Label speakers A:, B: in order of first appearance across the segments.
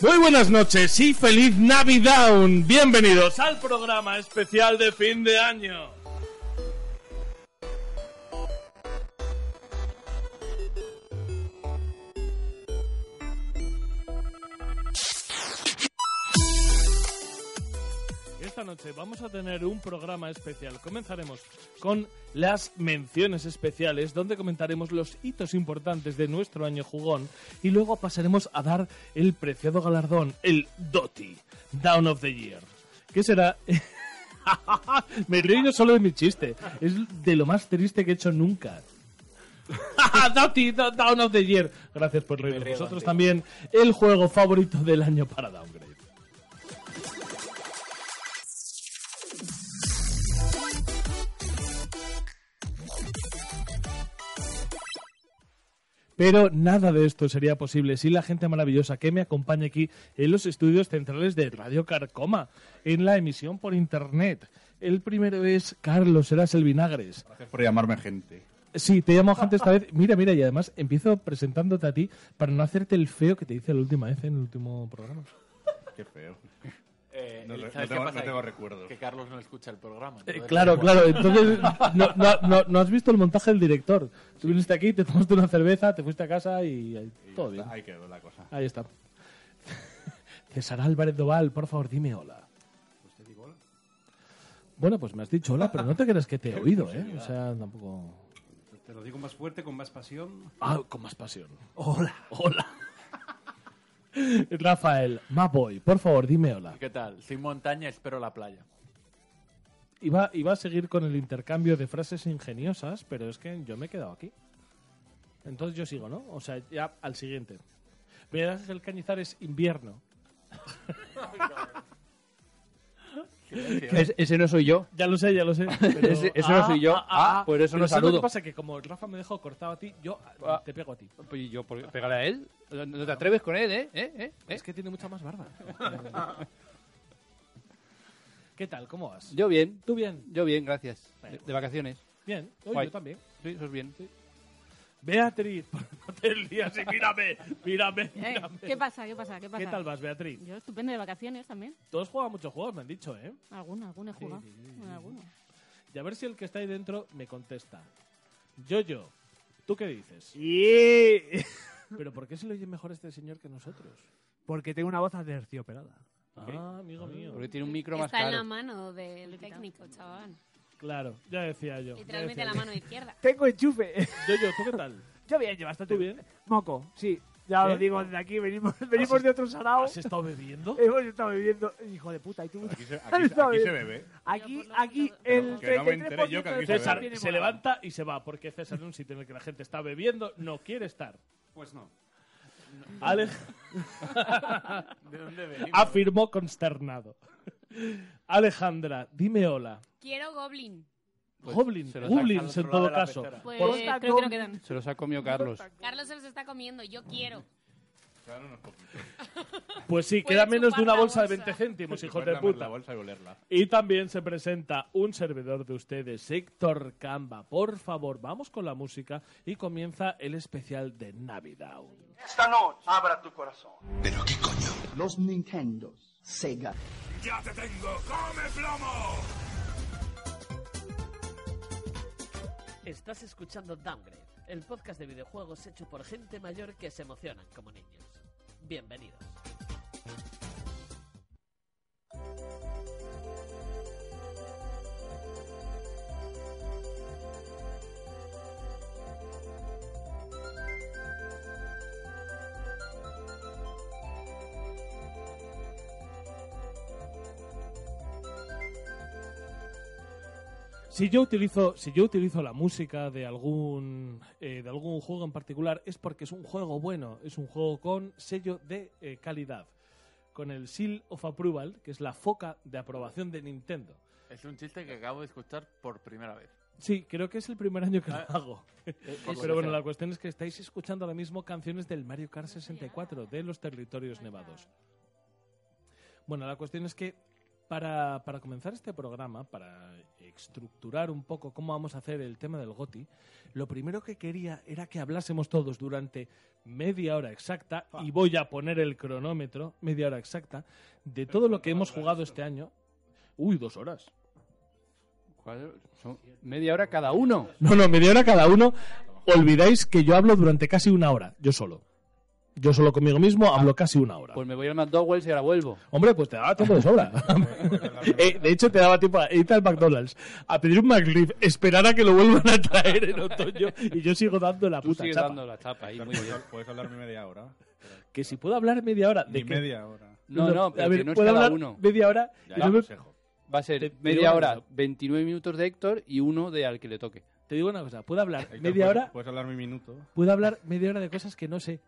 A: Muy buenas noches y feliz Navidad. Bienvenidos al programa especial de fin de año. Esta noche vamos a tener un programa especial. Comenzaremos con las menciones especiales, donde comentaremos los hitos importantes de nuestro año jugón y luego pasaremos a dar el preciado galardón, el DOTI, Down of the Year, que será... Me río yo solo de mi chiste. Es de lo más triste que he hecho nunca. Doti, do- Down of the Year. Gracias por reír.
B: río
A: Vosotros
B: contigo.
A: también, el juego favorito del año para Downgrade. Pero nada de esto sería posible sin la gente maravillosa que me acompaña aquí en los estudios centrales de Radio Carcoma, en la emisión por internet. El primero es Carlos Eras el Vinagres.
C: Gracias por llamarme gente.
A: Sí, te llamo gente esta vez. Mira, mira, y además empiezo presentándote a ti para no hacerte el feo que te hice la última vez en el último programa.
C: Qué feo.
B: Eh,
C: No re-
B: ¿sabes
C: no
B: qué
C: tengo-
B: pasa
C: no
B: ahí?
C: tengo recuerdos.
B: Que Carlos no escucha el programa.
A: Eh,
B: entonces-
A: claro, claro. Entonces, no, no- no- no has visto el montaje del director. Tú viniste aquí, te tomaste una cerveza, te fuiste a casa y, ahí-
C: Y ya
A: todo
C: está,
A: bien.
C: Ahí quedó la cosa.
A: Ahí está. César Álvarez Doval, por favor, dime hola. Bueno, pues me has dicho hola, pero no te creas que te he oído, ¿eh? O sea, tampoco...
D: Pues Te lo digo más fuerte, con más pasión.
A: Ah, con más pasión. Hola. Hola. Rafael, Maboy, por favor, dime hola.
B: ¿Qué tal? Sin montaña, espero la playa.
A: Iba, iba a seguir con el intercambio de frases ingeniosas, pero es que yo me he quedado aquí. Entonces yo sigo, ¿no? O sea, ya al siguiente. Mira, el Cañizar es invierno.
E: Es- ese no soy yo.
A: Ya lo sé, ya lo sé. pero-
E: Ese- ese no soy yo. Ah, por eso
A: pero
E: no
A: ¿sabes Lo
E: saludo.
A: que pasa que como Rafa me dejó cortado a ti, yo
E: Ah.
A: te pego a ti.
E: Pues ¿y yo, por- pégale a él. No no te atreves con él, ¿eh? ¿Eh? ¿Eh? ¿Eh?
A: Es que tiene mucha más barba. ¿Qué tal? ¿Cómo vas?
E: Yo bien.
A: ¿Tú bien?
E: Yo bien, gracias.
A: Bueno.
E: De, de vacaciones.
A: Bien, Oye,
E: Guay.
A: yo también.
E: Sí, eso es bien.
A: Beatriz, por no te lías y mírame, mírame,
F: Eh,
A: mírame.
F: ¿Qué pasa? ¿Qué pasa? ¿Qué pasa?
A: ¿Qué tal vas, Beatriz?
F: Yo estupendo de vacaciones también.
A: Tú has jugado a muchos juegos, me han dicho, ¿eh?
F: Alguna, alguna he jugado. Bueno, alguna.
A: Y a ver si el que está ahí dentro me contesta. Yo, yo, ¿tú qué dices? ¿Pero por qué se le oye mejor este señor que nosotros?
G: Porque tengo una voz aterciopelada.
A: Ah, amigo mío.
E: Porque tiene un micro más
H: Está en la
E: caro.
H: mano del técnico, chaval.
A: Claro, ya decía yo. ya
H: Literalmente
A: decía
H: la
A: yo.
H: mano izquierda.
G: Tengo enchufe.
A: Yo, yo, ¿tú qué tal?
G: Yo bien, yo bastante
A: ¿Tú bien?
G: Moco, sí. Ya
A: ¿Eh?
G: lo digo desde aquí, venimos, venimos de otro sarao.
A: ¿Has estado bebiendo?
G: Hemos estado viviendo. Hijo de puta, y tú.
C: Aquí se,
G: Has
C: aquí,
G: estado
C: aquí se
G: bien.
C: bebe.
G: Aquí,
H: Pero por lo
G: aquí,
H: menos-
G: el
C: Que no me entere
G: 33%
C: yo que aquí
G: de
C: se ve.
A: César
C: Viene
G: viene
A: se
G: morado.
A: levanta y se va, porque César en un sitio en el que la gente está bebiendo no quiere estar.
D: Pues no.
A: Alej-
B: ¿De dónde venimos?
A: afirmó consternado. Alejandra, dime hola.
H: Quiero Goblin.
E: Pues
A: Goblin,
E: se los ha-
A: Goblins en
B: al otro lado
A: todo
B: de la
A: caso.
B: pecera.
H: Pues
G: Por-
H: creo que no quedan.
E: Se los ha comido Carlos.
H: Carlos se los está comiendo, yo quiero.
C: Claro, unos poquitos.
A: Pues sí,
H: Puede
A: queda menos de
H: chupar
A: una
H: la
A: bolsa de
H: bolsa.
A: 20 céntimos, hijos
C: Comerla
A: de
C: más La
A: puta.
C: bolsa y olerla.
A: Y también se presenta un servidor de ustedes, Héctor Camba. Por favor, vamos con la música y comienza el especial de Navidad.
I: Esta noche abra tu corazón.
J: los Nintendos, Sega,
K: Estás escuchando Downgrade, el podcast de videojuegos hecho por gente mayor que se emocionan como niños. Bienvenidos.
A: Si yo utilizo, si yo utilizo la música de algún, eh, de algún juego en particular es porque es un juego bueno, es un juego con sello de eh, calidad, con el Seal of Approval, que es la foca de aprobación de Nintendo.
B: Es un chiste que acabo de escuchar por primera vez.
A: Sí, creo que es el primer año que lo
B: Ah.
A: hago.
B: Por lo
A: Pero bueno,
B: que
A: la
B: sea.
A: cuestión es que estáis escuchando ahora mismo canciones del Mario Kart 64 de los territorios nevados. Bueno, la cuestión es que Para, para comenzar este programa, para estructurar un poco cómo vamos a hacer el tema del GOTI, lo primero que quería era que hablásemos todos durante media hora exacta, y voy a poner el cronómetro, media hora exacta, de todo lo que hemos jugado este año. Uy, dos horas.
E: Son media hora cada uno.
A: No, no, media hora cada uno. Olvidáis que yo hablo durante casi una hora, yo solo. Yo solo conmigo mismo hablo casi una hora.
E: Pues me voy al McDowell's y ahora vuelvo.
A: Hombre, pues te daba tiempo de sobra. Eh, de hecho, te daba tiempo a irte al McDonald's, a pedir un McRib, esperar a que lo vuelvan a traer en otoño y yo sigo dando la
E: Tú
A: puta
E: sigues
A: chapa.
E: dando la chapa ahí, muy
C: Puedes,
E: bien.
C: hablar- puedes hablarme media hora.
A: Que si puedo hablar media hora. ¿De
C: Ni
A: qué?
C: media hora.
E: No, no, pero
A: a
E: que
A: ver,
E: no es
A: puedo
E: cada
A: hablar
E: uno.
A: media hora. y
C: Ya,
A: no me-
C: consejo.
E: Va a ser
A: Te- te
E: media
A: digo una
E: hora,
A: cosa.
E: 29 minutos de Héctor y uno de al que le toque.
A: Te digo una cosa, puedo hablar
C: Héctor,
A: media
C: puedes-
A: hora,
C: Puedes hablarme un minuto.
A: puedo hablar media hora de cosas que no sé.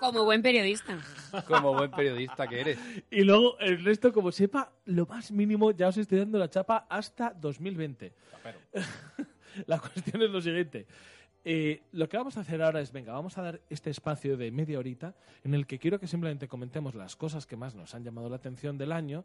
H: Como buen periodista.
E: Como buen periodista que eres.
A: Y luego el resto, como sepa, lo más mínimo, ya os estoy dando la chapa hasta 2020. la cuestión es lo siguiente. Eh, lo que vamos a hacer ahora es, venga, vamos a dar este espacio de media horita en el que quiero que simplemente comentemos las cosas que más nos han llamado la atención del año,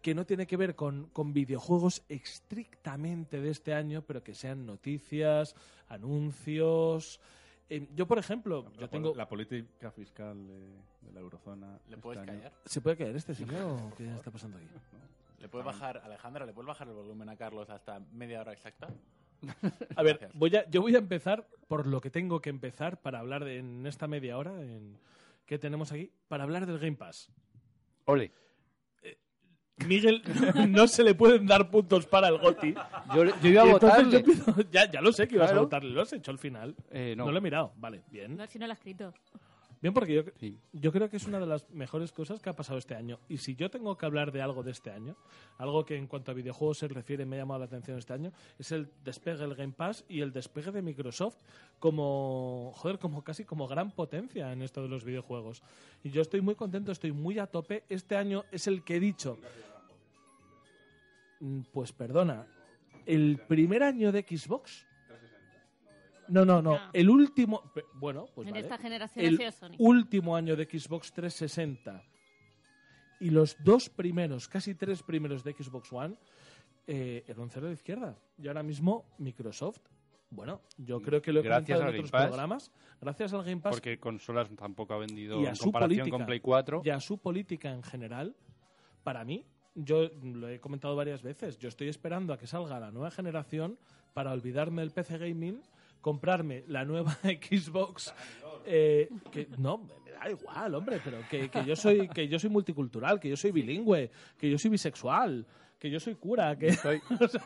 A: que no tiene que ver con, con videojuegos estrictamente de este año, pero que sean noticias, anuncios. Eh, yo, por ejemplo,
C: La,
A: yo tengo...
C: la política fiscal de, de la eurozona.
B: ¿Le
C: este
B: puedes
C: año.
B: callar?
A: ¿Se puede caer este señor o qué está pasando aquí?
B: ¿Le puedes bajar, Alejandra, le puedes bajar el volumen a Carlos hasta media hora exacta?
A: A ver,
B: Gracias.
A: voy a, yo voy a empezar por lo que tengo que empezar para hablar de- en esta media hora en, que tenemos aquí, para hablar del Game Pass. Eh,
E: Ole.
A: Miguel, no se le pueden dar puntos para el Goti.
E: Yo, yo iba a votarle.
A: ya, ya lo sé que ibas
E: Claro.
A: a votarle, lo has hecho al final.
E: Eh, no.
A: No. lo he mirado, vale, bien.
F: No, si no lo ha escrito.
A: Bien, porque yo,
E: Sí.
A: yo creo que es una de las mejores cosas que ha pasado este año. Y si yo tengo que hablar de algo de este año, algo que en cuanto a videojuegos se refiere me ha llamado la atención este año, es el despegue del Game Pass y el despegue de Microsoft como, joder, como casi como gran potencia en esto de los videojuegos. Y yo estoy muy contento, estoy muy a tope. Este año es el que he dicho. Mm, Pues perdona, el primer año de Xbox. No, no, no.
F: Ah.
A: El último. pe- Bueno, pues
F: en
A: vale
F: esta generación ha
A: el
F: sido Sony.
A: último año de Xbox 360 y los dos primeros, casi tres primeros de Xbox One, eh, era un cero de izquierda. Y ahora mismo Microsoft, bueno, yo creo que lo he
E: Gracias
A: comentado en
E: al
A: otros
E: Game Pass.
A: programas, gracias al Game Pass
E: Porque consolas tampoco ha vendido
A: Y a
E: en
A: su
E: comparación
A: política.
E: con Play 4.
A: y a su política en general, para mí, yo lo he comentado varias veces, yo estoy esperando a que salga la nueva generación para olvidarme del PC Gaming, comprarme la nueva Xbox. eh, que no, me me da igual, hombre, pero que, que yo soy, que yo soy multicultural, que yo soy bilingüe, que yo soy bisexual, que yo soy cura, que, o sea,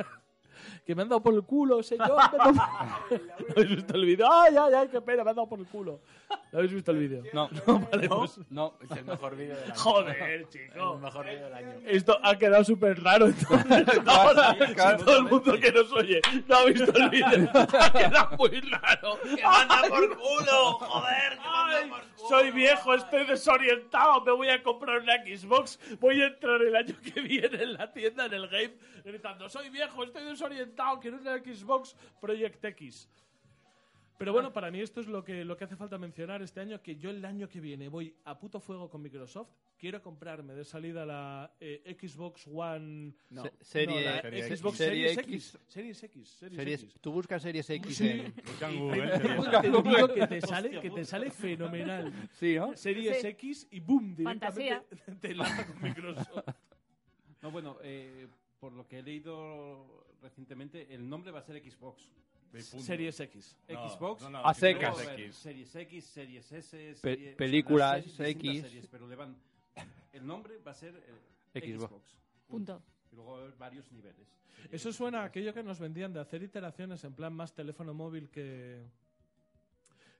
A: que me han dado por el culo, señor. me han dado por- ¿No habéis visto el vídeo? ¡Ay, ay, ay, qué pena! Me han dado por el culo. ¿No habéis visto el vídeo?
E: No,
A: Vale, pues-
E: no.
B: Es el mejor vídeo del año.
A: Joder,
B: El
A: chico.
B: mejor vídeo del año.
A: Esto ha quedado súper raro. Entonces, ahora, si todo el mundo que nos oye no ha visto el vídeo, ha quedado muy raro. ¡Que manda por culo! ¡Joder! soy viejo, estoy desorientado. Me voy a comprar una Xbox. Voy a entrar el año que viene en la tienda, en el game, gritando: Soy viejo, estoy desorientado. Quiero una Xbox Project X. Pero bueno, para mí esto es lo que, lo que hace falta mencionar este año, que yo el año que viene voy a puto fuego con Microsoft, quiero comprarme de salida la eh, Xbox One...
B: No.
E: Se- serie-
A: la
E: serie
A: Xbox
E: X.
A: Series
E: Serie
A: X. Series X. Series
E: Series-
A: X.
E: tú buscas series X.
A: Sí.
E: en- eh.
C: Busca en
A: Y-
C: Google,
A: te
C: series.
A: digo que te sale, que te sale fenomenal.
E: Sí, ¿no?
A: Series
F: Sí.
A: X y boom, directamente
F: Fantasía.
A: te lanza con Microsoft.
D: No, bueno, eh, por lo que he leído recientemente, el nombre va a ser Xbox.
C: De punto.
A: Series X.
C: No,
D: Xbox.
C: no, no,
E: A
C: si
D: Luego
E: secas.
D: va a
C: Series
D: haber
C: X.
D: Series X, Series S,
E: Pe-
D: serie-
E: películas,
D: o sea, las series, distintas
E: X.
D: series, pero le van- el nombre va a ser eh,
E: Xbox.
D: Xbox.
F: Punto.
D: Y luego va a haber varios niveles. Series
A: Eso
D: X,
A: suena a
D: series-
A: aquello que nos vendían de hacer iteraciones en plan más teléfono móvil que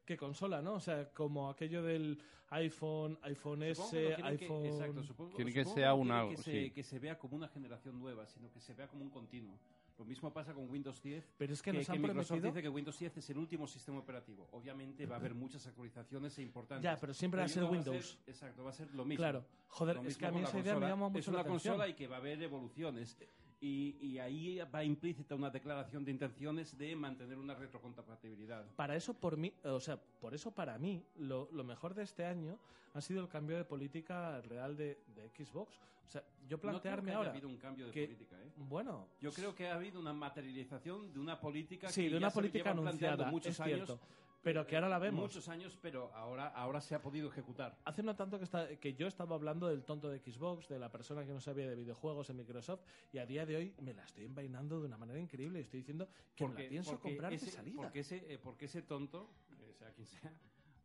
A: que consola, ¿no? O sea, como aquello del iPhone, iPhone
D: Supongo
A: S,
D: que no quieren que-
A: iPhone.
D: exacto, supongo-
E: Quieren que
D: supongo
E: sea
D: no
E: un
D: quieren
E: algo,
D: que se,
E: sí.
D: que se vea como una generación nueva, sino que se vea como un continuo. Lo mismo pasa con Windows 10.
A: Pero es que nos han
D: Microsoft
A: prometido-
D: dice que Windows 10 es el último sistema operativo. Obviamente va a haber muchas actualizaciones e importantes.
A: Ya, pero siempre va a ser
D: no
A: Windows.
D: exacto, va a ser lo mismo.
A: Claro. Joder,
D: Lo
A: es
D: mismo
A: que a mí
D: con la
A: esa idea me
D: consola.
A: llama mucho
D: Es una
A: la atención.
D: consola y que va a haber evoluciones. Y, y ahí va implícita una declaración de intenciones de mantener una retrocompatibilidad.
A: Para eso, por mí, o sea, por eso para mí, lo, lo mejor de este año ha sido el cambio de política real de, de Xbox. O sea, yo
D: no
A: plantearme
D: creo que haya
A: ahora.
D: habido un cambio de
A: que-
D: política, ¿eh?
A: Bueno,
D: Yo creo que ha habido una materialización de una política
A: sí,
D: que
A: de
D: ya
A: una
D: se
A: política
D: lleva planteando
A: anunciada,
D: muchos
A: es
D: años,
A: cierto. Pero que ahora la vemos.
D: Muchos años, pero ahora, ahora se ha podido ejecutar.
A: Hace no tanto que, está- que yo estaba hablando del tonto de Xbox, de la persona que no sabía de videojuegos en Microsoft, y a día de hoy me la estoy envainando de una manera increíble y estoy diciendo que me la pienso comprar
D: ese,
A: de salida.
D: Porque ese, eh, porque ese tonto, eh, sea quien sea,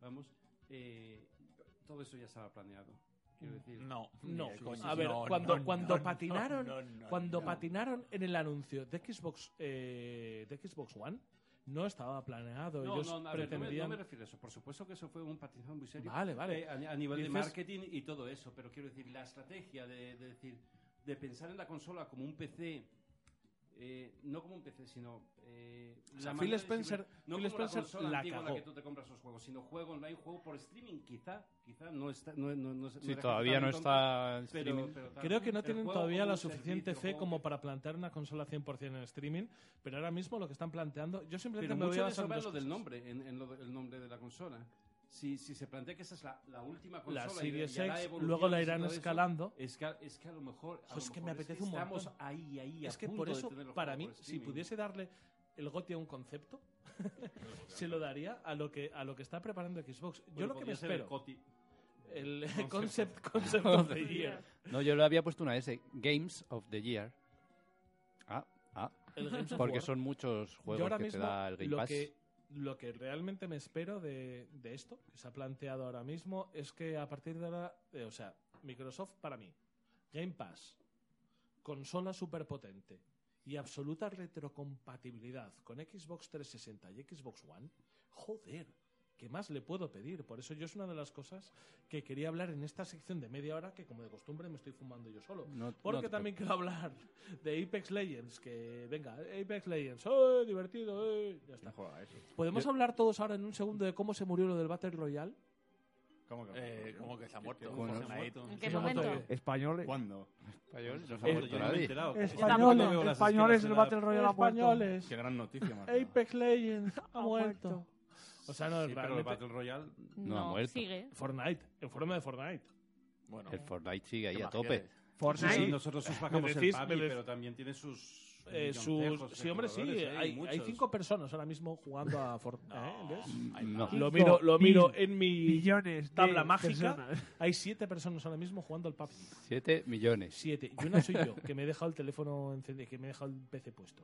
D: vamos, eh, todo eso ya estaba planeado. Quiero decir,
B: No,
A: No,
B: ni de coña.
A: Mm. a ver,
B: No,
A: cuando,
B: no,
A: cuando
B: no,
A: patinaron,
B: no, no,
A: cuando
B: no.
A: patinaron en el anuncio de Xbox, eh, de Xbox One, no estaba planeado.
D: No,
A: Ellos
D: no, no, a ver, no me-
A: pretendían.
D: no me refiero a eso. Por supuesto que eso fue un patizón muy serio.
A: Vale, vale.
D: Eh, a, a nivel de
A: Dices-
D: marketing y todo eso. Pero quiero decir, la estrategia de, de decir, de pensar en la consola como un PC. eh, no como un PC, sino. eh,
A: O
D: la
A: sea, Phil
D: manera de
A: Spencer-
D: distribuir- no
A: Phil
D: como
A: Spencer
D: la consola
A: la
D: antigua en la
A: cagó.
D: que tú te compras los juegos, sino juego online, juego por streaming, quizá. Quizá no está. No, no, no,
E: Sí, todavía no
D: Ah,
E: está en
D: Pero,
E: streaming.
D: pero tal.
A: Creo que no
D: El
A: tienen
D: juego
A: todavía
D: como
A: la
D: un
A: suficiente
D: servicio,
A: fe
D: juego
A: como
D: que-
A: para plantear una consola 100% en streaming, pero ahora mismo lo que están planteando, yo simplemente
D: Pero
A: me voy
D: mucho
A: a
D: de
A: basar
D: eso
A: en
D: va en
A: dos
D: lo del
A: cosas.
D: nombre, en, en lo de- el nombre de la consola. Si, si se plantea que esa es la, la última consola,
A: La
D: y- y
A: Series
D: hará
A: X,
D: evoluciones
A: luego la
D: y
A: irán
D: todo eso,
A: escalando.
D: Es que, es que a lo mejor. a
A: Jo,
D: lo
A: es que me
D: mejor
A: apetece un montón.
D: Estamos ahí, ahí, a
A: Es que
D: punto
A: por
D: de
A: eso,
D: tener los
A: para mí,
D: juegos por
A: si
D: streaming.
A: pudiese darle el gote a un concepto, se lo daría a lo que a lo que está preparando Xbox.
D: Bueno,
A: Yo lo que me
D: podría ser el
A: espero,
D: Coti.
A: el
D: Concept.
A: concept, concept of the year,
E: No, yo le había puesto una S. Games of the Year. Ah, ah.
A: el Games of
E: Porque
A: War.
E: son muchos
A: Yo
E: juegos
A: ahora
E: que te
A: mismo
E: da el Game
A: lo
E: Pass.
A: que lo que realmente me espero de, de esto que se ha planteado ahora mismo es que a partir de ahora, eh, o sea, Microsoft para mí, Game Pass, consola superpotente y absoluta retrocompatibilidad con Xbox 360 y Xbox One, joder, ¿qué más le puedo pedir? Por eso yo es una de las cosas que quería hablar en esta sección de media hora que como de costumbre me estoy fumando yo solo.
E: No-
A: Porque
E: no te
A: también quiero hablar de Apex Legends, que venga, Apex Legends, ¡eh, divertido! ¡eh! Ya está.
C: ¿Quién juega a eso?
A: ¿Podemos hablar todos ahora en un segundo de cómo se murió lo del Battle Royale?
C: ¿Cómo que?
B: Eh, como que se ha muerto.
C: ¿Qué- qué-
B: Bueno,
D: Se ha
B: Fortnite.
D: muerto.
F: ¿En qué
A: Esa foto
F: momento?
A: que-
G: Españoles.
C: ¿Cuándo?
E: Español, no se ha
A: Eh,
E: muerto
B: Yo no me he
E: nadie.
B: enterado.
G: Españoles.
D: veo las
G: Españoles.
D: esquinas
G: El
D: de la-
G: Battle Royale ha muerto.
A: Españoles.
C: Qué gran noticia, más que
A: Apex Legends ha
G: muerto.
A: muerto. O sea, no,
D: Sí, pero el
A: realmente-
D: Battle Royale.
E: No ha muerto.
F: sigue.
A: Fortnite, en forma de Fortnite.
B: Bueno,
E: El Fortnite sigue
B: ¿qué
E: ahí a
B: más
E: tope.
B: quieres?
D: Sí,
A: Fortnite.
D: nosotros os bajamos
A: Me decís-
D: el
A: me
D: PUBG,
A: dec-
D: pero también tiene sus.
A: Eh, sus,
D: millonzejos
A: sí, hombre, sí.
D: espectadores, ¿eh?
A: Hay, hay
D: muchos.
A: cinco personas ahora mismo jugando a Fortnite. ¿eh? ¿Ves?
E: No.
A: Lo miro, lo miro en mi
G: Millones. de
A: tabla mágica.
G: personas.
A: Hay siete personas ahora mismo jugando al PUBG.
E: 7 millones.
A: Siete. Y una soy yo, que me he dejado el teléfono encendido, que me he dejado el PC puesto.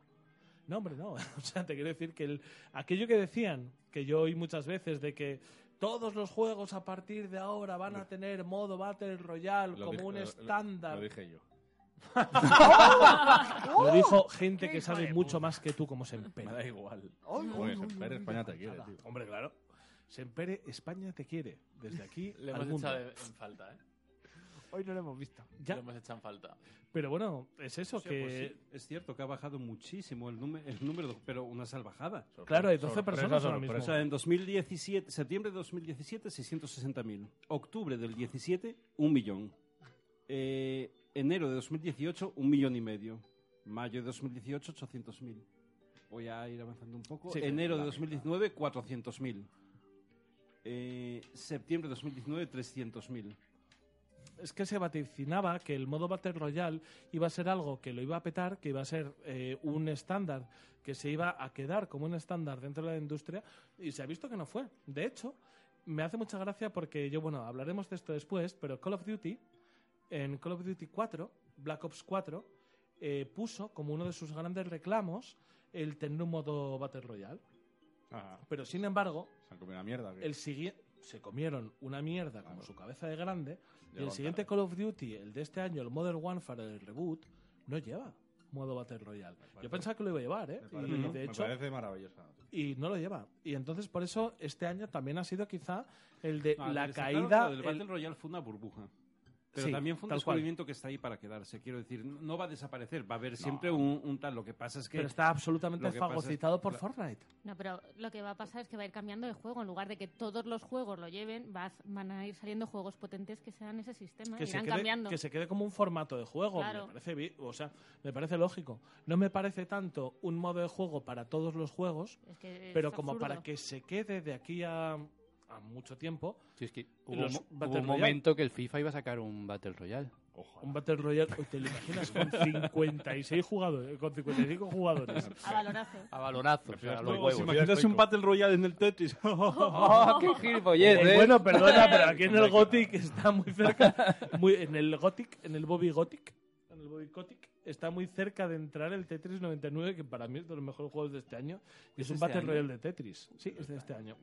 A: No, hombre, no. O sea, te quiero decir que el- aquello que decían, que yo oí muchas veces, de que todos los juegos a partir de ahora van a tener modo Battle Royale
C: Lo
A: como
C: dije-
A: un
C: lo- lo-
A: estándar.
C: Lo dije yo.
L: ¡Oh!
A: Lo dijo gente
G: ¡Qué
A: que
G: hijo
A: sabe
G: de
A: mucho más que tú como Sempere.
C: Me da igual.
G: Ay,
C: Oye,
G: uy, uy,
C: Semper,
G: uy,
C: España te
G: qué
C: quiere,
G: pasada.
C: tío.
A: Hombre, claro. Sempere, España te quiere. Desde aquí
B: Le
A: al
B: hemos
A: mundo.
B: echado en falta, ¿eh?
G: Hoy no lo hemos visto.
A: Ya.
B: Le hemos echado en falta.
A: Pero bueno, es eso,
D: O sea,
A: que...
D: pues sí, es cierto que ha bajado muchísimo el, número, el número, de- pero una salvajada.
A: Claro, hay 12 personas ahora
D: O
A: mismo.
D: sea, en 2017, septiembre de 2017, 660.000. Octubre del 17, un millón. Eh, enero de 2018, un millón y medio. Mayo de 2018, 800.000. Voy a ir avanzando un poco.
A: Sí,
D: enero de
A: la
D: 2019, 400.000. Eh, septiembre de 2019, 300.000.
A: es que se vaticinaba que el modo Battle Royale iba a ser algo que lo iba a petar, que iba a ser eh, un estándar que se iba a quedar como un estándar dentro de la industria y se ha visto que no fue. De hecho, me hace mucha gracia porque yo, bueno, hablaremos de esto después, pero Call of Duty, en Call of Duty 4, Black Ops 4, eh, puso como uno de sus grandes reclamos el tener un modo Battle Royale.
C: Ajá.
A: Pero sin embargo,
C: Se han comido una mierda. ¿qué?
A: el siguiente se comieron una mierda como
C: Claro.
A: su cabeza de grande y el
C: Llegaron
A: siguiente
C: tarde.
A: Call of Duty, el de este año, el Modern Warfare, el reboot, no lleva modo Battle Royale. Yo
C: parece-
A: pensaba que lo iba a llevar, ¿eh?
C: Me
A: Y,
C: parece, ¿no?
A: de
C: Me
A: hecho,
C: parece maravillosa.
A: y no lo lleva. Y entonces por eso este año también ha sido quizá el de
D: No,
A: la
D: está claro Ah, que
A: caída...
D: lo del
A: el-
D: Battle Royale fue una burbuja. Pero
A: Sí,
D: también fue un
A: tal cual.
D: descubrimiento que está ahí para quedarse. Quiero decir, no no va a desaparecer, va a haber siempre un, un tal. Lo que pasa es que.
A: Pero está absolutamente
D: lo que pasa es-
A: fagocitado por
D: la-
A: Fortnite.
F: No, pero lo que va a pasar es que va a ir cambiando de juego. En lugar de que todos los juegos lo lleven, vas- van a ir saliendo juegos potentes que sean ese sistema.
A: Que se,
F: irán
A: quede,
F: cambiando.
A: que se quede como un formato de juego.
F: Claro.
A: Me parece bi- o sea, me parece lógico. No me parece tanto un modo de juego para todos los juegos,
F: Es que es
A: pero como
F: absurdo.
A: para que se quede de aquí a, a mucho tiempo
E: Sí, es que hubo,
A: Los
E: mo-
A: Battle
E: hubo un
A: Royale.
E: momento que el FIFA iba a sacar un Battle Royale.
A: un Battle Royale. Oye, ¿Te lo imaginas con 56 jugadores, eh, con 55 jugadores?
F: A valorazo.
E: A balonazo. O sea, a los
C: ¿Os
E: huevos.
C: imagináis un Battle Royale en el Tetris?
E: ¡Oh, qué gilipollez,
A: Eh,
E: eh!
A: bueno, perdona, pero aquí en el Gothic está muy cerca. Muy, en el Gothic, en el Bobby Gothic, en el Bobby Gothic, está muy cerca de entrar el Tetris 99, que para mí es de los mejores juegos de este año. Y es,
B: ¿Es
A: un
B: este
A: Battle
B: año?
A: Royale de Tetris. Sí, es de este año.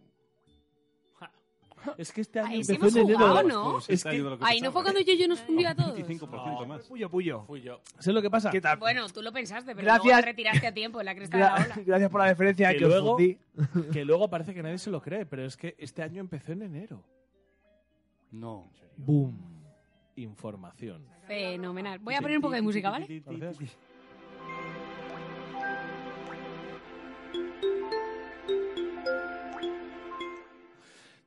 A: Es que este año
H: Ahí
A: empezó
H: sí Ah, hemos
A: en enero.
H: jugado, ¿no?
A: Es que-
H: Ahí no fue cuando yo, yo nos fundió
G: Oh.
H: a todos.
D: 25%
B: No.
D: más.
G: Puyo, puyo.
B: Fui yo.
A: ¿Sabes lo que pasa?
G: ¿Qué tal?
H: Bueno, tú lo pensaste, pero
G: Gracias.
H: luego te retiraste a tiempo en la cresta de la
G: Gra-
H: ola.
G: Gracias por la deferencia
A: Que
G: que, os
A: luego-
G: fundí.
A: Que luego parece que nadie se lo cree, pero es que este año empezó en enero.
E: No.
A: Boom. Información.
H: Fenomenal. Voy a poner un poco de música, ¿vale?
A: Gracias.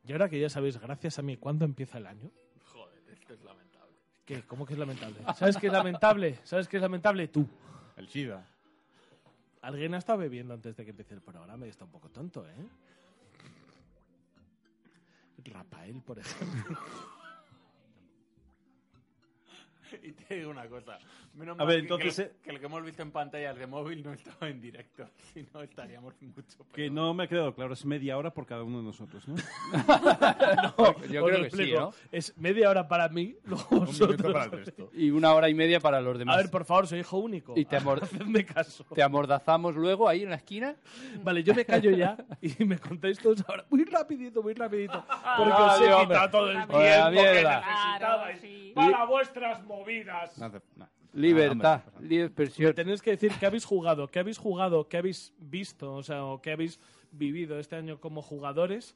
A: Y ahora que ya sabéis, gracias a mí, ¿cuándo empieza el año?
B: Joder, esto es lamentable.
A: ¿Qué? ¿Cómo que es lamentable? ¿Sabes qué es lamentable? ¿Sabes qué es lamentable? Tú.
C: El SIDA.
A: Alguien ha estado bebiendo antes de que empiece el programa y está un poco tonto, ¿eh? Rafael, por ejemplo.
B: Y te digo una cosa. Menos
D: A
B: mal
D: ver,
B: que-
D: entonces,
B: Que, lo-
D: eh.
B: que lo que hemos visto en pantalla de móvil no estaba en directo. Si no, estaríamos mucho peor.
D: Que no me ha quedado claro, es media hora por cada uno de nosotros, ¿no?
E: Yo
A: Os lo
E: creo que sí,
A: explico.
E: ¿no?
A: Es media hora para mí, luego
C: Un minuto
A: vosotros.
C: para el resto.
E: Y una hora y media para los demás.
A: A ver, por favor, soy hijo único.
E: Y te amor-
A: Hacedme caso.
E: Te amordazamos luego ahí en la esquina.
A: Vale, yo me callo ya y me contáis todos ahora. Muy rapidito, muy rapidito. Porque
E: Ah,
A: os he
E: Dios,
A: quitado
E: hombre.
A: todo el
E: Joder,
A: tiempo que
E: mierda.
A: necesitabais
F: sí.
A: para vuestras movidas.
C: No hace- no.
E: Libertad,
C: Ah, hombre,
E: libre expresión.
A: Tenéis que decir qué habéis jugado, qué habéis jugado, qué habéis visto, o sea, o qué habéis vivido este año como jugadores.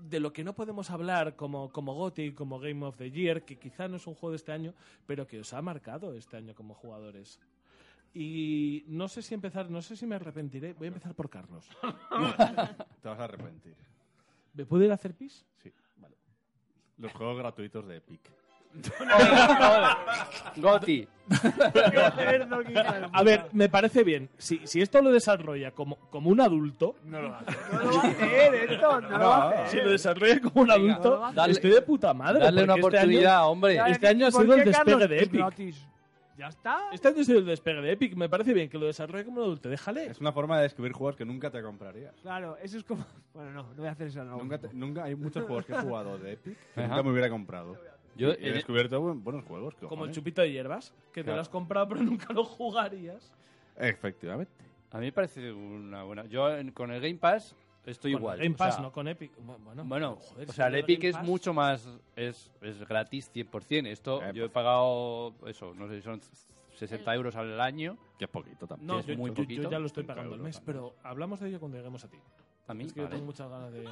A: De lo que no podemos hablar como, como GOTY, como Game of the Year, que quizá no es un juego de este año, pero que os ha marcado este año como jugadores. Y no sé si empezar, no sé si me arrepentiré. Voy a empezar por Carlos.
C: Te vas a arrepentir.
A: ¿Me puedo ir a hacer pis?
C: Sí. Los juegos gratuitos de Epic.
E: Goti.
A: A ver, me parece bien. Si, si esto lo desarrolla como, como un adulto,
B: No lo hace.
G: No lo va a hacer, esto, no, eh. lo va a hacer.
A: si lo desarrolla como un adulto,
E: dale-
A: estoy de puta madre.
E: Darle una
A: porque este año-
E: oportunidad, hombre.
A: Ya, este
G: ¿Y
A: año ha
G: por
A: sido el
G: qué,
A: despegue
G: Carlos?
A: de
G: Es
A: Epic.
G: gratis. Ya está.
A: Este año ha sido el despegue de Epic. Me parece bien que lo desarrolle Pues como un adulto. Déjale.
C: Es una forma de descubrir juegos que nunca te comprarías.
G: Claro, eso es como. Bueno, no, no voy a hacer eso. No.
C: Nunca, te- nunca hay muchos juegos que he jugado de Epic que
E: Ajá.
C: nunca me hubiera comprado.
E: Yo,
C: Y he
E: en-
C: descubierto buen- buenos juegos.
A: Como el
C: cojones.
A: chupito de hierbas, que te
E: Claro.
A: lo has comprado pero nunca lo jugarías.
C: Efectivamente.
E: a mí me parece una buena. Yo en- con el Game Pass estoy
A: Con
E: igual.
A: Game
E: o sea,
A: Pass, no con Epic. Bueno,
E: Bueno,
A: joder,
E: o
A: si
E: sea, el
A: no
E: Epic
A: Game
E: es
A: Pass-
E: mucho más. Es, es gratis 100%. Esto
C: Eh,
E: yo he
C: pues-
E: pagado, eso, no sé si son 60 euros al año.
C: Que es poquito también.
A: No,
E: es
A: yo,
E: muy
A: yo- yo
E: poquito.
A: ya lo estoy
C: Cinco
A: pagando el
C: euros,
A: mes,
C: vale.
A: pero hablamos de ello cuando lleguemos a ti.
E: A mí,
A: Es que yo
E: vale.
A: tengo muchas ganas de.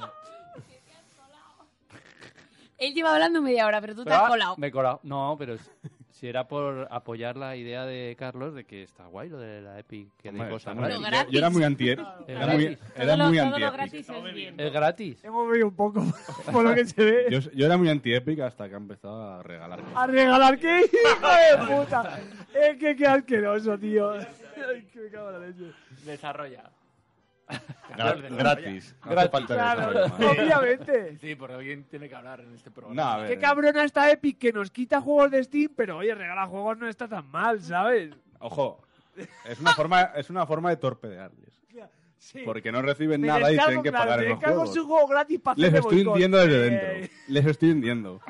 H: Él lleva hablando media hora, pero tú te
E: Pero,
H: has
E: ah,
H: colado.
E: Me he colado. No, pero si- si era por apoyar la idea de Carlos de que está guay lo de la Epic, que de
C: Hombre,
E: cosas
C: está muy
H: Lo
C: bien.
E: gratis.
C: Yo, yo era muy anti Era muy,
E: gratis.
C: era
F: todo
C: muy
F: lo, todo lo
C: anti-Epic.
F: gratis es bien.
E: ¿Es gratis?
G: Hemos bebido un poco por lo que se ve.
C: Yo, yo era muy anti-Epic hasta que ha empezado a regalar cosas.
G: A regalar, qué hijo de puta. Es que qué asqueroso, tío. Ay, que me cago en la leche.
B: Desarrolla.
C: Gra- gratis. No hace falta que
G: Claro,
C: desarrolle más.
G: obviamente.
B: Sí, porque alguien tiene que hablar en este programa.
C: No, a ver.
G: Qué cabrona está Epic que nos quita juegos de Steam, pero oye, regala juegos no está tan mal, ¿sabes?
C: Ojo. Es una forma, es una forma de torpedearles.
G: Sí.
C: Porque no reciben
G: Me
C: nada y
G: descargo,
C: tienen que
G: claro,
C: pagar
G: me
C: en los
G: descargo
C: juegos.
G: su juego gratis para
C: Les
G: hacerle
C: estoy
G: boicot.
C: hundiendo desde
G: Eh,
C: dentro. Les estoy hundiendo.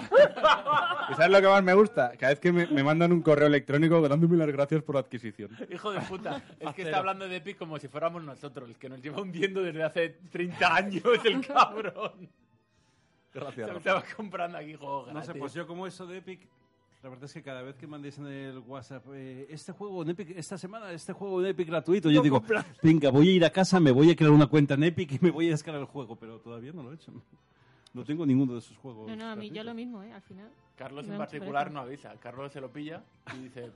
C: ¿Y sabes lo que más me gusta? Cada vez que me, me mandan un correo electrónico dándome las gracias por la adquisición.
B: Hijo de puta, es que está hablando de Epic como si fuéramos nosotros, el que nos lleva hundiendo desde hace 30 años, el cabrón.
C: Gracias.
B: Se lo
C: Rafa.
B: estaba comprando aquí juegos
D: No
B: gratis.
D: sé, pues yo como eso de Epic, la verdad es que cada vez que mandéis en el WhatsApp eh, este juego en Epic, esta semana, este juego en Epic gratuito, yo digo, venga, voy a ir a casa, me voy a crear una cuenta en Epic y me voy a descargar el juego, pero todavía no lo he hecho. No tengo ninguno de esos juegos.
F: No, no, a mí yo
D: gratuitos.
F: lo mismo, ¿eh? Al final.
B: Carlos en
F: Me da mucha
B: particular
F: pereza.
B: no avisa. Carlos se lo pilla y dice...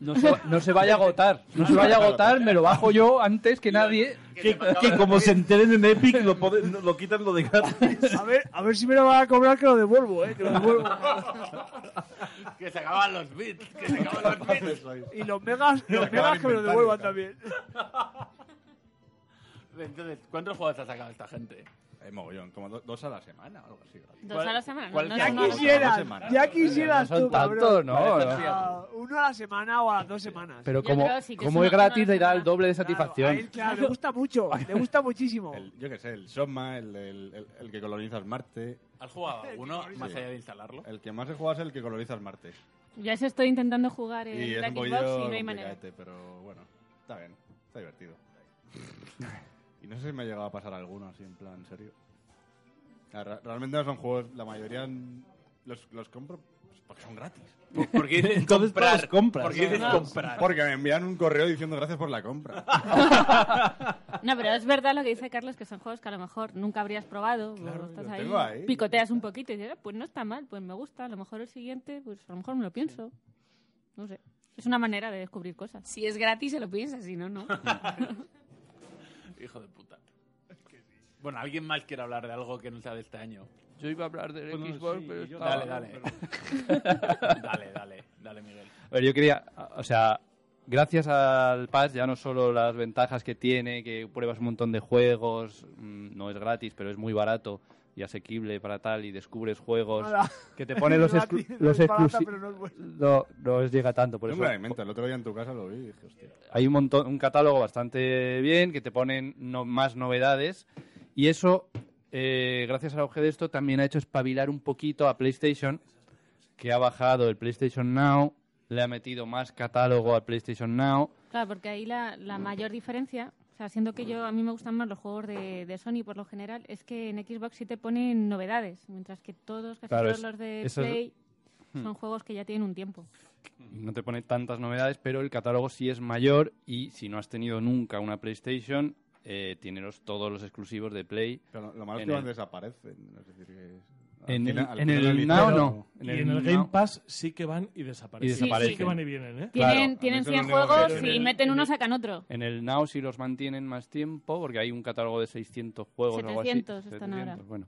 M: No se, va- no se vaya a agotar. No se vaya a agotar, me lo bajo yo antes que nadie.
B: Que,
M: que como se enteren en Epic, lo, pode- lo quitan lo de gratis.
G: A ver, a ver si me lo van a cobrar que lo devuelvo, ¿eh? Que lo devuelvo.
B: que se acaban los bits, que se acaban los bits.
G: Y los megas, los megas que me lo devuelvan también.
B: Entonces, ¿cuántos juegos ha sacado esta gente?
C: Eh, mogollón, como do- dos a la semana o algo así.
F: Dos a la semana, no,
B: ¿Cuál-
F: no
B: cuál-
F: son
B: cuál-
F: dos.
B: cuál-
G: Quisieras,
B: dos semanas?
G: ya quisieras
M: No son
G: tú, cabrón.
M: tantos, no, no.
G: Ah, Uno a la semana o a las dos semanas. Eh,
M: Pero como, como es gratis, le da el doble de satisfacción.
G: Claro, le gusta mucho, le gusta muchísimo.
C: Yo qué sé, el Soma, el, el- el- el que colonizas Marte.
B: ¿Has jugado alguno más allá de instalarlo?
C: El que más he jugado es el que colonizas Marte.
F: Ya eso estoy intentando jugar en
C: Y es
F: Black
C: un
F: Box y
C: poquillo
F: no hay manera.
C: complicadete, pero bueno, está bien, está divertido. Y no sé si me ha llegado a pasar alguno así, en plan, serio. Ah, re- Realmente no son juegos, la mayoría n- los, los compro pues, porque son gratis.
B: ¿Por qué dices Entonces comprar? todos compras. ¿Por qué dices comprar?
C: Porque me envían un correo diciendo gracias por la compra.
F: No, pero es verdad lo que dice Carlos, que son juegos que a lo mejor nunca habrías probado. o estás
C: lo
F: ahí,
C: tengo ahí.
F: Picoteas un poquito y dices, "Ah, pues no está mal, pues me gusta. A lo mejor el siguiente, pues a lo mejor me lo pienso. No sé. Es una manera de descubrir cosas.
H: Si es gratis, se lo piensa, si no, no.
B: Hijo de puta. Bueno, ¿alguien más quiere hablar de algo que no sea de este año?
E: Yo iba a hablar del
B: Bueno,
E: Xbox,
B: sí,
E: pero
B: yo
E: estaba-
B: Dale, dale. dale, dale, dale, Miguel.
E: A ver, yo quería, o sea, gracias al Pass ya no solo las ventajas que tiene, que pruebas un montón de juegos, mm, no es gratis, pero es muy barato y asequible para tal y descubres juegos
G: Hola.
E: que te pone los
G: Gratis,
E: exclu-
G: no
E: los
G: es barata,
E: exclusi-
G: pero no es buena.
E: no, no os llega tanto por
C: Yo
E: eso.
C: me lo alimento, el otro día en tu casa lo vi y dije, hostia.
E: Hay un montón un catálogo bastante bien que te ponen no- más novedades y eso eh, gracias al auge de esto también ha hecho espabilar un poquito a PlayStation que ha bajado el PlayStation Now, le ha metido más catálogo al PlayStation Now
F: Claro, porque ahí la, la mayor diferencia, o sea, siendo que yo a mí me gustan más los juegos de, de Sony por lo general, es que en Xbox sí te ponen novedades, mientras que todos, casi
E: Claro,
F: todos
E: es-
F: los de
E: eso es-
F: Play
E: Hmm.
F: son juegos que ya tienen un tiempo.
E: no te pone tantas novedades, pero el catálogo sí es mayor y si no has tenido nunca una PlayStation, eh, tiene los- todos los exclusivos de Play.
C: Pero lo malo es
E: En
C: que
E: el-
C: van desaparecen. Es decir, que...
E: En
C: al
E: el-
C: al
E: en el
C: del
E: Now
C: liceo-
E: no.
A: Y en el Game Pass sí que van y desaparecen.
E: Y desaparecen.
A: Sí que van y vienen, ¿eh?
F: Tienen, tienen 100 juegos
E: en
F: y
E: el-
F: meten uno, sacan otro.
E: En el Now sí los mantienen más tiempo, porque hay un catálogo de 600 juegos o algo así.
F: 700 están ahora.
E: bueno.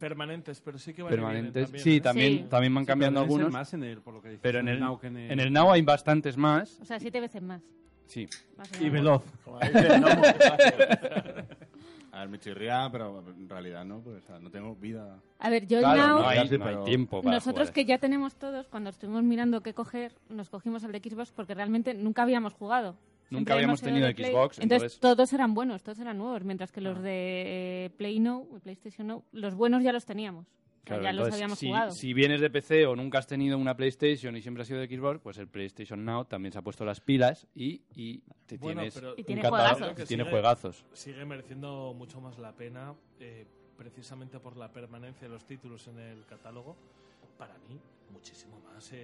A: Permanentes, pero sí que van
E: Permanentes.
A: y vienen.
E: sí,
A: ¿eh?
E: también, también van
D: Sí,
E: cambiando
D: pero deben ser
E: algunos.
D: más en el- por lo que dices,
E: pero en
D: en el
E: el,
D: Now que en el-
E: en el Now hay bastantes más.
F: O sea, siete veces más.
E: Sí.
F: Más o menos.
C: A ver, me chirría, pero en realidad no, pues o sea, no tengo vida.
F: A ver, yo el
C: Claro,
F: Now-
C: no hay- no hay tiempo para
F: Nosotros
C: jugar.
F: que ya tenemos todos, cuando estuvimos mirando qué coger, nos cogimos el de Xbox porque realmente nunca habíamos jugado. Siempre
E: Nunca habíamos
F: hemos sido
E: tenido
F: de Play.
E: Xbox,
F: Entonces,
E: entonces- Ah.
F: todos eran buenos, todos eran nuevos, mientras que los de eh, Play Now, PlayStation Now, los buenos ya los teníamos. O sea,
E: Claro,
F: ya los
E: entonces,
F: habíamos
E: si,
F: jugado.
E: si vienes de PC o nunca has tenido una PlayStation y siempre has sido de Xbox, pues el PlayStation Now también se ha puesto las pilas y, y te
A: Bueno,
E: tienes
A: pero-
E: un
A: Y tiene
E: catálogo-
A: juegazos.
E: y tiene
A: Sigue-
E: juegazos.
A: Sigue mereciendo mucho más la pena, eh, precisamente por la permanencia de los títulos en el catálogo. Para mí, muchísimo más el,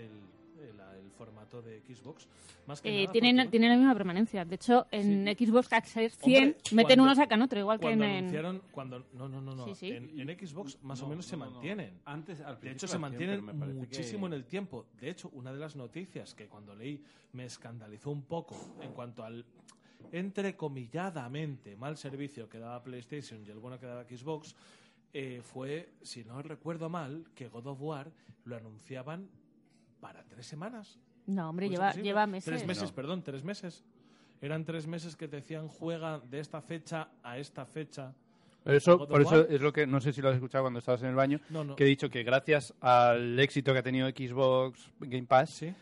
A: el- el formato de Xbox. Más que
F: Eh,
A: nada
F: tienen,
A: porque-
F: tienen la misma permanencia. De hecho, en Xbox Access 100
A: Hombre,
F: meten
A: cuando-
F: uno, sacan otro, igual que en...
A: cuando
F: en-
A: anunciaron- cuando no no no no
F: Sí, sí.
A: En, en Xbox más o menos se mantienen
D: Antes, al
A: de
D: principio
A: hecho se
D: eran
A: mantienen
D: 100, pero me parece
A: muchísimo
D: que-
A: en el tiempo de hecho una de las noticias que cuando leí me escandalizó un poco en cuanto al entrecomilladamente mal servicio que daba PlayStation y el bueno que daba Xbox eh, fue si no recuerdo mal que God of War lo anunciaban para tres semanas
F: No, hombre,
A: Pues
F: lleva,
A: imposible.
F: lleva meses.
A: Tres meses,
F: No.
A: perdón, tres meses. Eran tres meses que te decían juega de esta fecha a esta fecha.
E: Pero eso,
A: God of
E: por eso
A: War.
E: es lo que no sé si lo has escuchado cuando estabas en el baño,
A: No, no.
E: que he dicho que gracias al éxito que ha tenido Xbox Game Pass,
A: Se han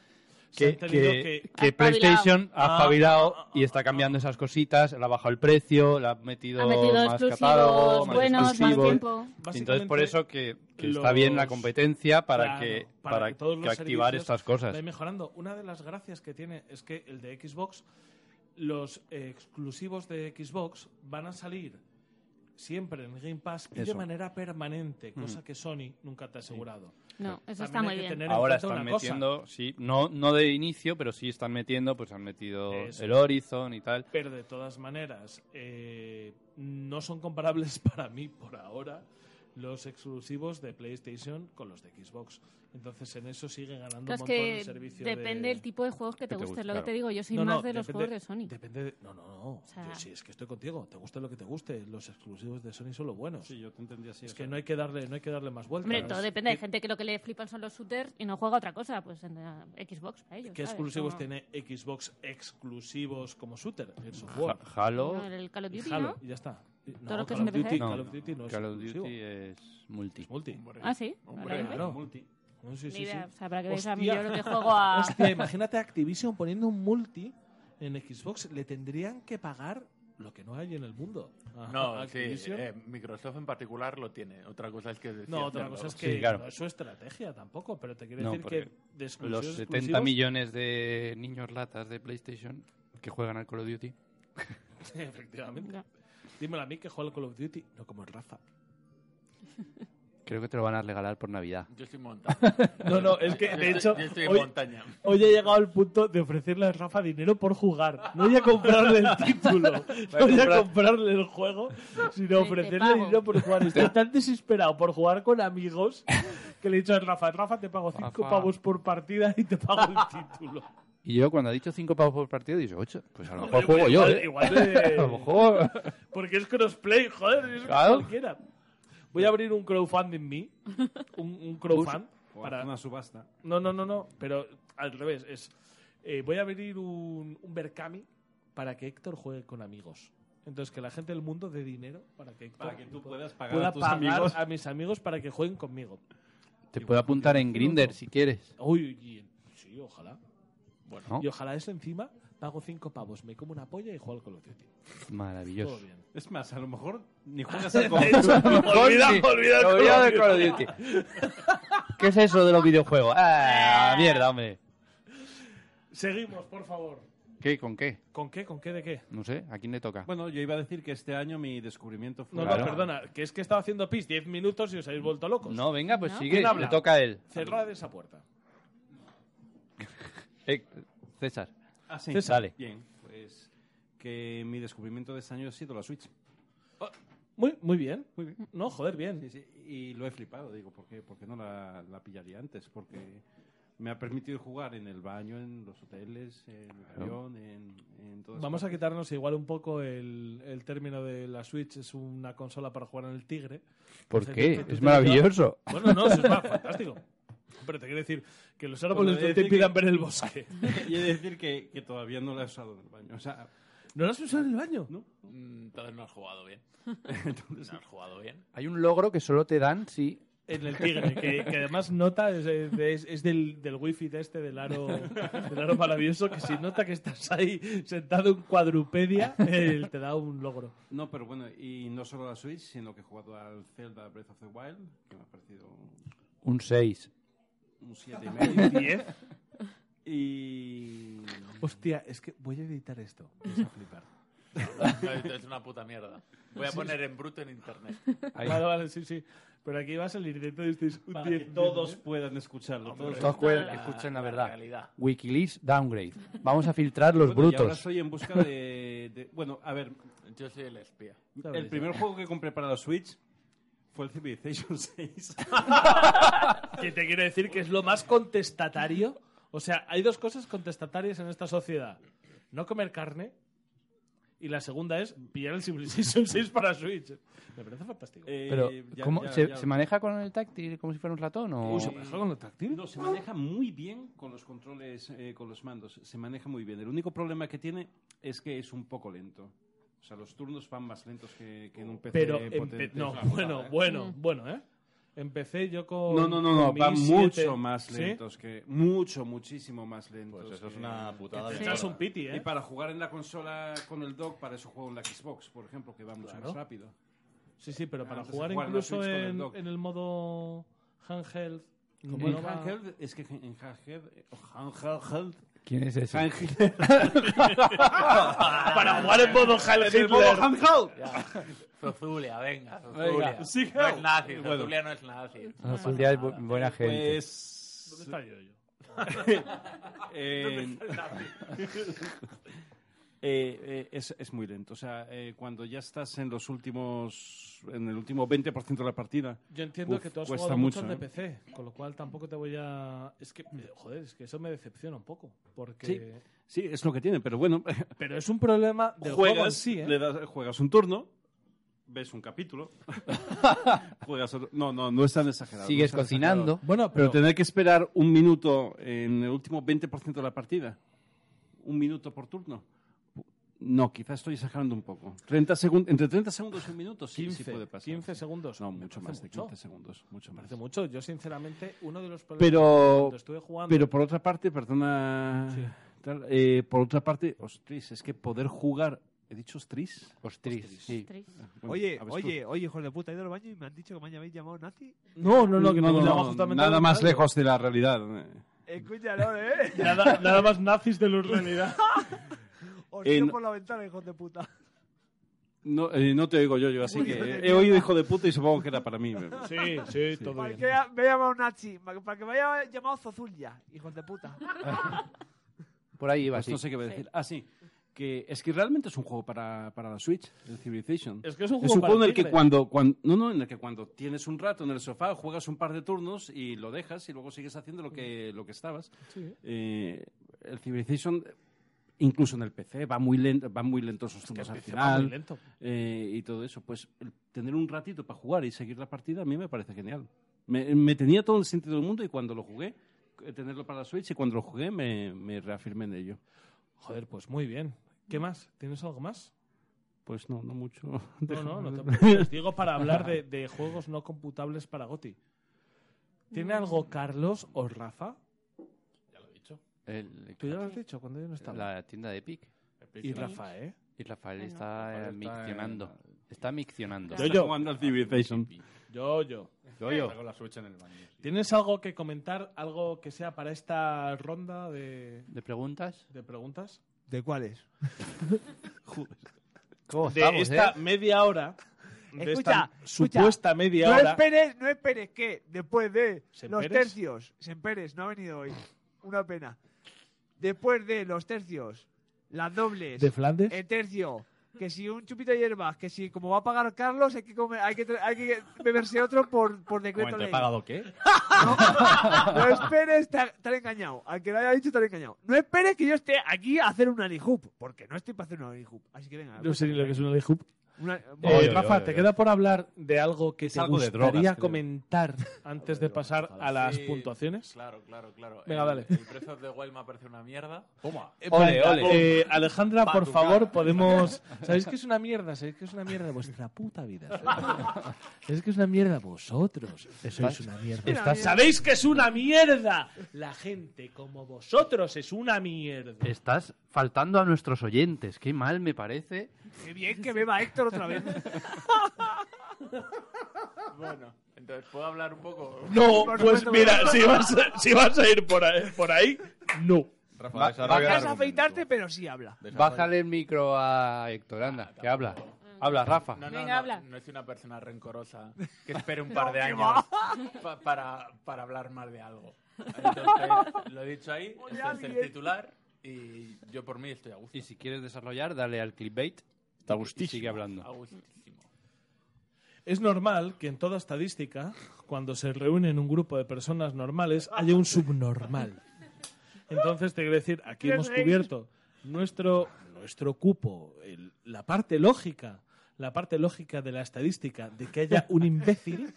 E: que,
A: tenido
E: que-
A: que-
E: que
A: Ha
E: PlayStation
A: espabilado.
E: ha
A: Ah,
E: espabilado y está cambiando esas cositas, le ha bajado el precio, le ha metido,
F: Ha metido
E: más
F: exclusivos
E: catálogo,
F: buenos, más
E: exclusivos.
F: tiempo.
E: Entonces por
A: Básicamente,
E: eso que, que
A: los-
E: está bien la competencia para
A: Claro,
E: que
A: para
E: para,
A: que todos
E: que
A: los
E: activar
A: servicios
E: estas cosas.
A: vayan mejorando. Una de las gracias que tiene es que el de Xbox, los eh, exclusivos de Xbox van a salir siempre en Game Pass y de
E: Eso.
A: manera permanente,
E: Mm.
A: cosa que Sony nunca te ha asegurado.
F: No,
A: También
F: eso está
A: hay
F: muy
A: que
F: bien.
A: tener en
E: Ahora
A: cuenta
E: están
A: una cosa.
E: metiendo, sí, no no de inicio, pero sí están metiendo, pues han metido
A: Eso.
E: el Horizon y tal.
A: Pero de todas maneras, eh, no son comparables para mí por ahora los exclusivos de PlayStation con los de Xbox. Entonces en eso sigue ganando
F: Claro,
A: un
F: es
A: montón
F: que
A: el servicio
F: depende
A: de-
F: del tipo de juegos que te, guste, lo que
A: claro.
F: te digo, yo soy
A: No, no,
F: más de los
A: depende-
F: juegos de Sony.
A: Depende de- no, no, no.
F: sea-
A: Yo sí, es que estoy contigo. Te guste lo que te guste. Los exclusivos de Sony son los buenos. Sí, yo te entendí así. Es que no hay que darle, no hay que darle más vueltas.
F: Hombre,
A: Es-
F: todo depende. Hay gente que lo que le flipan son los shooters y no juega otra cosa, pues en la Xbox para ellos.
A: ¿Qué
F: ¿sabes?
A: exclusivos
F: Como-
A: tiene Xbox exclusivos como shooter? El software.
E: Ja- Halo.
F: Bueno, el Call of
A: Y
F: Duty,
A: Halo,
F: ¿no?
A: y ya está. Y-
F: Todo
A: no,
F: lo que es
A: Call of
F: en
A: Duty,
F: PC.
A: Call of Duty no es
E: Call of
A: exclusivo.
E: Duty es multi.
A: multi.
F: Ah, sí. Vale, vale.
A: claro. No, sí,
F: Ni
A: sí,
F: idea,
A: sí.
F: o sea, para que veáis a mí
A: Hostia.
F: yo lo que juego a-
A: Hostia, imagínate a Activision poniendo un multi en Xbox. Le tendrían que pagar lo que no hay en el mundo. A- a
B: No, sí,
A: Activision.
B: eh, Microsoft en particular lo tiene. Otra cosa es que... decían
A: No, otra
B: hacerlo.
A: cosa es que no es su estrategia tampoco, pero te quiero
E: No,
A: decir
E: porque
A: que de exclusivos,
E: los 70
A: exclusivos,
E: millones de niños latas de PlayStation que juegan al Call of Duty.
A: Efectivamente. Dímelo a mí que juega al Call of Duty, no como el Rafa.
E: Creo que te lo van a regalar por Navidad.
B: Yo estoy montaña.
A: No, no, es que de
B: Yo estoy-
A: hecho.
B: yo estoy en
A: hoy,
B: montaña.
A: hoy he llegado al punto de ofrecerle a Rafa dinero por jugar. No voy a comprarle el título, no voy a
G: comprar-
A: comprarle el juego, sino ofrecerle
G: pago.
A: dinero por jugar. Estoy tan desesperado por jugar con amigos que le he dicho a Rafa: Rafa, te pago cinco
E: Rafa.
A: pavos por partida y te pago el título.
E: Y yo cuando ha dicho 5 pavos por partido, he dicho 8. Pues a lo mejor
A: Hombre,
E: juego yo.
A: igual-
E: ¿eh?
A: igual de-
E: a lo mejor.
A: Porque es crossplay, joder, es
E: Claro.
A: cualquiera. Voy a abrir un crowdfunding me, un, un crowdfund
D: O
A: para
D: una subasta.
A: No, no, no, no, pero al revés es eh, voy a abrir un un Berkami para que Héctor juegue con amigos. Entonces que la gente del mundo dé dinero para que Héctor
D: Para que tú puedas pagar
A: pueda
D: a tus
A: pagar
D: amigos.
A: a mis amigos para que jueguen conmigo.
E: Te puedo apuntar en Grinder si quieres.
A: Uy, y- sí, ojalá. Bueno,
E: ¿No?
A: y ojalá eso encima pago cinco pavos, me como una polla y juego al Call of Duty.
E: Maravilloso.
A: Todo bien.
D: Es más, a lo mejor ni juegas
A: De
D: al Call of
A: hecho,
D: Duty.
A: me olvida- me olvida el
E: Me olvida del
A: Call of
E: Call of
A: Duty.
E: Duty. ¿Qué es eso de los videojuegos? Ah, mierda, hombre.
A: Seguimos, por favor.
E: ¿Qué? ¿Con qué?
A: ¿Con qué? ¿Con qué de qué?
E: No sé, ¿a quién le toca?
D: Bueno, yo iba a decir que este año mi descubrimiento fue...
A: No, no, perdona, que es que estaba haciendo pis 10 minutos y os habéis vuelto locos.
E: No, venga, pues
A: ¿No?
E: sigue,
A: ¿Quién
E: le
A: habla?
E: toca a él.
A: Cerrad esa puerta.
E: Eh, César.
D: Ah, sí.
E: César. Dale.
D: Bien, pues que mi descubrimiento de este año ha sido la Switch.
A: Muy, muy bien.
D: Muy bien.
A: No, joder, bien.
D: Y lo he flipado, digo, ¿por qué, por qué no la, la pillaría antes? Porque me ha permitido jugar en el baño, en los hoteles, en el avión, en, en todas
A: Vamos a
D: partes.
A: quitarnos igual un poco el, el término de la Switch es una consola para jugar en el tigre.
E: ¿Por
A: Pues,
E: qué?
A: entonces, tú
E: Es
A: te
E: maravilloso.
A: llevas- Bueno, no, eso es más fantástico. Pero te quiero decir que los árboles
D: Bueno, he
A: no
D: de
A: te
D: decir
A: impidan
D: que-
A: ver el bosque.
D: y he de decir que, que todavía no la he usado en el baño. O sea,
A: ¿No lo has usado en el baño?
D: No.
B: Mm, Entonces no has jugado bien. Entonces no has jugado bien.
E: Hay un logro que solo te dan si...
A: En el tigre, que, que además nota, es, es- es del, del wifi de este, del aro, del aro maravilloso, que si nota que estás ahí sentado en cuadrupedia, él te da un logro.
D: no, pero bueno, y no solo la Switch, sino que he jugado al Zelda Breath of the Wild, que me ha parecido
E: Un 6.
D: un 7 y medio.
A: ¿Un 10?
D: Y...
A: Hostia, es que voy a editar esto. Vas a flipar.
B: No, esto es una puta mierda. Voy a
A: Sí.
B: poner en bruto en internet.
A: Vale, vale, sí, sí. Pero aquí va a salir de todo este un
D: Para que
A: 10.
D: todos puedan escucharlo. todos.
E: Todos cuel- escuchen la verdad. Wikileaks downgrade. Vamos a filtrar los
D: Bueno, y ahora
E: brutos.
D: estoy en busca de, de- Bueno, a ver,
B: Yo soy el espía.
D: el primer juego que compré para la Switch fue el Civilization 6.
A: Que te quiero decir que es lo más contestatario. O sea, hay dos cosas contestatarias en esta sociedad. No comer carne. Y la segunda es pillar el Civilization 6 para Switch. Me parece fantástico.
D: Eh,
E: Pero,
D: ya-
E: ¿cómo-
D: ya-
E: se,
D: ya-
E: se maneja con el táctil como si fuera un ratón? O...
A: Uy, se maneja con lo táctil.
D: No, se maneja muy bien con los controles, eh, con los mandos. Se maneja muy bien. El único problema que tiene es que es un poco lento. O sea, los turnos van más lentos que, que en un PC
A: Pero en
D: potente.
A: P-
D: Es
A: no,
D: una
A: bueno,
D: putada, ¿eh?
A: bueno,
E: Mm.
A: bueno, ¿eh? Empecé yo con
D: No, no, no, no,
A: con mi
D: van
A: i7.
D: mucho más
A: ¿Sí?
D: lentos que... Mumucho, muchísimo más lentos.
C: Pues eso es
D: que-
C: una putada
D: que
C: de
D: te
A: mierda.
D: echas un
A: piti, ¿eh?
D: Y para jugar en la consola con el dock, para eso juego en la Xbox, por ejemplo, que va mucho
A: Claro.
D: más rápido.
A: Sí, sí, pero para
D: Antes de
A: jugar
D: jugar a la
A: incluso
D: Switch con el
A: en,
D: dock.
A: en el modo handheld.
D: Como en
A: no va-
D: handheld, es que en handheld... handheld
E: ¿Quién es ese?
D: handheld-
A: Para jugar en modo handheld.
D: En modo handheld.
B: Zozulia, venga.
D: Venga,
B: Zozulia.
D: sí,
B: no es nazi.
D: bueno.
B: Zozulia no es nazi.
E: Ah, Zulia es bu- buena gente.
D: Pues...
A: ¿Dónde está yo? yo?
D: eh, eh, eh, es, es muy lento. O sea, eh, cuando ya estás en los últimos, en el último 20% de la partida.
A: Yo entiendo
D: uf,
A: que tú has
D: cuesta
A: jugado mucho,
D: mucho,
A: al de
D: ¿eh?
A: PC, con lo cual tampoco te voy a... Es que, eh, joder, es que eso me decepciona un poco, porque...
D: Sí, sí, es lo que tiene, pero bueno.
A: Pero es un problema del
D: juegas,
A: juego en sí, ¿eh?
D: le das- juegas un turno, ves un capítulo, juegas otro- No, no, no es tan exagerado.
E: Sigues
D: no es tan
E: cocinando.
D: exagerado.
E: Bueno,
D: pero...
E: pero-
D: tener que esperar un minuto en el último 20% de la partida, un minuto por turno. No, quizás estoy exagerando un poco. 30 segun- entre 30 segundos y un minuto sí, sí
A: 15,
D: puede pasar.
A: 15 segundos.
D: No, mucho más
A: parece
D: de 15 segundos, mucho
A: Me
D: más.
A: parece mucho. Yo, sinceramente, uno de los problemas
D: Pero,
A: cuando estuve jugando...
D: pero por otra parte, perdona, tal, eh, por otra parte, ostris, es que poder jugar, ¿he dicho ostris? Ah,
E: Ostris, sí.
L: Oye, oye, oye, hijos de puta, he ido al baño y me han dicho que mañana habéis llamado nazi.
A: No, no, no, que no, no, justamente
D: nada
A: al
D: más
A: contrario.
D: lejos de la realidad. eh.
L: Escúchalo, ¿eh?
A: Nada, nada más nazis de luz realidad.
L: Os tiro
D: En-
L: por la ventana, hijos de puta.
D: No, eh, no te oigo yo, yo, así
L: Uy,
D: que
L: hijo de
D: he
L: mierda.
D: oído hijo de puta y supongo que era para mí.
A: Sí, sí, todo
L: Para que me haya llamado nazi, para que me haya llamado Zozulia, hijos de puta.
E: Por ahí iba,
D: Pues
E: sí.
D: no sé qué voy a
L: Sí.
D: decir. Ah, sí. Que es que realmente es un juego para, para la Switch, el Civilization.
A: Es que es un juego para ¿eh?
D: en el que
A: tigre.
D: cuando, cuando no no en el que cuando tienes un rato en el sofá juegas un par de turnos y lo dejas y luego sigues haciendo lo que lo que estabas.
A: Sí.
D: Eh, el Civilization incluso en el PC eh, va muy lento, va muy lento esos turnos al
A: PC va
D: final
A: muy lento.
D: eh, y todo eso. Pues el tener un ratito para jugar y seguir la partida a mí me parece genial. Me, me tenía todo el sentido del mundo y cuando lo jugué, eh, tenerlo para la Switch y cuando lo jugué me, me reafirmé en ello.
A: Joder, pues muy bien. ¿Qué más? ¿Tienes algo más?
D: Pues no, no mucho.
A: No, no, no te
D: Déjame-
A: preocupes. Digo para hablar de, de juegos no computables para Goti. ¿Tiene algo Carlos o Rafa?
E: El-
A: Tú ya lo has dicho cuando yo no estaba.
E: La tienda de Epic.
A: Y Rafa, ¿eh?
E: Y Rafael
A: Bueno.
E: está eh,
A: Rafael está
E: miccionando. Está miccionando.
A: Yo-yo. Está jugando
D: al Civilization.
A: Yo, yo.
E: Yo-yo.
C: Con la Switch en el baño.
A: ¿Tienes algo que comentar? ¿Algo que sea para esta ronda de,
E: ¿De preguntas?
A: de preguntas?
L: ¿De cuáles?
E: ¿Cómo
A: de
E: estamos,
A: esta
E: eh?
A: media hora. de
L: Escucha,
A: esta
L: escucha.
A: supuesta media
L: no
A: hora.
L: Esperes, no esperes que después de los
A: ¿Semperes?
L: tercios, Semperes no ha venido hoy, una pena. Después de los tercios, las dobles,
A: ¿De Flandes?
L: el tercio, que si un chupito de hierbas, que si como va a pagar Carlos hay que comer- hay que, tra- hay que beberse otro por, por decreto ley.
B: qué?
L: No esperes, te, ha- te han engañado. Al que lo haya dicho te han engañado. No esperes que yo esté aquí a hacer un alihoop, porque no estoy para hacer un alihoop. Así que venga.
A: No sé ni lo que es una de Hoop.
L: Una-
A: Eh,
L: Oye,
A: Rafa,
L: oye,
A: te
L: oye.
A: queda por hablar de algo que
L: Es
A: te
L: algo de
A: gustaría
L: drogas, creo.
A: comentar antes de pasar a las puntuaciones.
B: Claro, claro, claro.
A: Venga,
B: El-
A: dale.
B: El Breath of the Wild me parece una mierda.
A: Toma.
B: Eh,
A: Ole,
B: venga,
A: ole.
B: pum.
A: Eh, Alejandra,
B: Pa'
A: por
B: tu
A: favor,
B: cara.
A: podemos. ¿Sabéis que es una mierda? ¿Sabéis que es una mierda vuestra puta vida? ¿Sabéis que es una mierda vosotros? Sois una mierda.
E: Estás-
A: ¿Sabéis que es una mierda? La gente como vosotros es una mierda.
E: Estás faltando a nuestros oyentes. Qué mal me parece.
L: Qué bien que beba Héctor otra vez.
B: Bueno, entonces, ¿puedo hablar un poco?
A: No,
B: Por
A: pues
B: supuesto,
A: mira,
B: por
A: si
B: supuesto.
A: vas, a, si vas a ir por ahí, por ahí no.
E: Rafa, desarrolla
L: Vas
E: el
L: a afeitarte, pero sí habla.
E: Bájale el micro a Héctor, anda, que habla. Habla, Rafa.
B: No, no,
L: Venga,
B: no,
L: habla.
B: No soy una persona rencorosa que espere un
L: No,
B: par de
L: que
B: años
L: va.
B: pa- para, para hablar mal de algo. Entonces, lo he dicho ahí,
L: Oye,
B: ese es el
L: alguien.
B: titular y yo por mí estoy a gusto.
E: Y si quieres desarrollar, dale al clickbait. Está Y sigue
B: A
E: hablando.
B: gustísimo.
A: Es normal que en toda estadística, cuando se reúnen un grupo de personas normales, haya un subnormal. Entonces te quiero decir, aquí
M: ¿Qué
A: hemos
M: reís?
A: cubierto nuestro, nuestro cupo, el- la parte lógica, la parte lógica de la estadística de que haya un imbécil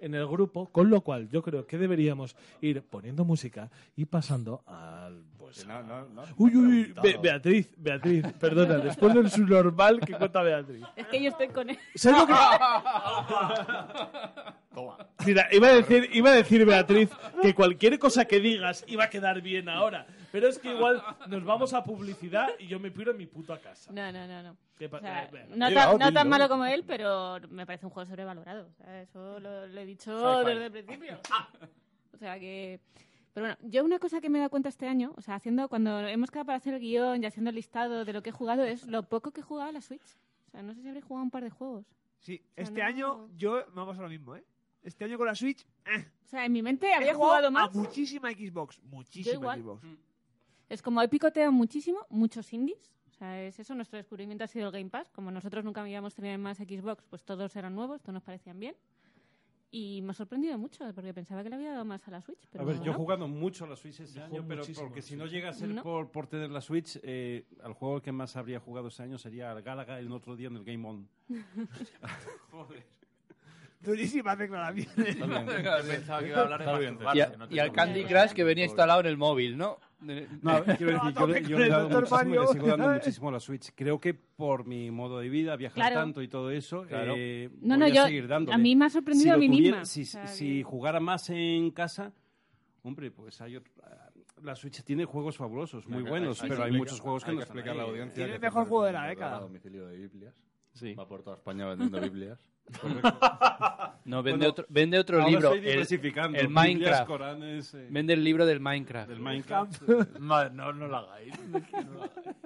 A: en el grupo, con lo cual yo creo que deberíamos ir poniendo música y pasando al... Pues,
C: No, no, no.
A: Uy, uy, uy, Be- Beatriz, Beatriz, perdona, después del subnormal que cuenta Beatriz.
F: Es que yo estoy con él.
A: ¿Sabes lo que- Mira, iba a decir, iba a decir Beatriz que cualquier cosa que digas iba a quedar bien ahora. Pero es que igual nos vamos a publicidad y yo me piro en mi puta casa.
F: No, no, no, no.
A: ¿Qué pa-
F: O sea,
A: eh, bueno.
F: no,
A: Cuidado,
F: tan, no tan
A: dilo.
F: malo como él, pero me parece un juego sobrevalorado. O sea, eso lo, lo he dicho
H: High five.
F: desde el principio. Ah. O sea que... Pero bueno, yo una cosa que me he dado cuenta este año, o sea, haciendo cuando hemos quedado para hacer el guión y haciendo el listado de lo que he jugado, es lo poco que he jugado a la Switch. O sea, no sé si habré jugado un par de juegos.
L: Sí,
F: sea,
L: este
F: no-
L: año yo me ha pasado lo mismo, ¿eh? Este año con la Switch
F: O sea, en mi mente
L: he
F: había
L: jugado
F: jugado
L: a
F: más.
L: muchísima Xbox, muchísima
B: Mm.
F: igual.
L: Xbox.
F: Es como he picoteado muchísimo, muchos indies. O sea, es eso, nuestro descubrimiento ha sido el Game Pass. Como nosotros nunca habíamos tenido más Xbox, pues todos eran nuevos, todos nos parecían bien. Y me ha sorprendido mucho, porque pensaba que le había dado más a la Switch. Pero
D: a ver, yo he
F: no.
D: jugado mucho a la Switch este
F: Yo
D: año,
F: juego
D: pero
F: muchísimo
D: porque
F: a la
D: si no
F: Switch.
D: llega a ser
F: No.
D: por, por tener la Switch, eh, al juego que más habría jugado este año sería al Galaga el otro día en el Game On. Joder.
L: Durísimas declaraciones.
B: Pensaba que iba a hablar de
E: Está bien.
B: masturbarse,
E: Y, a-
B: no
E: y
B: te
E: al
B: preocupes.
E: Candy Crush que venía instalado en el móvil, ¿no?
D: No, quiero decir, yo, le- yo le he dado muchísimo, le sigo dando muchísimo a la Switch. Creo que por mi modo de vida, viajar
F: Claro.
D: tanto y todo eso,
E: Claro.
D: eh,
F: No, no,
D: voy a
F: yo-
D: seguir dándole.
F: a mí me ha sorprendido
D: Si
F: a
D: lo
F: mí
D: tuviera-
F: misma.
D: Si,
F: O sea,
D: si
F: que-
D: jugara más en casa, hombre, pues hay otro- la Switch tiene juegos fabulosos, muy
C: Hay que-
D: buenos,
C: hay que
D: pero hay
C: explicar-
D: muchos juegos que
C: hay
D: no
C: que
D: están
C: explicar a la
D: ahí.
C: audiencia
L: Tiene
C: que
L: el mejor
C: Fernández
L: juego de la
C: Bernardo
L: década.
C: A domicilio de Biblias.
D: Sí.
C: Va por toda España vendiendo Biblias.
E: No, vende
D: Bueno,
E: otro, vende otro
D: ahora
E: libro.
D: estoy
E: El,
D: diversificando.
E: el
D: Biblias,
E: Minecraft.
D: Coranes, eh.
E: Vende el libro del Minecraft.
D: Del Minecraft.
B: Madre, no, no la hagáis. No la hagáis.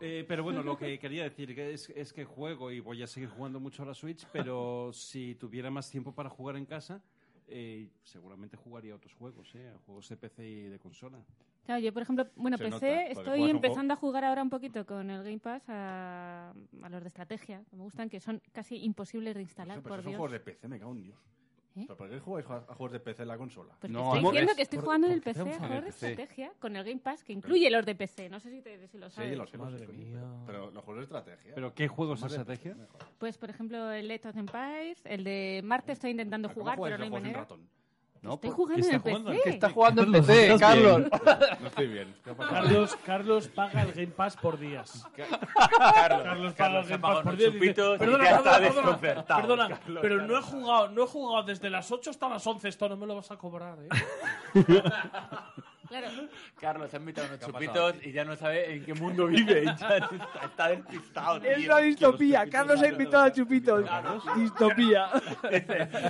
D: Eh, pero bueno, lo que quería decir que es, es que juego y voy a seguir jugando mucho a la Switch, pero si tuviera más tiempo para jugar en casa, eh, seguramente jugaría a otros juegos, eh, a juegos de PC y de consola.
F: Claro, yo, por ejemplo, bueno,
D: Se nota,
F: PC
D: porque
F: estoy
D: juegas un
F: empezando a jugar ahora un poquito con el Game Pass a, a los de estrategia, que me gustan, que son casi imposibles de instalar,
C: Pero
F: por
C: son
F: Dios.
C: juegos de PC, me cago en Dios.
F: ¿Eh?
C: ¿Pero ¿Por qué jugáis a a juegos de PC en la consola?
F: Pues te estoy diciendo que estoy jugando en el PC a juegos de estrategia con el Game Pass, que incluye los de PC. No sé si, te, si lo
C: Sí,
F: sabes.
C: lo sé, lo sé, coño, pero- Pero los juegos de estrategia.
D: ¿Pero qué juegos de
C: Madre-
D: estrategia?
F: Pues, por ejemplo, el Let of Empires, el de Marte estoy intentando jugar,
C: jugáis
F: pero
C: a
F: no hay
C: juegos en
F: manera.
C: ratón?
E: No,
F: estoy
E: por-
F: jugando
E: ¿qué
F: en el
E: está jugando?
F: PC.
E: ¿Qué está jugando en
C: No
E: PC,
C: estás
E: Carlos?
C: bien. No estoy bien. ¿Qué ha pasado?
A: Carlos, Carlos paga el Game Pass por días.
B: Carlos,
A: paga
B: Carlos
A: el
B: se ha
A: Game Pass
B: pagado
A: por días.
B: unos
A: y dice,
B: chupitos y
A: perdona,
B: ya está
A: perdona, perdona,
B: desconcertado,
A: perdona,
B: Carlos,
A: pero
B: Carlos.
A: no he jugado, no he jugado desde las 8 hasta las 11. Esto no me lo vas a cobrar, ¿eh?
B: Carlos se han metido unos
A: ha pasado
B: chupitos y ya no sabe en qué mundo vive. Ya está, está despistado.
L: Es
B: tío.
L: una distopía. Carlos ha invitado a Chupitos. Distopía.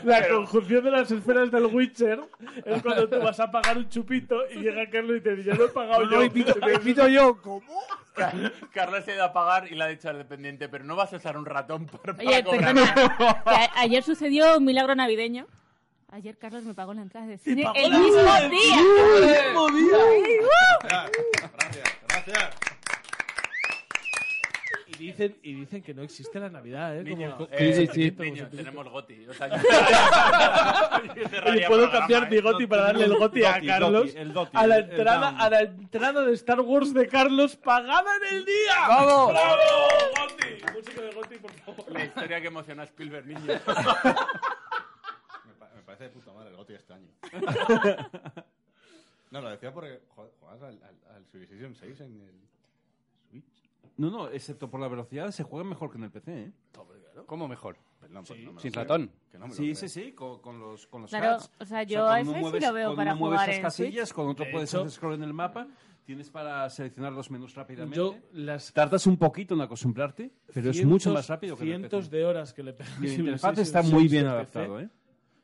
A: La conjunción de las esferas del Witcher es cuando tú vas a pagar un chupito y llega Carlos y te dice, ya lo he pagado
L: No,
A: yo.
L: no, invito- me invito yo. ¿Cómo?
B: Car- Carlos se ha ido a pagar y le ha dicho al dependiente, pero no vas a usar un ratón para, para
F: Oye,
B: cobrar.
F: perdona, que a- ayer sucedió un milagro navideño. Ayer Carlos me pagó la entrada de cine
B: pagó
F: el
B: la
F: mismo
B: entrada
F: día.
B: de cine, el mismo día.
F: Ay, ¡uh!
C: Gracias, gracias.
A: Y dicen, y dicen que no existe la Navidad, ¿eh?
B: Niño,
A: Como-
B: eh,
A: Sí, sí, sí.
B: niño, tenemos goti. O sea, yo- yo cerraría
A: Oye, puedo
B: programa,
A: cambiar
B: ¿eh?
A: mi goti para darle el goti a
D: Doti,
A: Carlos.
D: doti, el doti,
A: a la
D: el- el
A: entrada,
D: down.
A: a la entrada de Star Wars de Carlos pagada en el día.
E: ¡Vamos!
A: ¡Bravo! Goti. Música de goti, por favor.
B: La historia que emociona a Spielberg, niño.
C: Me, pa- me parece de puta madre el Goti este año. no, lo decía porque jo- jugabas al, al, al Civilization 6 en el Switch.
D: No, no, excepto por la velocidad, se juega mejor que en el PC. ¿eh?
E: ¿Cómo mejor?
C: Perdón, pues no me lo
E: Sin
C: creo,
E: ratón.
C: que no me lo
D: sí,
C: creo.
D: sí, sí, con, con los, con los
F: Claro,
D: hats.
F: o sea, yo a
D: con uno
F: ese sí
D: mueves-
F: lo veo
D: con
F: para
D: uno mueves
F: jugar
D: las
F: en
D: casillas,
F: Switch.
D: con otro
A: De
D: puedes
A: hecho-
D: hacer scroll en el mapa, tienes para seleccionar los menús rápidamente.
A: Yo las
D: Tardas un poquito en acostumbrarte, pero es mucho
A: cientos-
D: más rápido que en el
A: cientos
D: PC.
A: de horas que le pegan.
D: Y el
A: Civilization
D: interfaz está muy bien
A: 6 en
D: adaptado,
A: PC.
D: ¿eh?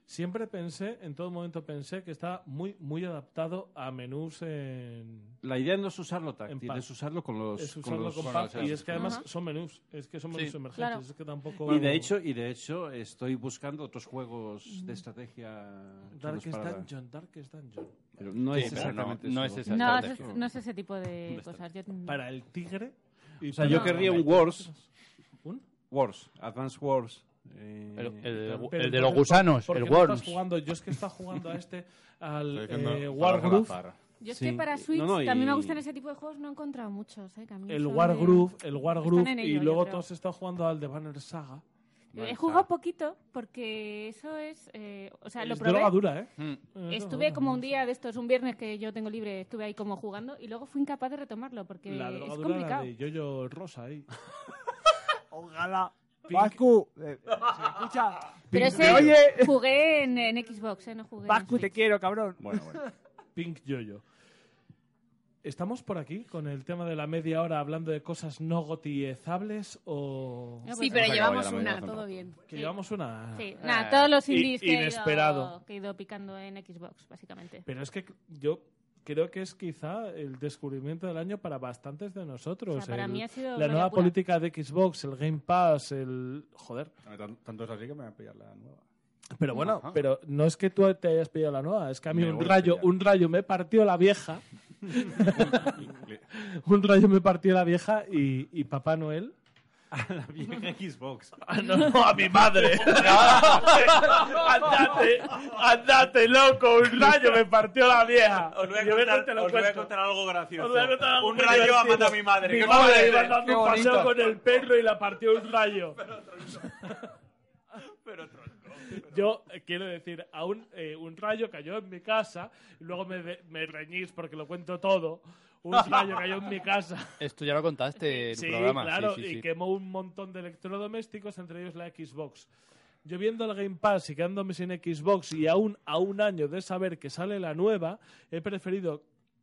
A: Siempre pensé, en todo momento pensé que está muy, muy adaptado a menús en.
D: La idea no es usarlo táctil,
A: pad.
D: es usarlo con los...
A: es usarlo
D: los-
A: con
D: con
A: pad,
D: los
A: y
D: hats.
A: es que además son menús, es que son menús
E: Sí.
A: emergentes,
F: Claro.
A: es que tampoco.
D: Y de hecho, y de hecho estoy buscando otros juegos
A: Mm.
D: de estrategia. chulos
A: Darkest
D: para-
A: Dungeon, Darkest Dungeon.
D: Pero no
E: Sí,
D: es
E: pero no-
D: exactamente
E: no
D: eso.
E: es esa
F: No,
E: estrategia.
F: es- no es ese tipo de
D: ¿Dónde está?
F: cosas. Yo-
A: Para el tigre. y
D: O sea,
A: para-
D: yo querría un Wars.
A: ¿Un?
D: Wars, Advanced Wars. eh,
E: El,
A: Pero
E: el- el de
A: ¿por
E: los
A: qué-
E: gusanos,
A: por
E: el
A: qué no estás
E: Worms.
A: jugando? Yo es que está jugando a este, al
C: Estoy diciendo
A: eh,
C: palabras al
A: Wargroove.
C: azar.
F: Yo es
D: Sí.
F: que para
D: Eh,
F: Switch,
D: no, no,
F: que a mí me
D: y-
F: gustan ese tipo de juegos, no he encontrado muchos. ¿eh? Que a mí
A: El
F: son de-
A: Wargroove, el Wargroove,
F: Están en
A: y
F: ello,
A: luego
F: yo creo.
A: todos están jugando al de Banner Saga.
F: He jugado poquito porque eso es. eh, o sea, lo
A: es
F: probé. Mm.
A: droga dura, ¿eh? Es droga
F: Estuve
A: dura.
F: como un día de estos, un viernes que yo tengo libre, estuve ahí como jugando y luego fui incapaz de retomarlo porque
A: La
F: es
A: droga dura la
F: complicado.
A: de Yoyo Rosa ahí.
L: Ojalá.
A: Pink.
L: Vascu. eh, se escucha.
F: Pero
L: Me
F: ese
L: oye.
F: jugué en, en Xbox, ¿eh? no jugué. en
L: Vascu, te
F: Switch.
L: quiero, cabrón.
C: Bueno, bueno.
A: Pink Yoyo. ¿Estamos por aquí con el tema de la media hora hablando de cosas no gotiezables o...?
F: No,
H: Sí,
F: pues-
H: pero
C: Hemos
H: llevamos
C: acabado ya la
H: una,
C: media
H: todo
C: hora.
H: bien.
A: Que llevamos una... eh,
F: Sí, nada, todos los
A: in-
F: indies que he,
A: Ah. inesperado.
F: ido, que he ido picando en Xbox, básicamente.
A: Pero es que yo creo que es quizá el descubrimiento del año para bastantes de nosotros.
F: O sea, para
A: El-
F: mí ha sido
A: la
F: gloria
A: nueva
F: pura.
A: política de Xbox, el Game Pass, el... Joder.
C: Tan- Tanto es así que me voy a pillar la nueva.
A: Pero bueno, pero no es que tú te hayas pillado la nueva, es que a mí
C: Me
A: un
C: voy a
A: rayo,
C: pillar.
A: un rayo me partió la vieja Un rayo me partió la vieja y, y Papá Noel.
D: A la vieja Xbox.
A: Ah, no, no, a mi madre. andate, andate, loco. Un rayo me partió la vieja.
B: Os voy a
A: Yo
B: contar,
A: te lo
B: os voy a
A: cuento.
B: contar algo gracioso.
A: Os voy a contar algo
B: un
A: muy
B: rayo ha
A: divertido.
B: matado a mi madre.
A: Mi
B: ¿Qué
A: madre
B: parece?
A: iba dando un paseo con el perro y la partió un rayo. Yo eh, quiero decir, a un, eh, un rayo cayó en mi casa, y luego me, de- me reñís porque lo cuento todo. Un rayo cayó en mi casa.
E: Esto ya lo contaste en
A: Sí,
E: tu programa.
A: claro,
E: Eh, sí, sí, sí.
A: y quemó un montón de electrodomésticos, entre ellos la Xbox. Yo viendo el Game Pass y quedándome sin Xbox y aún a un año de saber que sale la nueva, he preferido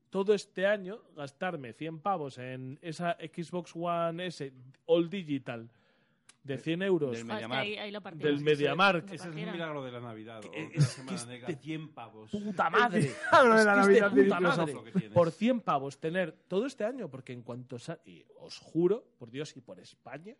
A: todo este año gastarme 100 pavos en esa Xbox One S All Digital de 100 euros.
E: Eh, Del
F: Ah, es que ahí- ahí lo partieron.
A: Del Mediamarkt.
D: Ese es un milagro de la Navidad. o de la Semana Negra. 100 pavos.
A: este
D: este
A: puta madre.
D: milagro de
A: Es
D: la
A: que es de
D: Navidad
A: puta
D: delicioso.
A: madre.
D: Lo que tienes.
A: Por 100 pavos tener todo este año, porque en cuanto sa- y os juro, por Dios y por España.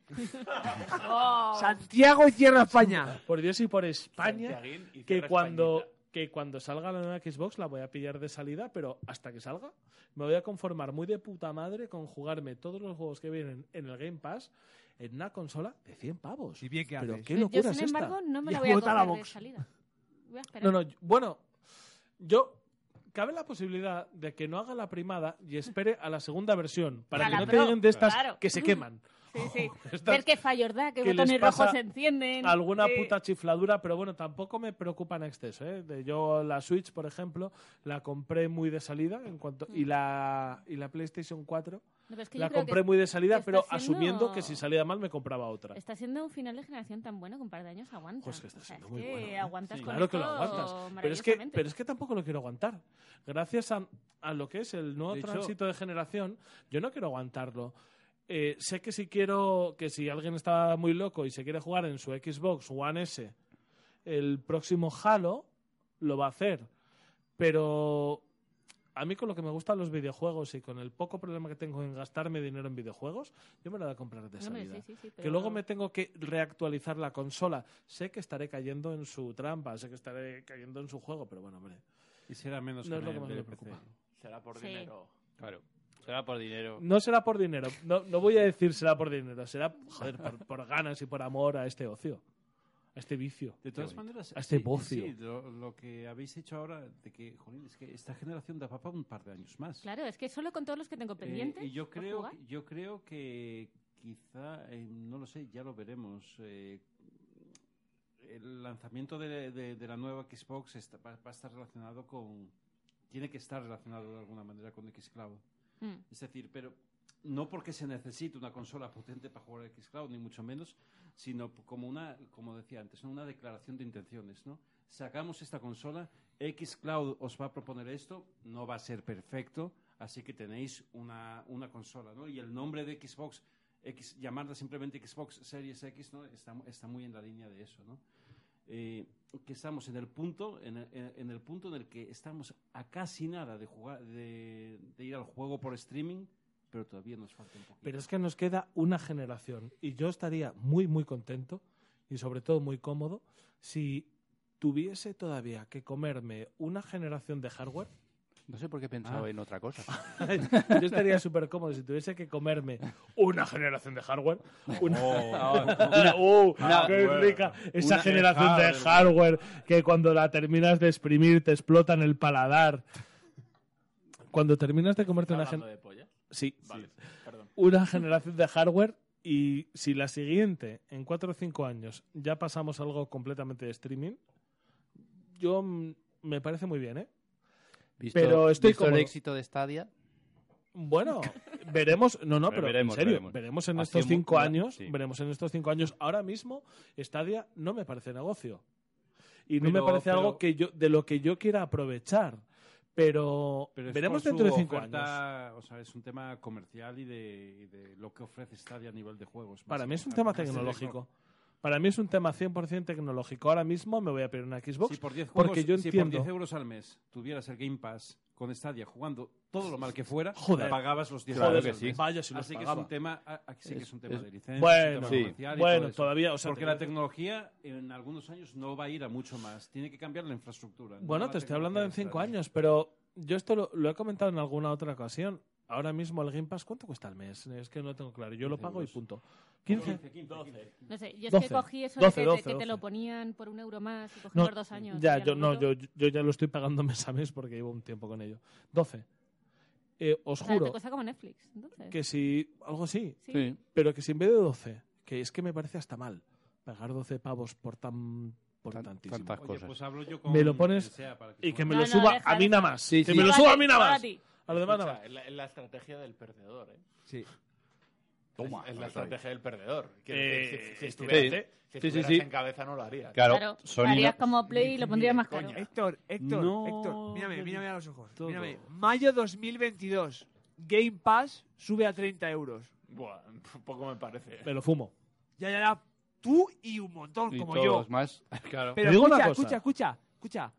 L: Santiago y Tierra España.
A: Por Dios y por España,
B: Santiaguín y
A: que
B: Tierra
A: cuando que cuando salga la nueva Xbox la voy a pillar de salida, pero hasta que salga me voy a conformar muy de puta madre con jugarme todos los juegos que vienen en el Game Pass en una consola de 100 pavos. Y bien que pero qué
F: Yo,
A: locura es
F: sin embargo,
A: esta.
F: no me la voy a comprar de salida. Voy a esperar.
A: No, no, yo- bueno, yo cabe la posibilidad de que no haga la primada y espere a la segunda versión para
F: A
A: que
F: la
A: no
F: Pro,
A: tengan de estas
F: claro.
A: que se queman.
F: Sí, sí.
A: Estas-
F: Ver qué fallos da, qué
A: que les
F: botones
A: pasa
F: rojos se encienden.
A: Alguna
F: Sí.
A: puta chifladura, pero bueno, tampoco me preocupa en exceso. ¿eh? De- Yo la Switch, por ejemplo, la compré muy de salida en cuanto y la y la PlayStation 4
F: No, pero Mm. es que yo
A: la
F: creo
A: compré
F: que
A: muy de salida,
F: está
A: pero
F: siendo-
A: asumiendo que si salía mal me compraba otra.
F: Está siendo un final de generación tan bueno que un par de años aguanta.
A: Pues que está
F: O sea,
A: siendo
F: es
A: muy
F: que
A: bueno. ¿eh?
F: aguantas
A: Sí,
F: con
A: claro que lo
F: esto
A: aguantas. Pero es, que,
F: maravillosamente.
A: pero es que tampoco lo quiero aguantar. Gracias a, a lo que es el nuevo
D: De hecho-
A: tránsito de generación, yo no quiero aguantarlo. Eh, sé que si quiero, que si alguien está muy loco y se quiere jugar en su Xbox One S, el próximo Halo lo va a hacer. Pero a mí con lo que me gustan los videojuegos y con el poco problema que tengo en gastarme dinero en videojuegos, yo me lo voy a comprar de
F: No, hombre,
A: salida.
F: sí, sí, sí,
A: Que
F: pero-
A: luego me tengo que reactualizar la consola. Sé que estaré cayendo en su trampa, sé que estaré cayendo en su juego, pero bueno, hombre.
D: Y será menos
A: No
D: que
A: es lo
D: en
A: que más
D: el
A: me
D: PC.
A: preocupa.
B: Será por
F: Sí.
B: dinero.
E: Claro. Será por dinero.
A: No será por dinero, no, no voy a decir será por dinero, será joder, por, por ganas y por amor a este ocio, a este vicio.
D: De todas
A: Qué bonito.
D: maneras,
A: a este
D: sí,
A: bocio.
D: sí, lo, lo que habéis hecho ahora, de que, jolín, es que esta generación da papá un par de años más.
F: Claro, es que solo con todos los que tengo
D: Eh,
F: pendientes.
D: y yo
F: por
D: creo,
F: jugar.
D: yo creo que quizá, eh, no lo sé, ya lo veremos. eh, el lanzamiento de, de- de la nueva Xbox está- va, va a estar relacionado con. Tiene que estar relacionado de alguna manera con Xcloud.
F: Mm.
D: Es decir, pero no porque se necesite una consola potente para jugar a Xcloud, ni mucho menos, sino p- como una, como decía antes, ¿no? una declaración de intenciones, ¿no? Sacamos esta consola, Xcloud os va a proponer esto, no va a ser perfecto, así que tenéis una, una consola, ¿no? Y el nombre de Xbox, X, llamarla simplemente Xbox Series X, ¿no? Está, está muy en la línea de eso, ¿no? eh, que estamos en el punto en el, en el punto en el que estamos a casi nada de jugar de, de ir al juego por streaming pero todavía nos falta un poquito
A: Pero es que nos queda una generación y yo estaría muy, muy contento y sobre todo muy cómodo si tuviese todavía que comerme una generación de hardware. Ah.
E: No sé por qué pensaba en otra cosa.
A: yo estaría súper cómodo si tuviese que comerme una generación de hardware. Una,
E: Oh.
A: una- ¡Oh,
B: Ah,
E: Una-
A: qué
E: bueno.
A: rica! Esa
E: Una-
A: generación de hardware que cuando la terminas de exprimir te explota en el paladar. Cuando terminas de comerte una, gen-
B: ¿Hablando de polla?
A: Sí.
B: Vale, perdón.
A: una generación de hardware y si la siguiente, en 4 o 5 años, ya pasamos a algo completamente de streaming, yo mm, me parece muy bien, ¿eh?
E: Visto-
A: pero estoy
E: visto el
A: cómodo.
E: éxito de Stadia.
A: Bueno, veremos, no, no,
E: Pero
A: pero
E: veremos,
A: en serio,
E: veremos.
A: veremos, en
E: Ha
A: estos
E: sido muy-
A: cinco
E: una-
A: años,
E: sí.
A: veremos en estos cinco años. Ahora mismo, Stadia no me parece negocio y no
D: Pero-
A: me parece algo
D: pero-
A: que yo, de lo que yo quiera aprovechar. Pero,
D: Pero es
A: veremos
D: por
A: dentro de
D: su
A: cinco años.
D: oferta, o sea es un tema comercial y de, y de lo que ofrece Stadia a nivel de juegos
A: Para
D: más
A: mí
D: que
A: es un
D: nada,
A: tema
D: más de
A: tecnológico. Para mí es un tema 100% tecnológico. Ahora mismo me voy a pedir una
D: juegos.
A: Xbox
D: si por 10 juegos,
A: porque yo
D: si por
A: entiendo.
D: 10 euros al mes tuvieras el Game Pass con Stadia jugando todo lo mal que fuera
A: Joder.
D: pagabas los 10
A: Joder,
D: euros
A: que
D: al
A: sí.
D: mes.
A: Vaya si los
D: así que es
A: pagaba.
D: un tema a- aquí sí que
A: Es-
D: es un tema
A: es-
D: de licencia
A: Bueno,
D: un tema
A: sí.
D: comercial y
A: Bueno,
D: todo eso.
A: todavía, o sea, eh,
D: porque
A: te-
D: la tecnología en algunos años no va a ir a mucho más tiene que cambiar la infraestructura no
A: Bueno,
D: la
A: te estoy
D: tecnología
A: hablando
D: de
A: en cinco
D: Stadia.
A: años, pero yo esto lo, lo he comentado en alguna otra ocasión. Ahora mismo el Game Pass, ¿cuánto cuesta al mes? Es que no lo tengo claro. Yo lo pago y punto. 15.
B: 12.
F: No sé, yo es
A: Doce.
F: que cogí eso
A: Doce,
F: de que,
A: doce,
F: que te
A: doce.
F: lo ponían por un euro más y cogí
A: No,
F: por dos años.
A: Ya,
F: y al
A: yo, no,
F: minuto-
A: yo, yo ya lo estoy pagando mes a mes porque llevo un tiempo con ello. 12. Eh, os
F: o sea,
A: juro
F: te cuesta como Netflix, entonces.
A: que si. Algo así.
F: Sí. Sí.
A: Pero que si en vez de 12, que es que me parece hasta mal pagar 12 pavos por tan. Por tantísimo.
E: tantas Oye, cosas. pues
D: hablo yo con
A: me lo
D: quien
A: pones
D: sea para que
A: y que
D: suba.
A: me
D: No,
A: lo
D: no,
A: suba
D: deja,
A: a mí
D: deja.
A: nada más.
D: Sí,
A: que
D: sí.
A: me
D: Solo
A: lo
D: a
A: suba a
D: ti,
A: mí nada
D: solo a
A: más.
D: ti.
A: A los demás nada más.
B: Escucha, es la, es la estrategia del perdedor, ¿eh?
L: Sí.
B: Toma. Es, la estrategia del perdedor. Quiero
A: Eh,
B: decir, si, si
A: sí.
B: estuvieras,
A: Sí,
B: eh, si
A: sí,
B: estuvieras
A: sí.
B: en cabeza no lo harías.
E: Claro,
F: Claro, harías como Play y lo pondrías más caro.
L: Héctor, Héctor,
B: No,
L: Héctor, mírame, mírame a los ojos.
B: todo.
L: Mírame. Mayo 2022. Game Pass sube a 30 euros.
B: Buah, poco me parece.
A: Me lo fumo.
L: Ya, ya, ya. Tú y un montón,
E: Y
L: como
E: todos
L: yo.
E: más. Claro.
L: Pero
E: Te digo
L: escucha,
E: una cosa.
L: escucha, escucha, escucha.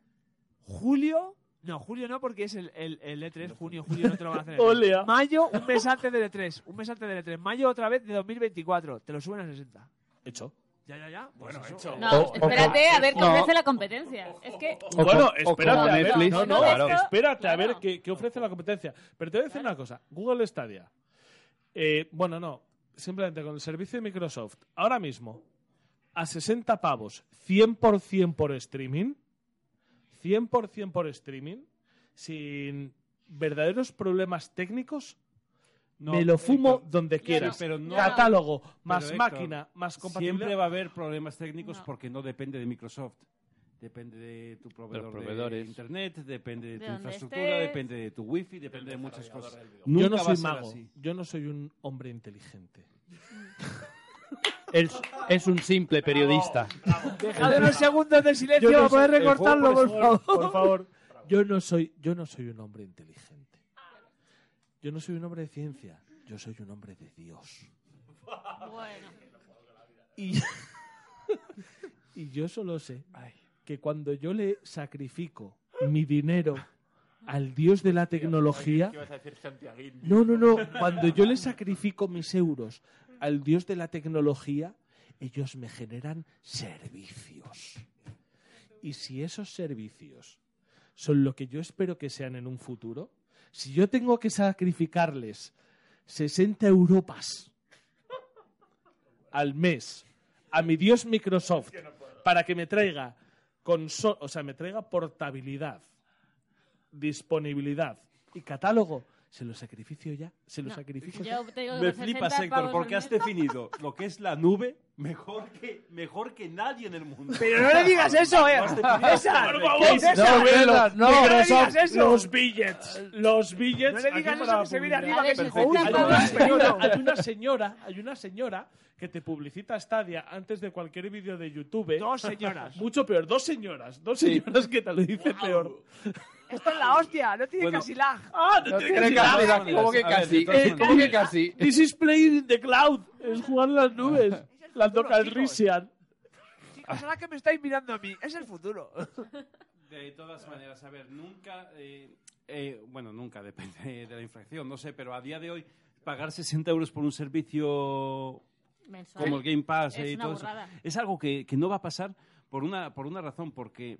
L: Julio. No, julio no, porque es el, el- el E3, junio, julio no te lo van a hacer.
E: ah.
A: Olea.
L: Mayo, un mes antes del E3. Un mes antes del E3. Mayo otra vez de 2024. Te lo suben a Pues 60.
A: Hecho.
L: Ya, ya, ya.
B: Bueno, hecho.
F: No, espérate a ver qué ofrece la competencia. Es que.
A: Bueno,
E: o
A: espérate,
E: como
A: a ver,
E: Netflix,
A: no, no,
E: claro.
A: espérate a ver qué, qué ofrece la competencia. Pero te voy a decir una cosa, Google Stadia. Eh, bueno, no, simplemente con el servicio de Microsoft, ahora mismo, a 60 pavos, 100% por streaming, 100% por streaming, sin verdaderos problemas técnicos,
D: No,
A: me lo fumo
D: Héctor,
A: donde
D: sí,
A: quiera.
D: pero no-
A: Catálogo,
D: Pero,
A: más
D: Héctor,
A: máquina, más compatibilidad.
D: Siempre va a haber problemas técnicos porque no depende de Microsoft. Depende de tu proveedor de
E: proveedores.
D: internet, depende de,
E: De
D: tu
E: donde
D: infraestructura,
E: estés.
D: depende de tu wifi, depende de muchas cosas.
A: Yo
D: Nunca
A: no
D: va
A: soy
D: a ser
A: mago,
D: así.
A: yo no soy un hombre inteligente.
E: Es, es un simple periodista.
L: Dejad unos segundos de silencio para
A: Yo no
L: poder
A: soy-
L: recortarlo, por
A: el juego,
L: favor.
A: Por favor. Yo no soy, yo no soy un hombre inteligente. Yo no soy un hombre de ciencia. Yo soy un hombre de Dios.
F: Bueno.
A: Y, y yo solo sé que cuando yo le sacrifico mi dinero al Dios de la tecnología,
B: ¿Qué vas a decir, Santiaguín?
A: no, no, no. Cuando yo le sacrifico mis euros al dios de la tecnología, ellos me generan servicios. Y si esos servicios son lo que yo espero que sean en un futuro, si yo tengo que sacrificarles 60 europas al mes a mi dios Microsoft para que me traiga conso- o sea, me traiga portabilidad, disponibilidad y catálogo, se lo sacrificio ya, se lo
F: No,
A: sacrifico.
F: yo te digo que
D: Me
F: por
D: flipas,
F: 60
D: Héctor,
F: pavos
D: porque
F: al
D: has
F: mes-
D: definido lo que es la nube mejor que, mejor que nadie en el mundo.
L: Pero no le digas eso, eh.
D: Lo has definido
L: César,
D: perfecto.
L: César,
D: No, César,
A: Los-
D: no,
A: los-
D: pero son
A: Los billets. Los billets.
L: No le
A: aquí
L: digas
A: para
L: eso que se viene
A: publicidad.
L: arriba, que se
A: Hay una-
L: junta con
A: Hay
L: el
A: una,
L: señor.
A: hay una señora, hay una señora que te publicita Stadia antes de cualquier vídeo de YouTube.
L: Dos señoras.
A: Mucho peor, dos señoras. Dos señoras que te lo dicen peor.
L: Esto es la hostia, no tiene casi lag.
A: Ah,
E: No tiene casi lag, ¿cómo que casi? Eh, ¿cómo que casi?
A: This is playing in the cloud. Es jugar en las nubes. La toca el Risian.
L: Chicos, ahora que me estáis mirando a mí, es el futuro.
D: De todas maneras, a ver, nunca, eh, eh, bueno, nunca depende de la infracción, no sé, pero a día de hoy pagar 60 euros por un servicio
F: Mensual.
D: como el Game Pass
F: Es
D: eh, y
F: una
D: todo eso,
F: burrada.
D: es algo que, que no va a pasar por una, por una razón, porque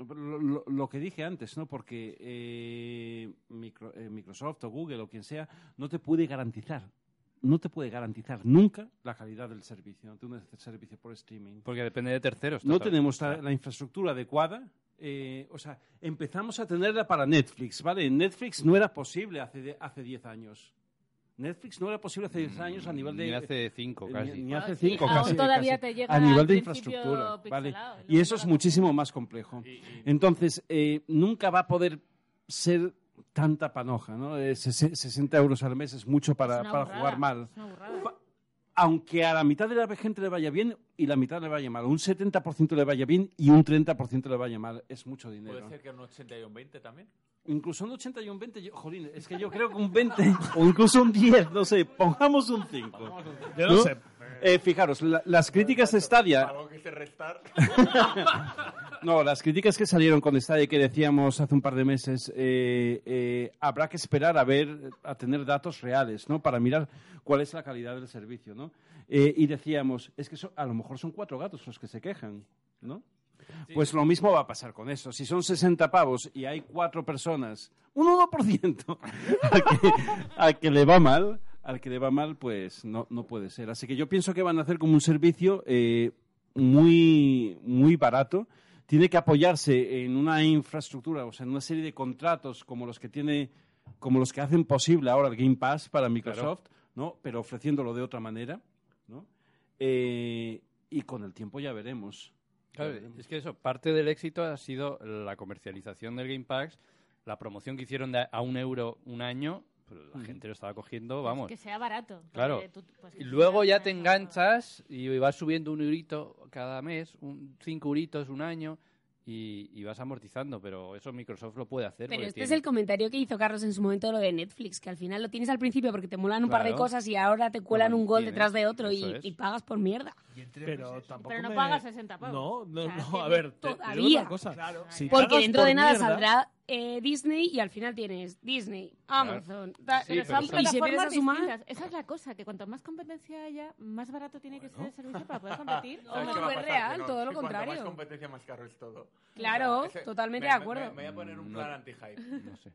D: lo, lo- lo que dije antes, ¿no? Porque eh, micro- eh, Microsoft o Google o quien sea no te puede garantizar, no te puede garantizar nunca la calidad del servicio, de un servicio por streaming.
E: Porque depende de terceros.
D: No
E: total.
D: tenemos la, la infraestructura adecuada. eh, o sea, empezamos a tenerla para Netflix, ¿vale? Netflix no era posible hace de- hace 10 años. Netflix no era posible hace 10 años a nivel de...
E: Mm, Ni hace cinco,
D: eh, ni-
E: casi.
D: Ni, hace
E: Ah, sí,
D: 5
E: aún
D: casi.
F: todavía
D: casi,
F: te llega
D: A nivel
F: al
D: de
F: principio
D: infraestructura, ¿vale?
F: pixelado,
D: Y eso es muchísimo más complejo. Entonces, eh, nunca va a poder ser tanta panoja, ¿no? Eh, sese- 60 euros al mes es mucho para,
F: una
D: para
F: burrada,
D: jugar mal
F: es una burrada.
D: aunque a la mitad de la gente le vaya bien y la mitad le vaya mal, un 70% le vaya bien y un 30% le vaya mal, es mucho dinero.
B: Puede ser que un 80 y un 20 también.
D: Incluso un 80 y un 20, yo- jolín, es que yo creo que un 20 o incluso un 10, no sé, pongamos un 5.
A: Yo no sé.
D: Eh, fijaros, la- las críticas de Stadia,
B: Algo que se restar.
D: no, las críticas que salieron con Stadia que decíamos hace un par de meses, eh, eh, habrá que esperar a ver, a tener datos reales, ¿no? Para mirar cuál es la calidad del servicio, ¿no? Eh, y decíamos, es que so- a lo mejor son cuatro gatos los que se quejan, ¿no? Pues lo mismo va a pasar con eso. Si son 60 pavos y hay cuatro personas, un 1% al que, al que le va mal, al que le va mal, pues no, no puede ser. Así que yo pienso que van a hacer como un servicio eh, muy, muy barato. Tiene que apoyarse en una infraestructura, o sea, en una serie de contratos como los que tiene, como los que hacen posible ahora el Game Pass para Microsoft, ¿no? Pero ofreciéndolo de otra manera, ¿no? Eh, y con el tiempo ya veremos.
E: Claro, es que eso, parte del éxito ha sido la comercialización del Game Pass, la promoción que hicieron de a un euro un año, pero la
F: Mm.
E: gente lo estaba cogiendo, vamos.
F: Que sea barato. porque
E: Claro.
F: tú- pues que
E: Y
F: sea
E: luego ya te
F: barato.
E: enganchas y vas subiendo un eurito cada mes, un, cinco euritos un año y, y vas amortizando, pero eso Microsoft lo puede hacer.
H: Pero
E: porque
H: este es
E: tiene-
H: el comentario que hizo Carlos en su momento de lo de Netflix, que al final lo tienes al principio porque te molan un par de
E: Claro.
H: cosas y ahora te cuelan un gol
E: mantienes,
H: detrás de otro y,
E: eso es.
H: y pagas por mierda.
A: Pero tampoco
F: Pero no
A: me-
F: pagas 60 pavos.
A: No, no,
F: O sea,
A: no,
F: que
A: a ver, te- te digo
H: todavía.
A: una cosa. Si
H: porque
A: pagas
H: dentro
A: por
H: de nada
A: mierda-
H: saldrá eh, Disney y al final tienes Disney, Amazon, da-
A: Sí,
F: pero son
H: y si empiezas a
F: plataformas
H: sumar...
F: distintas. Esa es la cosa, que cuanto más competencia haya, más barato tiene que ser el servicio para poder competir.
H: No, no, es real, todo lo contrario.
B: Más competencia, más caro es todo.
H: Claro,
B: ese-
H: totalmente
B: me-
H: de
B: me-
H: acuerdo.
B: Me, voy a poner un
H: No.
B: plan anti-hype.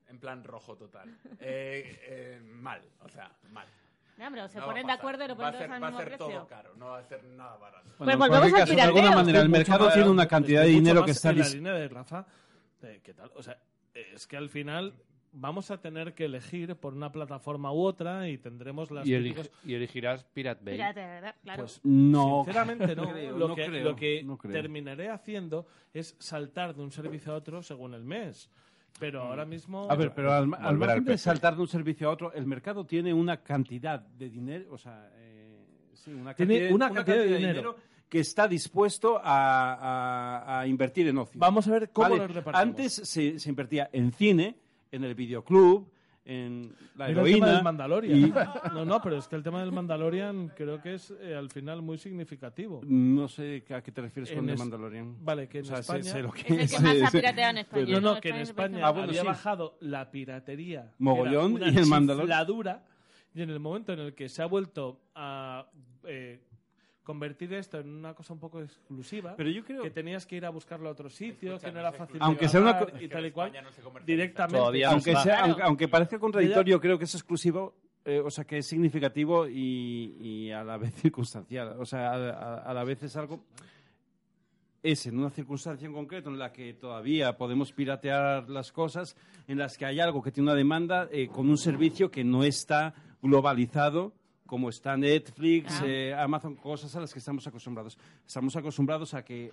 B: En plan rojo total. Eh, eh, mal, o sea, mal.
F: No, pero se
B: va a
F: ponen de
B: pasar.
F: acuerdo y lo
B: Va a
F: ponen
B: ser-
F: todos al
B: Va a
F: mismo
B: ser todo
F: precio.
B: caro, no va a ser nada barato.
A: Pues
D: Bueno, en cualquier caso, de alguna manera, el
A: Mucho
D: mercado
A: más
D: tiene una
A: barato,
D: cantidad de
A: mucho
D: dinero
A: más
D: que está
A: en la
D: dis-
A: línea de Rafa. eh, ¿Qué tal? O sea, es que al final vamos a tener que elegir por una plataforma u otra y tendremos las
E: Y,
A: típicas-
E: elige- y elegirás Pirate Bay.
F: Pirata, ¿verdad? Claro.
E: Pues
D: no
A: Sinceramente no.
D: creo,
A: lo,
D: no
A: que,
D: creo,
A: lo que
D: no creo.
A: terminaré haciendo es saltar de un servicio a otro según el mes. Pero ahora mismo...
D: A ver, pero al, al
A: Volver
D: margen de
A: PC.
D: saltar de un servicio a otro, el mercado tiene una cantidad de dinero, o sea, eh, sí, una
A: Tiene
D: cantidad,
A: una cantidad de dinero.
D: que está dispuesto a, a- a invertir en ocio.
A: Vamos a ver cómo lo repartimos.
D: Antes se, se invertía en cine, en el videoclub, en la
A: Mira
D: heroína.
A: el tema del Mandalorian.
D: y-
A: No, no, pero es que el tema del Mandalorian creo que es eh, al final muy significativo.
D: No sé a qué te refieres
A: En
D: con el
A: es-
D: Mandalorian.
A: Vale, que en
D: O sea, sé-
A: España...
D: sé lo que
F: Es el que más ha pirateado en España.
A: No, no,
F: En
A: que en
F: España parece
A: España
F: que- Ah, bueno,
A: había
F: sí.
A: bajado la piratería. que
D: Mogollón
A: era una
D: y el Mandalor-
A: chifladura, Y en el momento en el que se ha vuelto a eh, convertir esto en una cosa un poco exclusiva,
D: Pero yo creo-
A: que tenías que ir a buscarlo a otro sitio, que no era fácil.
D: Aunque
A: de
D: sea una
A: bajar
D: co-
A: y
D: Es que
A: tal y
D: en
A: cual,
D: España
A: directamente.
D: aunque, sea, aunque, aunque parezca contradictorio, creo que es exclusivo, eh, o sea, que es significativo y, y a la vez circunstancial. O sea, a, a- a la vez es algo... Es en una circunstancia en concreto en la que todavía podemos piratear las cosas, en las que hay algo que tiene una demanda eh, con un servicio que no está globalizado como está Netflix, eh, Amazon, cosas a las que estamos acostumbrados. Estamos acostumbrados a que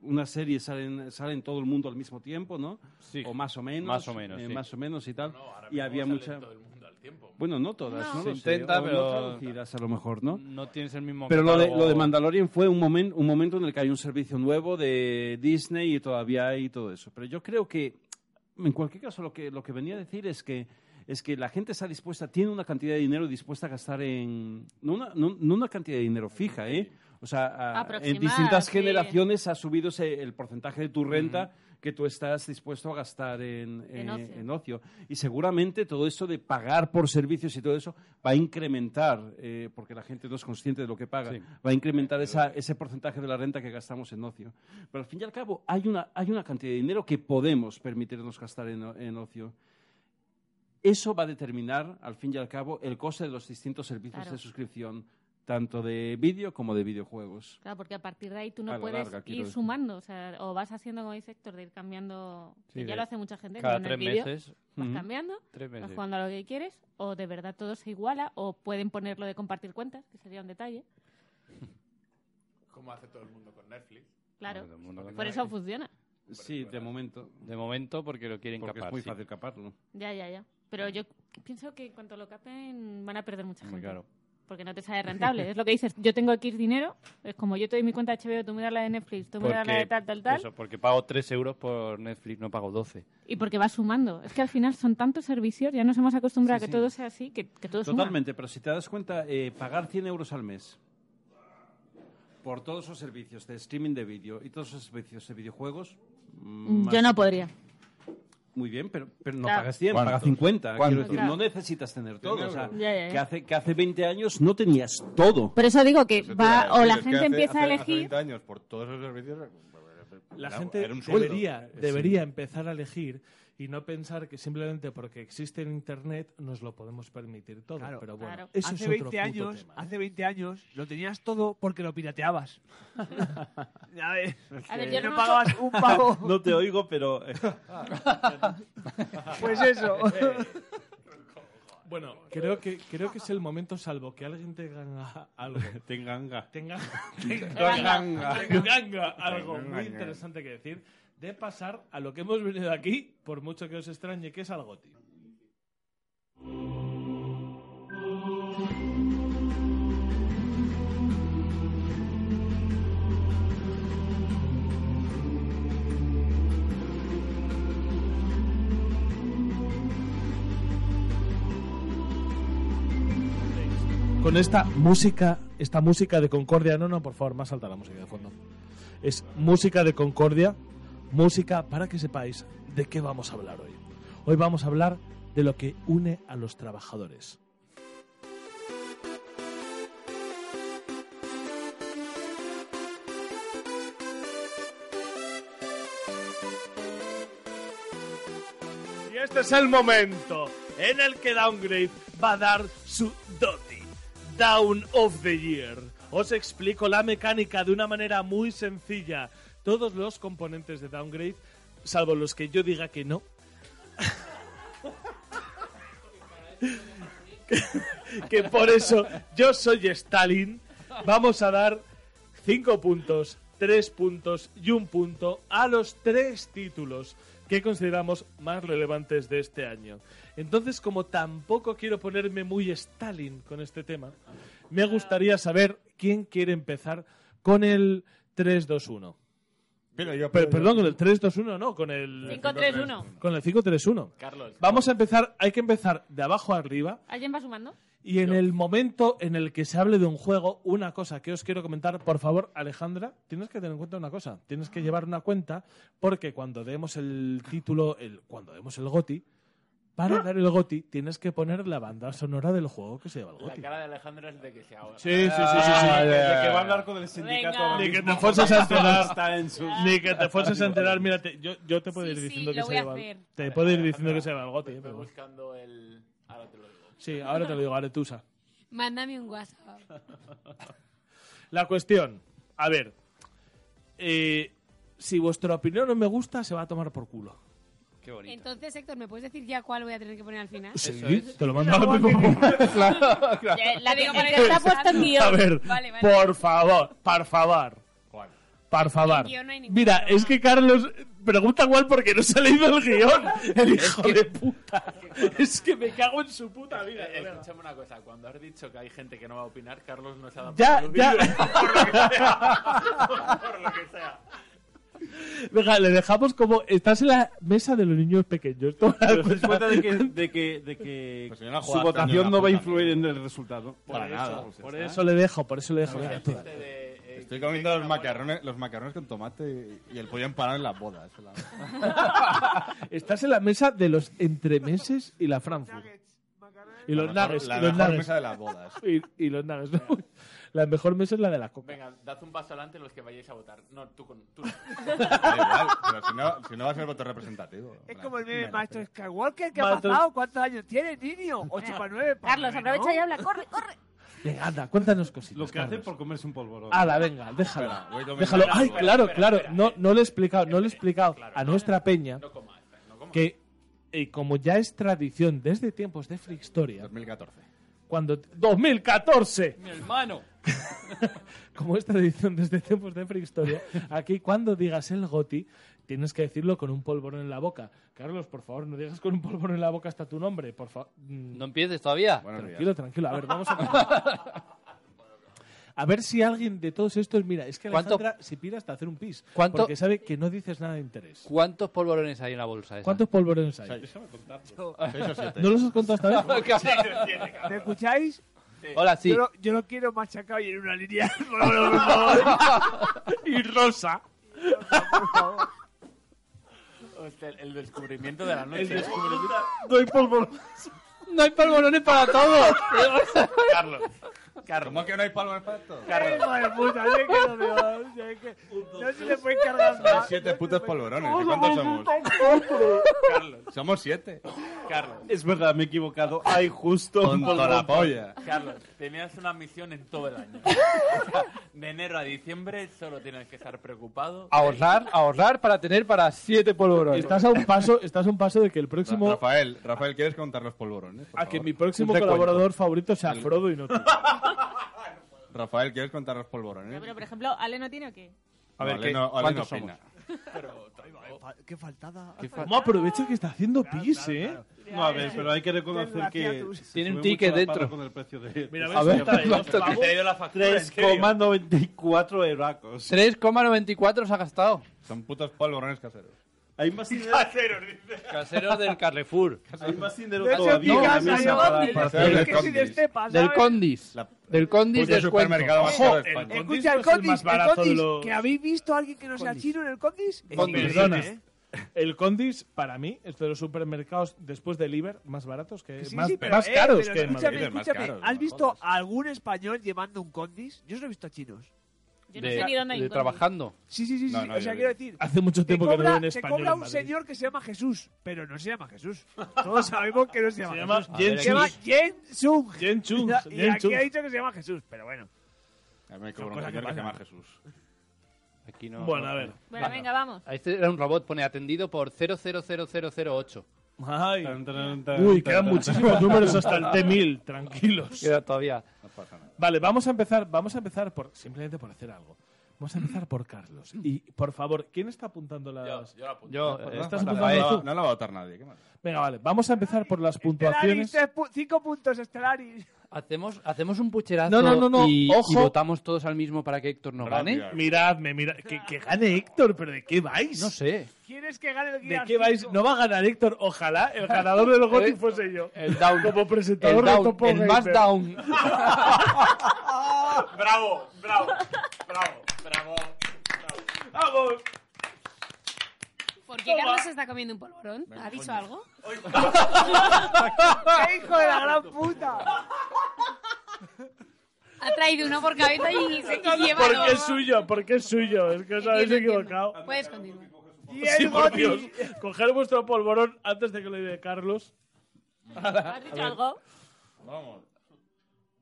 D: una serie salen salen todo el mundo al mismo tiempo, ¿no? O más o menos.
E: Más o menos,
D: eh,
E: sí.
D: Más o menos y tal. y
B: mismo
D: había
B: salen
D: mucha.
B: todo el mundo al tiempo.
D: Bueno, no todas,
E: No.
D: ¿no?
E: Se
D: lo sé,
E: intenta,
D: o no
E: pero-
D: traducidas a lo mejor, ¿no?
E: No tienes el mismo
D: Pero lo de,
E: catálogo.
D: lo de Mandalorian fue un, momen- un momento en el que hay un servicio nuevo de Disney y todavía hay todo eso. Pero yo creo que, en cualquier caso, lo que, lo que venía a decir es que, es que la gente está dispuesta, tiene una cantidad de dinero dispuesta a gastar en... No una, no, no una cantidad de dinero fija, ¿eh? O sea, a-
E: Aproximada,
D: en distintas
E: sí.
D: generaciones ha subido ese- el porcentaje de tu renta que tú estás dispuesto a gastar en,
E: En
D: en-
E: ocio.
D: en ocio. Y seguramente todo esto de pagar por servicios y todo eso va a incrementar, eh, porque la gente no es consciente de lo que paga,
E: Sí.
D: va a incrementar esa- ese porcentaje de la renta que gastamos en ocio. Pero al fin y al cabo, hay una, hay una cantidad de dinero que podemos permitirnos gastar en, o- en ocio. Eso va a determinar, al fin y al cabo, el coste de los distintos servicios
F: Claro.
D: de suscripción, tanto de vídeo como de videojuegos.
F: Claro, porque a partir de ahí tú
D: A
F: no
D: la
F: puedes
D: larga, quiero
F: ir
D: decir.
F: sumando, o, sea, o vas haciendo como dice Héctor, de ir cambiando,
E: Sí,
F: que ya
E: de-
F: lo hace mucha gente,
E: cada
F: como en el
E: tres
F: vídeo,
E: meses.
F: vas
E: Ujú.
F: cambiando,
E: Tres
F: vas
E: meses.
F: jugando a lo que quieres, o de verdad todo se iguala, o pueden ponerlo de compartir cuentas, que sería un detalle,
B: Como hace todo el mundo con Netflix.
F: claro,
E: todo el mundo con
F: por eso funciona,
D: Sí, de momento.
E: De momento porque lo quieren
D: Porque
E: capar.
D: es muy
E: sí.
D: fácil caparlo.
F: ya, ya, ya, pero yo pienso que en cuanto lo capen van a perder mucha
E: Muy
F: gente.
E: claro.
F: Porque no te sale rentable. Es lo que dices. Yo tengo aquí dinero. Es como yo te doy mi cuenta de HBO, tú me das la de Netflix, tú me das la de tal, tal, tal.
E: eso, porque pago 3 euros por Netflix, no pago 12.
F: Y porque vas sumando. Es que al final son tantos servicios, ya nos hemos acostumbrado
D: Sí,
F: a que
D: sí.
F: todo sea así, que, que todo suma.
D: Totalmente, pero si te das cuenta, eh, pagar 100 euros al mes por todos los servicios de streaming de vídeo y todos los servicios de videojuegos. mm,
F: Mm, Yo
D: más-
F: no podría.
D: Muy bien, pero, pero no
F: Claro.
D: pagas 100,
E: ¿Cuántos?
D: pagas 50.
E: ¿Cuántos?
D: Quiero decir,
F: Claro.
D: no necesitas tener todo. O sea,
F: euros. Ya, ya, ya.
D: Que, hace, que hace 20 años no tenías todo.
F: Por eso digo que
C: Eso te iba
F: va,
C: a
F: Ah, o
C: decir,
F: la
C: es que
F: gente
C: hace-
F: empieza a
C: hace- hace
F: elegir.
C: 20 años por todos esos servicios.
A: La
C: Era-
A: gente
C: era un sueldo.
A: debería,
C: Eh,
A: debería
C: sí.
A: empezar a elegir y no pensar que simplemente porque existe en Internet nos lo podemos permitir todo. Pero bueno, eso
L: hace
A: es otro
L: 20
A: puto
L: años,
A: tema. ¿eh?
L: hace 20 años lo tenías todo porque lo pirateabas. a ver,
G: A ver, yo
L: no
G: no-
L: pagabas un pavo.
N: No te oigo, pero. eh,
L: pues eso.
A: Eh, Bueno, creo que, creo que es el momento, salvo que alguien te ganga algo.
C: Tenganga.
A: Tenganga.
C: Tenganga.
A: Tenganga. Algo muy
C: Tenganga.
A: interesante que decir. De pasar a lo que hemos venido aquí, por mucho que os extrañe, que es al goti. Con esta música, esta música de Concordia, no, no, por favor, más alta la música de fondo. Es música de Concordia, música para que sepáis de qué vamos a hablar hoy. Hoy vamos a hablar de lo que une a los trabajadores. Y este es el momento en el que Downgrade va a dar su doti. Down of the Year. Os explico la mecánica de una manera muy sencilla. Todos los componentes de Downgrade, salvo los que yo diga que no, que por eso yo soy Stalin, vamos a dar 5 puntos, 3 puntos y un punto a los tres títulos que consideramos más relevantes de este año. Entonces, como tampoco quiero ponerme muy Stalin con este tema, me gustaría saber quién quiere empezar con el 3-2-1. Per- perdón, con el 3-2-1, no, con el
F: 5-3-1.
A: Con el 5-3-1.
B: Carlos.
A: Vamos a empezar, hay que empezar de abajo arriba
F: ¿Alguien va sumando?
A: y en el momento en el que se hable de un juego, una cosa que os quiero comentar, por favor, Alejandra, tienes que tener en cuenta una cosa. Tienes que llevar una cuenta porque cuando demos el título, el, cuando demos el GOTI, para dar el GOTI tienes que poner la banda sonora del juego que se lleva el
B: La
A: GOTI.
B: cara de Alejandra es de que se ahoga.
A: Sí, sí, sí, sí, sí.
N: Ah, de que va a hablar con el sindicato. ahora
A: Ni que
N: mismo.
A: te fuerces a
N: Está en
A: enterar.
N: su-
A: Ni que te fuerses a enterar. Mírate, yo, yo te puedo ir
F: sí,
A: diciendo que
F: lo
A: se
F: voy a
A: lleva.
F: hacer.
A: Te puedo ir diciendo que se lleva el GOTI. eh,
B: Estoy
A: pero-
B: buscando el. Ahora te lo digo.
A: Sí, ahora te lo digo, Aretusa.
H: Mándame un WhatsApp.
A: La cuestión, a ver, eh, si vuestra opinión no me gusta, se va a tomar por culo.
E: Qué bonito.
H: Entonces, Héctor, ¿me puedes decir ya cuál voy a tener que poner al final?
A: te lo mando ahora mismo. claro, claro.
H: Ya, La digo para
F: Está puesto en guión.
A: A ver,
F: Vale, vale.
A: por favor, por favor. Por favor.
F: En guión no hay ningún
A: Mira, es que Carlos pregunta cuál porque no se ha leído el guión. El hijo de puta. Es que me cago en su puta vida.
B: Eh, escúchame una cosa. Cuando has dicho que hay gente que no va a opinar, Carlos no se ha dado
A: Ya,
B: por
A: ya.
B: aludido. Por lo que sea. Por lo que sea.
A: Venga, le dejamos como. Estás en la mesa de los niños pequeños. Toma la
D: Pero te das
A: cuenta.
D: cuenta de que, de que, de que
C: señora,
D: su
C: juega este año
D: votación
C: la
D: no va a
C: puta
D: influir en el resultado.
C: Para Por nada. eso, Pues ya
A: Por eso le dejo, por eso le dejo. Venga, tú.
D: Eh,
C: Estoy comiendo los macarrones, los macarrones con tomate y el pollo empanado en las bodas. Esa es la-
A: Estás en la mesa de los entremeses y la Frankfurt. Y los
C: La mejor-
A: nuggets.
C: la
A: y los
C: mejor
A: nuggets.
C: mesa de las bodas.
A: Y, y los nuggets. ¿no? La mejor mesa es la de la coca.
B: Venga, dad un paso adelante los que vayáis a votar. No, tú con. Tú.
C: Da igual, pero si no, si no va a ser voto representativo.
L: Es como el
C: Me
L: meme
C: la
L: Maestro Skywalker que ha
C: Maestro-
L: pasado. ¿Cuántos años tiene, niño? 8 para pues 9. Carlos,
F: aprovecha y habla. Corre, corre.
A: Venga, anda, cuéntanos cositas.
D: Lo que Pues, hace por comerse un polvorón.
A: Ala, venga, déjalo.
D: Espera, voy tomando-
A: déjalo. Ay,
D: Espera,
A: claro,
D: espera,
A: claro.
D: espera, eh,
A: no, no le he explicado, no le he explicado a nuestra peña que, eh, como ya es tradición desde tiempos de Frickstoria.
C: 2014.
A: Cuando. ¡2014!
M: Mi hermano.
A: como es tradición desde tiempos de prehistoria, aquí cuando digas el goti, tienes que decirlo con un polvorón en la boca. Carlos, por favor, no digas con un polvorón en la boca hasta tu nombre, por favor. No
E: empieces todavía.
A: Tranquilo, tranquilo. A ver, vamos a... A ver si alguien de todos estos... Mira, es que
E: ¿Cuánto-
A: Alejandra se pira hasta hacer un pis.
E: ¿Cuánto-
A: Porque sabe que no dices nada de interés.
E: ¿Cuántos polvorones hay en la bolsa esa?
A: ¿Cuántos polvorones hay?
E: Seis o siete.
A: ¿No los has contado hasta ahora?
L: ¿Me escucháis?
E: Hola, sí.
L: Yo lo, yo lo quiero machacado y en una línea.
A: y rosa.
B: Hostia, el descubrimiento de la noche.
A: El descubrimiento-
B: Puta.
A: No hay polvorones.
E: No hay polvorones para todos.
B: Carlos.
C: ¿Cómo que no hay palma de facto?
L: Carlos. Hijo de puta, sé que lo peor, sé que- No se le puede cargar
C: Son
L: más.
C: siete putos polvorones.
L: No
C: ¿y
L: se
C: ¿Cuántos
L: puede
C: somos?
L: cargar.
C: Somos siete.
B: Carlos.
N: Es verdad, me he equivocado. Ay, justo.
C: Tonto la polla.
B: Carlos, tenías una misión en todo el año. O sea, de enero a diciembre solo tienes que estar preocupado.
M: Ahorrar, ahorrar para tener para siete polvorones.
A: Estás a un paso, estás a un paso de que el próximo,
C: Rafael, Rafael, ¿quieres contar los polvorones? por
A: a que
C: favor?
A: mi próximo colaborador favorito sea Frodo y no tú.
C: Rafael, ¿quieres contar los polvorones?
F: Pero, pero, por ejemplo, ¿Ale no tiene o qué?
C: A ver,
A: ver, ¿qué-
C: no, Ale
A: cuántos
C: no opina.
L: eh, Qué faltada.
A: ¿Cómo aprovecha que está haciendo pis, eh?
N: No, a ver, pero hay que reconocer que. se
A: Tiene
N: sube
A: un
N: mucho
A: ticket
N: la
A: dentro.
N: parra Con el precio de.
A: Mira, a ver A si ver, te ha traído, ¿cuánto pavo. te-
N: ha ido la factura, en serio. 3,94 euracos.
E: 3,94 se ha gastado.
C: Son putos polvorones caseros.
N: Hay más dinero. Caseros,
E: Caseros del Carrefour.
N: Hay más dinero
E: De hecho,
N: todavía.
E: en mi
N: en la
E: casa
N: mesa
E: yo-
N: para-
E: del-
N: para
E: del-
N: hacer-
E: que soy de Estepa, ¿sabes? Del Condis. Del Condis
C: Puto
E: descuento.
C: supermercado más
E: Ojo,
C: caro de
E: el
C: España.
E: Condis
L: Escucha, el
E: no es el
L: Condis,
E: más
L: el
E: barato de
L: Condis,
A: los-
L: ¿que habéis visto a alguien que no sea chino en el Condis?
A: Condis. ¿eh?
L: Perdona,
A: Perdona. El Condis, para mí, es de los supermercados después del Iber más baratos que.
L: Que sí,
A: más,
L: sí, pero,
A: más
L: eh,
A: caros
L: pero
A: que en
L: escúchame,
A: Madrid.
L: escúchame, ¿Has visto a algún español llevando un condis? Yo solo he visto a chinos.
F: Yo no De- sé ni dónde hay de un Condis.
E: trabajando.
L: Sí, sí, sí. sí,
E: No, no,
L: o
E: yo
L: sea,
E: no.
L: quiero decir.
A: Hace mucho
L: te
A: tiempo que no veo
L: cobra-
A: un
L: Te
A: español
L: cobra
A: en
L: un
A: Madrid.
L: señor que se llama Jesús, pero no se llama Jesús. Todos sabemos que no se llama
A: Se llama
L: Jesús.
A: Jen
L: se llama
A: Chus.
L: Jen Sung.
A: Jen Chus,
L: Y
A: Jen
L: aquí
A: Chus.
L: ha dicho que se llama Jesús, pero bueno.
C: A mí me cobra un
L: cosas que
C: señor que se llama
L: pasan.
C: Jesús.
E: Aquí no-
A: Bueno, a ver.
F: Bueno, venga, vamos.
E: Ah, Este era un robot, pone atendido por 000008.
A: Ay.
E: tan,
A: Uy,
E: tan,
A: quedan
E: tan.
A: muchísimos números hasta el T1000, tranquilos.
E: Queda todavía.
A: Vale, vamos a empezar, vamos a empezar por simplemente por hacer algo. Vamos a empezar por Carlos. Y por favor, ¿quién está apuntando las?
B: Yo, la apunto.
A: Yo,
C: Por
A: eh,
C: Rafa,
A: estás
C: Pues no la
A: apuntando
C: va-
A: tú.
C: No la va a votar nadie. ¿qué más?
A: Venga, vale, vamos a empezar por las
L: Estelaris,
A: puntuaciones.
L: tres pu- cinco puntos Estelaris.
E: Hacemos, hacemos un pucherazo
A: No, no, no, no,
E: Y, y
A: ojo.
E: votamos todos al mismo para que Héctor no gane.
A: Miradme, mirad, que, que gane Héctor, pero ¿de qué vais?
E: No sé.
L: ¿Quieres que gane el
A: ¿De
L: guía?
A: qué vais? No va a ganar Héctor, ojalá el ganador del GOTY
E: Eh,
A: fuese yo.
E: El down.
A: Como presentador
E: El
A: de
E: down.
A: Topo
E: El más
A: Gamer.
E: down.
B: Bravo, bravo, bravo, bravo.
L: ¡Vamos!
H: ¿Por qué Carlos se está comiendo un polvorón? ¿Ha dicho algo?
L: ¡Qué hijo de la gran puta!
H: Ha traído uno por cabeza y se y lleva
A: Porque es
H: dos.
A: suyo, porque es suyo, es que os habéis
H: Entiendo,
A: equivocado.
H: Puedes continuar.
L: Y el
A: Sí, por
L: Goti.
A: Dios. Coger vuestro polvorón antes de que lo lleve Carlos.
F: ¿Has dicho algo?
B: Vamos.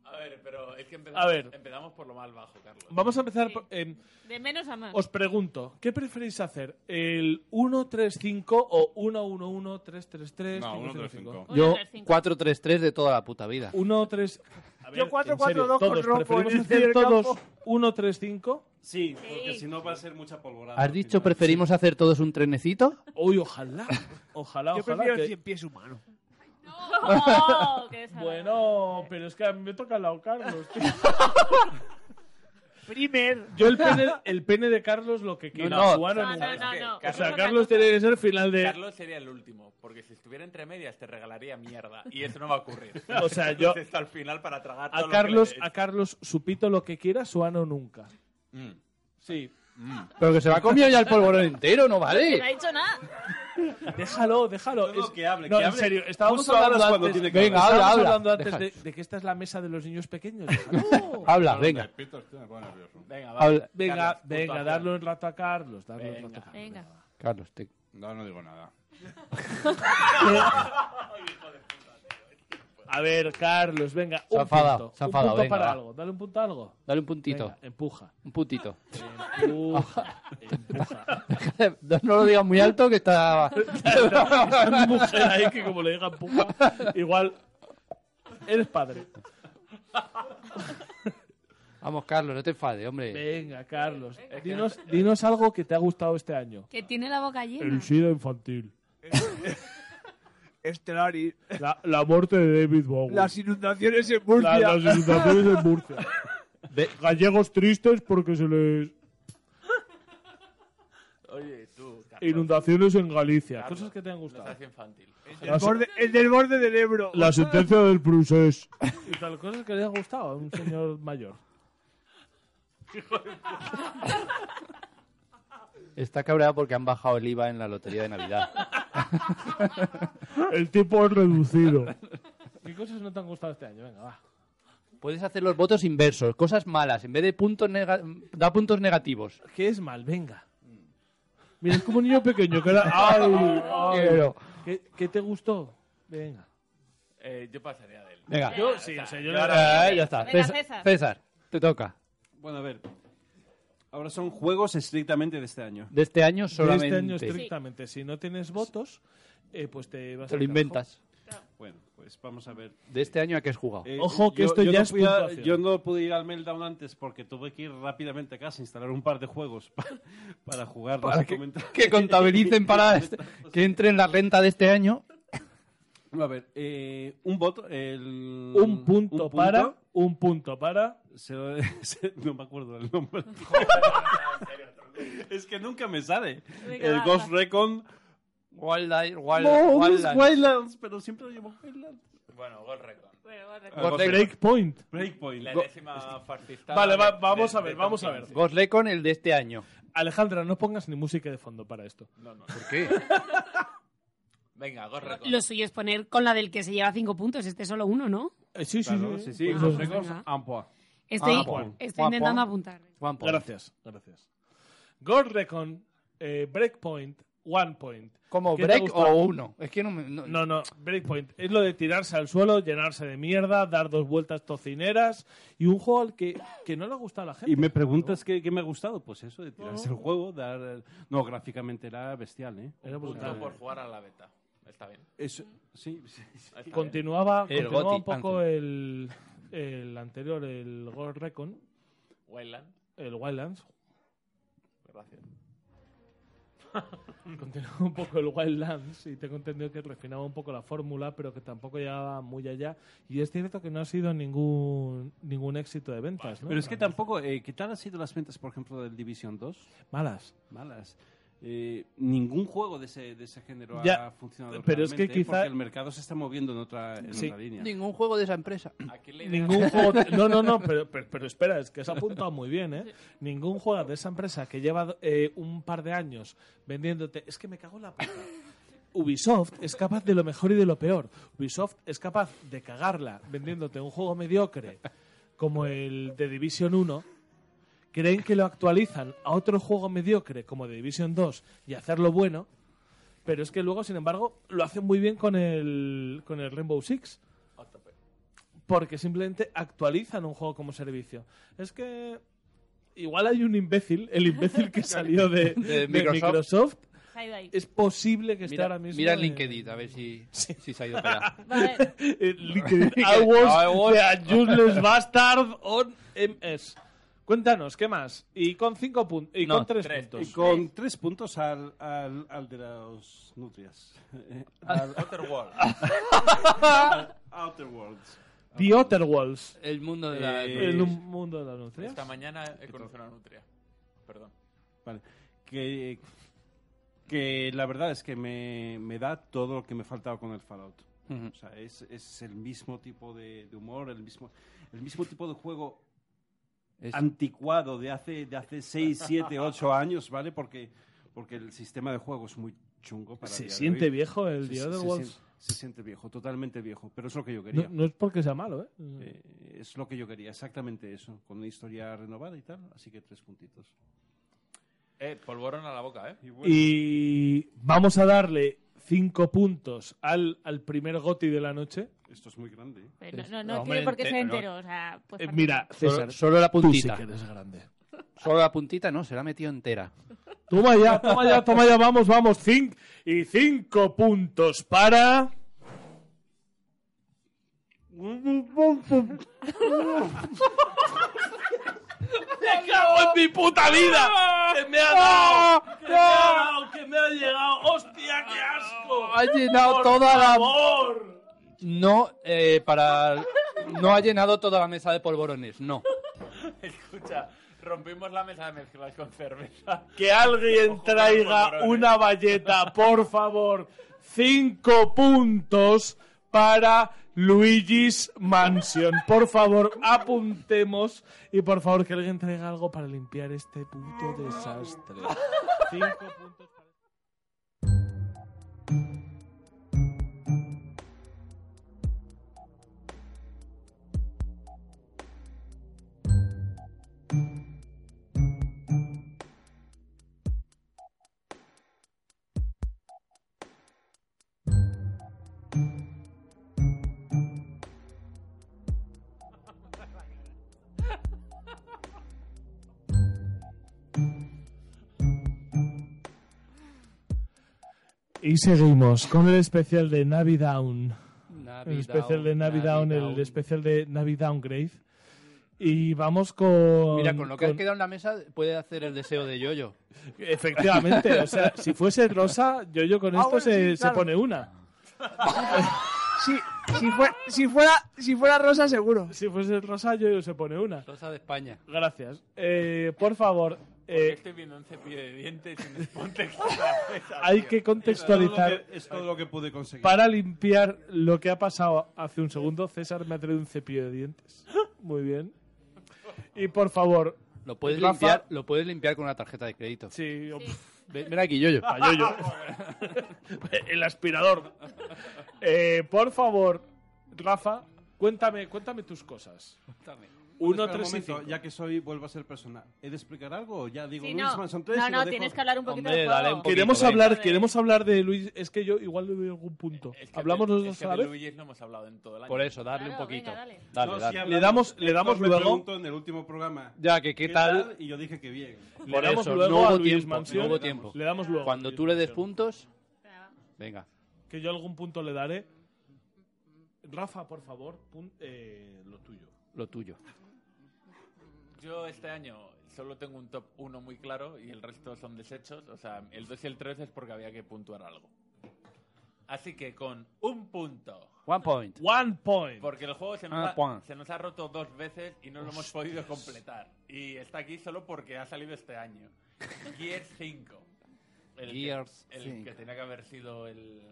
B: A ver, pero es que empezamos,
A: A ver.
B: empezamos por lo más bajo, Carlos.
A: Vamos a empezar. por- em,
F: De menos a
L: Ah.
F: más.
A: os pregunto, ¿qué preferís hacer? ¿El 135 o 111 333?
E: No,
A: 555?
E: 135. Yo 433 de toda la puta vida.
A: 1, 3.
L: Yo cuatro,
A: en
L: cuatro,
A: serio,
L: dos con
A: todos,
L: rojo
A: ¿Preferimos
L: en el
A: hacer
L: campo.
A: todos 1, 3, 5?
N: Sí, porque si no va a ser mucha polvorada.
E: ¿Has dicho preferimos hacer todos un trenecito?
A: Uy, ojalá. Ojalá,
L: Yo
A: ojalá.
L: prefiero el
A: que-
L: 100 pies humano.
F: ¡Oh, qué desagradable.
A: Bueno, pero es que a mí me toca el lado Carlos, tío.
L: Primer.
A: Yo el pene, el pene de Carlos lo que quiero.
E: no.
A: jugar en
F: No,
A: un-
F: no, no, no.
A: O sea, Carlos tiene que ser final de...
B: Carlos sería el último, porque si estuviera entre medias te regalaría mierda y eso no va a ocurrir.
A: O sea, yo-
B: Entonces, Está al final para tragar todo
A: A
B: lo que
A: Carlos,
B: le des.
A: a Carlos, supito lo que quiera, su ano nunca.
B: Mm.
E: Sí. Pero que se va a comido ya el polvorón entero, ¿no
F: No ha
E: vale?
F: dicho nada.
A: Déjalo, déjalo.
N: No,
A: Es-
N: que hable,
A: no,
N: que
A: en
N: hable.
A: serio, estábamos
N: Justo hablas
A: hablando
N: cuando
A: antes,
N: tiene que
E: Venga,
A: estábamos
E: habla, habla.
A: hablando antes
E: Deja-
A: de, de que esta es la mesa de los niños pequeños. Déjalo.
E: Habla, venga.
C: Pitos, tío, me pone nervioso.
B: Venga,
E: Habla.
B: Carlos,
A: Venga,
B: punto
A: venga,
B: a
A: darle un rato a Carlos. Darle un rato
B: Venga.
A: a Carlos.
F: Venga.
E: Carlos, te...
C: No, no digo nada.
A: A ver, Carlos, venga. Un
E: Se ha enfadado,
A: punto,
E: se ha enfadado,
A: un punto
E: venga,
A: para
E: va.
A: algo. Dale un punto a algo.
E: Dale un puntito.
A: Venga, empuja.
E: Un puntito.
A: Empuja. empuja.
E: no lo digas muy alto que está...
A: Está mi mujer ahí que como le diga empuja, igual eres padre.
E: Vamos, Carlos, no te enfades, hombre.
A: Venga, Carlos, dinos, dinos algo que te ha gustado este año.
H: Que tiene la boca llena.
A: El SIDA infantil.
L: Estelaris.
A: La, la muerte de David Bowie.
L: Las inundaciones en
A: La-
L: Murcia.
A: las inundaciones en Murcia. Gallegos tristes porque se les...
B: Oye, tú, Carlos,
A: Inundaciones en Galicia.
B: Carlos,
A: Cosas que te han
B: no
A: gustado.
B: seas infantil.
L: El, borde- el del borde del Ebro.
A: La sentencia del Prusés. Y tal, cosas que le han gustado a un señor mayor.
E: Está cabreado porque han bajado el IVA en la lotería de Navidad.
A: El tipo es reducido. ¿Qué cosas no te han gustado este año? Venga, va.
E: Puedes hacer los votos inversos, cosas malas. En vez de puntos nega- da puntos negativos.
A: ¿Qué es mal? Venga. Mira, es como un niño pequeño que era... ah. ¡Ay! ay.
E: Pero-
A: ¿Qué, qué te gustó? Venga.
B: Eh, yo pasaría de él.
E: Venga.
A: Yo sí, o sea, yo
B: Yo
A: la-
B: ahora-
E: Ah, ya está.
B: Venga,
E: César,
B: César.
E: César, te toca.
D: Bueno, a ver. Ahora son juegos estrictamente de este año.
E: De este año
A: De
E: solamente.
A: Este año estrictamente. Si no tienes votos, eh, pues te vas
E: Te
A: al carajo.
E: lo inventas.
D: Bueno, pues vamos a ver.
E: De este año a qué has jugado.
D: Eh,
A: Ojo, que
D: yo-
A: esto
D: yo
A: ya
D: no
A: es
D: fui a-
A: puntuación.
D: Yo no pude ir al Meltdown antes porque tuve que ir rápidamente a casa a instalar un par de juegos pa- para jugar.
E: Para que, que contabilicen para este- que entre en la renta de este año.
D: A ver, eh, un voto. el-
A: Un punto, para, un punto para.
D: Se lo- se- no me acuerdo del nombre. es que nunca me sale.
A: Venga,
D: el
A: va,
D: Ghost Recon.
E: Wildlife,
D: No,
E: Wildlands.
D: Wildlands, pero siempre lo llevo Wildlands.
B: Bueno, Gold Record.
D: Ah,
E: Ghost Recon.
A: Breakpoint.
D: Breakpoint.
B: La
E: Go-
B: décima fascista.
A: Este- Vale, va-
B: de-
A: vamos
B: de-
A: a ver,
B: de
A: vamos a
B: Tom
A: ver.
B: Clancy.
E: Ghost Recon, el de este año.
A: Alejandra, no pongas ni música de fondo para esto.
B: No, no.
E: ¿Por qué?
B: Venga, Ghost Recon.
H: Lo suyo es poner con la del que se lleva cinco puntos. Este solo uno, ¿no?
A: Eh, sí, sí,
D: Claro,
A: sí.
D: sí, sí,
A: Ah,
D: Ghost
A: pues
D: Recon,
H: venga.
D: Ampoa.
H: Estoy,
A: Ah, Juan.
H: estoy
A: Juan,
H: intentando
A: Juan.
H: apuntar.
A: Gracias, gracias. Ghost Recon, eh, Breakpoint, One Point.
E: ¿Como
A: ¿Qué te
E: break
A: gustó?
E: o uno? Es que no me. no-
A: No, no, Breakpoint. Es lo de tirarse al suelo, llenarse de mierda, dar dos vueltas tocineras y un juego al que, que no le ha gustado a la gente.
D: Y me preguntas qué, qué me ha gustado. Pues eso, de tirarse
A: Ajá.
D: el juego, dar. el- No, gráficamente era bestial, ¿eh?
A: Era
B: Punto
A: brutal.
B: por jugar a la beta. Está bien.
D: Eso, sí, sí, sí.
B: Está bien.
A: Continuaba,
E: El
A: continuaba
E: Gothic
A: un poco el, el anterior, el Ghost Recon,
B: Wildland.
A: el Wildlands.
B: Gracias.
A: Continuaba un poco el Wildlands y tengo entendido que refinaba un poco la fórmula, pero que tampoco llegaba muy allá. Y es cierto que no ha sido ningún, ningún éxito de ventas. ¿no?
D: Pero es que tampoco, eh, ¿qué tal han sido las ventas, por ejemplo, del Division 2?
A: Malas.
D: Malas. Eh, ningún juego de ese, de ese género
A: Ya,
D: ha funcionado
A: pero es que
D: realmente, ¿eh?
A: quizá-
D: Porque el mercado se está moviendo en otra, en
A: Sí.
D: otra línea.
E: Ningún juego de esa empresa.
A: Ningún juego. No, no, no, pero, pero, pero espera, es que se ha apuntado muy bien, ¿eh? Ningún juego de esa empresa que lleva eh, un par de años vendiéndote. Es que me cago en la puta. Ubisoft es capaz de lo mejor y de lo peor. Ubisoft es capaz de cagarla vendiéndote un juego mediocre como el de Division 1. Creen que lo actualizan a otro juego mediocre como The Division 2 y hacerlo bueno. Pero es que luego, sin embargo, lo hacen muy bien con el, con el Rainbow Six porque simplemente actualizan un juego como servicio. Es que igual hay un imbécil, el imbécil que salió de, de
E: De Microsoft.
A: Microsoft.
F: Se ha ido ahí.
A: Es posible que esté
E: Mira,
A: ahora mismo.
E: mira en
A: en-
E: LinkedIn, a ver si, si se ha ido para allá.
A: en LinkedIn. I was, the useless bastard on MS. Cuéntanos, ¿qué más? Y con cinco puntos. Y
D: No,
A: con tres,
D: tres,
A: puntos.
D: y con tres puntos al, al, al de los nutrias. Eh, al-
B: Outer Worlds.
D: Outer Worlds.
A: Ah, The Outer Worlds.
E: El mundo de la.
D: Eh,
A: En un mundo de las nutrias.
B: Esta mañana he conocido una nutria. Perdón.
D: Vale. Que, que la verdad es que me, me da todo lo que me faltaba con el Fallout.
E: Ujú.
D: O sea, es, es el mismo tipo de, de humor, el mismo, el mismo tipo de juego
E: Es-
D: anticuado de hace, de hace 6, 7, 8 años, ¿vale? Porque, porque el sistema de juego es muy chungo. Para
A: ¿Se
D: el día de
A: siente
D: hoy.
A: viejo el
D: Se-
A: The
D: se-
A: Outer
D: se
A: Worlds?
D: sien- Se siente viejo, totalmente viejo, pero es lo que yo
A: No,
D: quería.
A: no es porque sea malo, ¿eh?
D: Eh, es lo que yo quería, exactamente eso, con una historia renovada y tal, así que tres puntitos.
B: Eh, polvorón a la boca, ¿eh?
A: Y vamos a darle cinco puntos al, al primer goti de la noche.
D: Esto es muy grande. ¿eh?
F: Pero no, no, no
E: Hombre,
F: tiene por qué ser
E: entero.
F: entero. O sea, pues
A: Eh,
F: parte-
A: mira, César,
E: Solo, solo la
A: tú sí
E: puntita.
A: que eres grande.
E: Solo la puntita no, se la ha metido entera.
A: Toma ya, toma ya, toma ya, vamos, vamos. Cinc y cinco puntos para. ¡Me cago en mi puta vida! ¡Que me ha dado! ¡Que me ha dado! ¡Que me ha llegado! ¡Hostia, qué asco!
E: Ha llenado
A: ¡Por
E: toda la-
A: favor!
E: No, eh, para. No ha llenado toda la mesa de polvorones, no.
B: Escucha, rompimos la mesa de mezclas con cerveza.
A: Que alguien traiga una valleta, por favor. Cinco puntos para Luigi's Mansion. Por favor, apuntemos y por favor que alguien traiga algo para limpiar este puto desastre. Cinco puntos. Y seguimos con el especial de Navidown.
E: Navi
A: El especial de
E: Down,
A: Navidown,
E: Navi
A: el
E: Down.
A: especial de Navidown Grave. Y vamos con.
E: Mira, con lo que
A: con-
E: has quedado en la mesa, puede hacer el deseo de Yoyo.
A: Efectivamente, o sea, si fuese rosa, yo, yo con
E: Ah,
A: esto
E: bueno,
A: se,
E: sí,
A: se
E: claro.
A: pone una.
L: Sí, si, fue- si fuera, si fuera rosa, seguro.
A: Si fuese rosa, yo, yo se pone una.
E: Rosa de España.
A: Gracias. Eh, por favor,
B: Porque
A: eh,
B: estoy viendo un cepillo de dientes sin esponte en la mesa,
A: hay
B: tío.
A: que contextualizar.
N: Es todo lo que pude conseguir.
A: Para limpiar lo que ha pasado hace un segundo, César me ha traído un cepillo de dientes. Muy bien. Y por favor.
E: Lo puedes,
A: Rafa-
E: limpiar, lo puedes limpiar con una tarjeta de crédito.
A: Sí.
E: Ven, ven aquí, Yoyo.
A: Pa' yo, yo. El aspirador. Eh, por favor, Rafa, cuéntame, cuéntame tus cosas.
N: Espera
A: Uno,
N: un
A: tres y
N: momento,
A: cinco.
N: Ya que soy, vuelvo a ser personal. ¿He de explicar algo? o Ya digo,
H: Sí,
N: Luis
H: no.
N: Manson 3
H: No,
N: y lo
H: no,
N: dejo?
H: tienes que hablar un poquito
E: Hombre,
H: del juego.
E: dale un poquito,
A: Queremos
E: venga.
A: hablar, queremos hablar de Luis. Es que yo igual le doy algún punto. Hablamos los
B: ¿eh? Es
A: dos
B: que
A: a la
B: de
A: vez.
B: Luis no hemos hablado en todo el año.
E: Por eso, darle
H: Claro,
E: un poquito.
H: venga, dale.
E: Dale,
N: No, sí
E: dale.
N: hablamos.
A: Le damos- le damos
N: Héctor me
A: luego-
N: preguntó en el último programa.
E: Ya, que qué tal.
N: Y yo dije que bien.
A: Le
E: Por
A: damos
E: eso,
A: luego
E: no
A: a
E: hubo
A: Luis
E: tiempo.
A: Mansión.
E: no hubo
A: Le damos-
E: tiempo.
A: le damos luego a
E: Cuando
A: Luis
E: tú le des
A: Mansión.
E: puntos. Venga.
A: Que yo algún punto le daré. Rafa, por favor, pun- eh, lo tuyo.
E: Lo tuyo.
B: Yo este año solo tengo un top 1 muy claro y el resto son desechos. O sea, el 2 y el 3 es porque había que puntuar algo. Así que con un punto.
E: One point.
A: One point.
B: Porque el juego se
E: Ah,
B: nos, ha,
E: point.
B: se nos ha roto dos veces y no lo hemos podido completar. Y está aquí solo porque ha salido este año. Gears 5. El,
E: Gears
B: que, el
E: 5.
B: que tenía que haber sido el...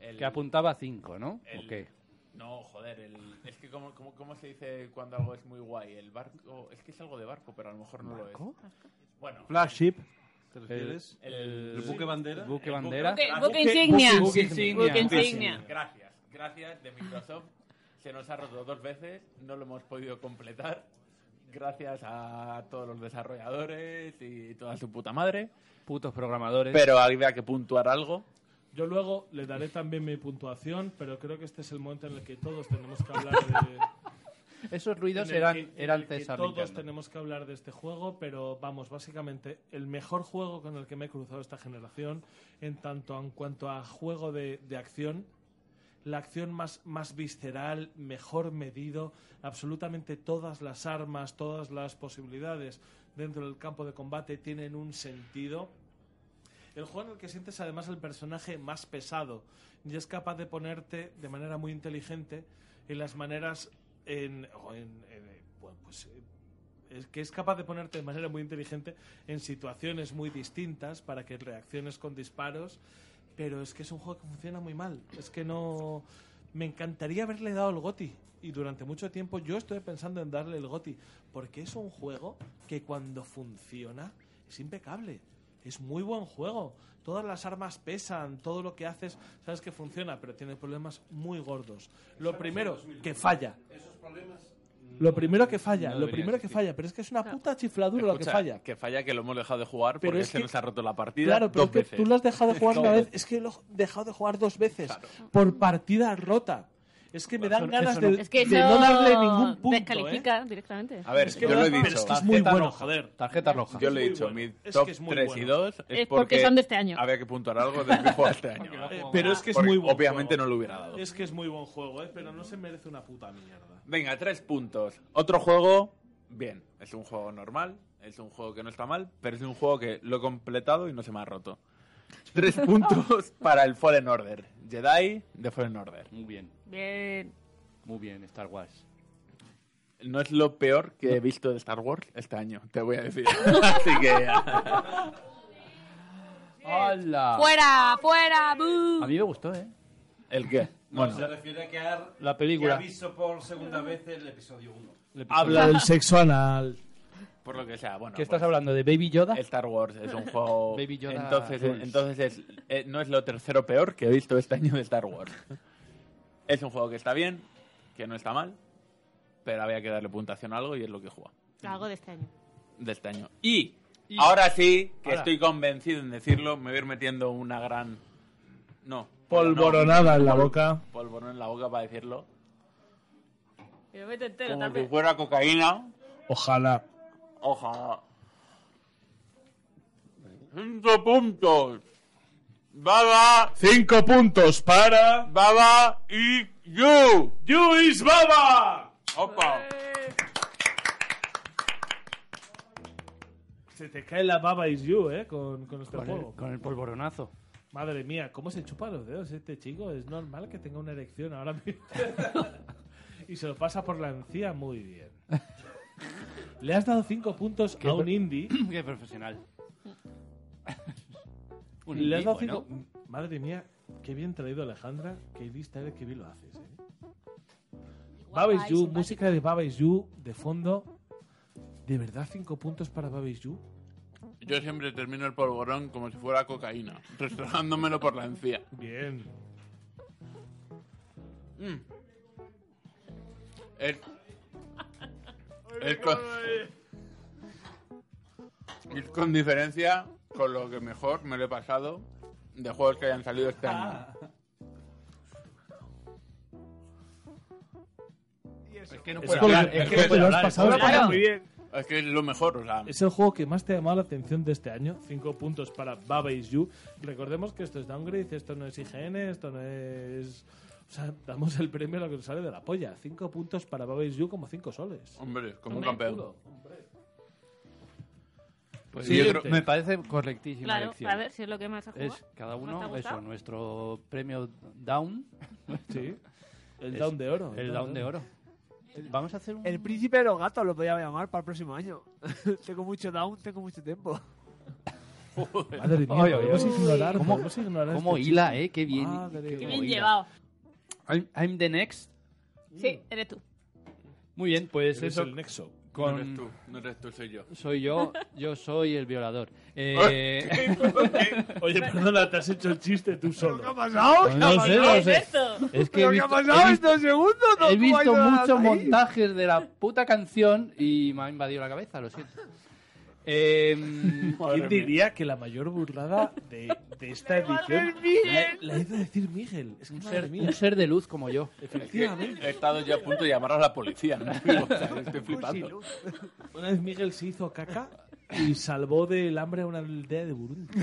B: el-
E: Que apuntaba a 5, ¿no?
B: el-
E: ¿O qué?
B: No, joder, el- es que como, como- ¿cómo se dice cuando algo es muy guay? El barco, es que es algo de barco, pero a lo mejor no
N: ¿Barco?
B: lo es. Bueno,
N: Flagship. ¿Te refieres?
E: refieres?
B: el,
N: ¿El buque bandera?
E: El buque
B: el
E: bandera.
B: buque-
F: Buque- buque insignia.
E: Buque
F: Buque
E: insignia.
F: insignia.
B: Gracias, gracias de Microsoft. Se nos ha roto dos veces, no lo hemos podido completar. Gracias a todos los desarrolladores y toda su puta madre.
E: Putos programadores.
B: Pero había que puntuar algo.
A: Yo luego le daré también mi puntuación, pero creo que este es el momento en el que todos tenemos que hablar de.
E: Esos ruidos
A: en el
E: eran,
A: que- en
E: eran
A: el que
E: César
A: Todos
E: limpiando.
A: tenemos que hablar de este juego, pero vamos, básicamente el mejor juego con el que me he cruzado esta generación, en tanto en cuanto a juego de, de acción, la acción más, más visceral, mejor medido, absolutamente todas las armas, todas las posibilidades dentro del campo de combate tienen un sentido. El juego en el que sientes además el personaje más pesado y es capaz de ponerte de manera muy inteligente en las maneras en, o en- en, eh, bueno, pues eh, es que es capaz de ponerte de manera muy inteligente en situaciones muy distintas para que reacciones con disparos, pero es que es un juego que funciona muy mal. Es que no me encantaría haberle dado el GOTI y durante mucho tiempo yo estoy pensando en darle el GOTI porque es un juego que cuando funciona es impecable. Es muy buen juego. Todas las armas pesan, todo lo que haces, sabes que funciona, pero tiene problemas muy gordos. Lo primero, que falla. Lo primero que falla,
B: No
A: lo
B: debería
A: primero que
B: existir.
A: falla, pero es que es una puta chifladura lo que
B: Escucha,
A: falla.
B: Que falla que lo hemos dejado de jugar
A: Pero
B: porque
A: es
B: se
A: que-
B: nos ha roto la partida
A: Claro, pero
B: dos
A: es que
B: veces.
A: tú lo has dejado de jugar una
B: No.
A: vez, es que lo he dejado de jugar dos veces por partida rota. Es que me dan
E: Eso-
A: ganas
E: eso no.
A: de,
F: Es que
A: de
F: eso
A: no darle ningún punto. ¿eh?
F: Descalifica directamente.
B: A ver,
A: Es que
B: yo
A: no
B: lo he
A: es-
B: dicho.
A: pero es que es muy
E: Tarjeta
A: bueno,
E: roja.
A: joder.
E: Tarjeta roja.
B: Yo le he
A: muy
B: dicho,
A: bueno.
B: mi
A: Es
B: top
A: que es muy
B: 3 y
A: bueno.
B: 2 es,
F: Es porque son de este año.
B: Había que puntuar algo de que juego este año.
A: Eh, pero es que es
B: Porque
A: muy buen
B: Obviamente
A: juego.
B: no lo hubiera dado.
A: Es que es muy buen juego, ¿eh? pero no se merece una puta mierda.
B: Venga, tres puntos. Otro juego, bien. Es un juego normal, es un juego que no está mal, pero es un juego que lo he completado y no se me ha roto. Tres puntos para el Fallen Order. Jedi de Fallen Order.
E: Muy bien,
F: Bien.
E: muy bien, Star Wars.
B: No es lo peor que he visto de Star Wars este año, te voy a decir. Así que... Ah.
E: ¡Hala!
H: Fuera, fuera, bu.
E: A mí me gustó, ¿eh?
B: ¿El qué? Bueno,
N: Se refiere a que ha
E: La
N: que ha
E: película.
N: visto por segunda vez el episodio 1.
E: El episodio.
A: Habla del sexo anal.
B: por lo que sea, bueno.
E: ¿Qué estás
B: pues,
E: hablando? ¿De Baby Yoda?
B: Star Wars es un juego.
E: Baby Yoda
B: entonces,
E: rules.
B: entonces es- eh, no es lo tercero peor que he visto este año de Star Wars. es un juego que está bien, que no está mal, pero había que darle puntuación a algo y es lo que juega
F: Algo de este año.
B: de este año. Y, ahora sí, que estoy convencido en decirlo, me voy a ir metiendo una gran. No.
A: Polvoronada en la
B: pol-
A: boca.
B: Polvorón en la boca para decirlo.
F: Pero vete entero
B: Como si
F: también.
B: fuera cocaína.
A: Ojalá.
B: Ojalá. ¡Cinco puntos! Baba.
A: Cinco puntos para.
B: Baba y You.
A: You is Baba.
B: Opa.
A: Se te cae la Baba is You, ¿eh? Con, con este
E: Con el-
A: juego.
E: con el polvoronazo.
A: Madre mía, ¿cómo se chupa los dedos este chico? Es normal que tenga una erección ahora mismo. y se lo pasa por la encía muy bien. Le has dado cinco puntos a un indie.
E: Qué profesional.
A: Eh.
E: Un
A: Le has
E: indie,
A: dado
E: bueno.
A: cinco- Madre mía, qué bien traído Alejandra. Qué lista eres, qué bien lo haces. ¿eh? Baba Is
M: guapa y
A: You,
M: simpática.
A: música de Baba Is You, de fondo. ¿De verdad cinco puntos para Baba Is You?
B: Yo siempre termino el polvorón como si fuera cocaína, restregándomelo por la encía.
A: Bien.
B: Mm. El, el con, el con diferencia con lo que mejor me lo he pasado de juegos que hayan salido este año. Es que no
A: Es
B: puede
A: porque-
B: hablar,
A: es
B: es
A: que
B: que no
A: te
B: puede
A: lo has
B: hablar,
A: pasado
B: es que-
A: claro.
B: muy bien. Es que es lo mejor, o sea.
A: Es el juego que más te ha llamado la atención de este año. Cinco puntos para Baba Is You. Recordemos que esto es Downgrade, esto no es IGN, esto no es... O sea, damos el premio a lo que nos sale de la polla. Cinco puntos para Baba Is You como cinco soles.
B: Hombre, como un
A: Hombre,
B: campeón.
A: culo.
E: Pues
A: Sí,
E: yo
A: yo
E: creo-
A: te-
E: me parece correctísima
F: Claro,
E: elección.
F: a ver, si es lo que más ha jugado.
E: Es cada
F: ¿Más te ha
E: uno,
F: gustado?
E: eso, nuestro premio down.
A: Sí. El
E: Es
A: down de oro.
E: El down de oro. Vamos a hacer un...
L: El príncipe de los gatos lo podía llamar para el próximo año. tengo mucho down, tengo mucho tiempo.
A: Madre mía,
E: Oye, oye,
A: podemos
E: oye.
A: ignorar,
E: ¿Cómo,
A: podemos ignorar a
E: cómo
A: este
E: hila,
A: chico.
E: eh? Qué bien.
A: Madre
E: qué
A: mía.
E: cómo hila.
H: llevado.
E: I'm, I'm the next.
H: Sí, eres tú.
E: Muy bien, pues
A: Eres
E: eso.
A: el nexo.
E: Con...
B: No eres tú, no eres tú, soy yo.
E: Soy yo, yo soy el violador.
L: Ah,
E: Eh...
A: Oye, perdona, te has hecho el chiste tú solo.
L: ¿Qué ha pasado? ¿Qué ha
E: Pues No sé,
L: pasado?
E: no sé. Es que he
L: ¿Pero
E: visto,
L: qué ha pasado
E: he visto-
L: estos segundos? ¿No?
E: he
L: ¿Cómo ha
E: visto
L: ido
E: muchos
L: ahí?
E: montajes de la puta canción y me ha invadido la cabeza, lo siento. Eh,
A: ¿Quién diría que la mayor burlada de, de esta edición la, la he ido a decir Miguel? Es que
E: un
A: madre
E: ser,
A: mía.
E: un ser de luz como yo.
B: Es que he estado ya a punto de llamar a la policía. ¿no? O sea, estoy flipando.
A: Una vez Miguel se hizo caca y salvó del hambre a una aldea de Burundi.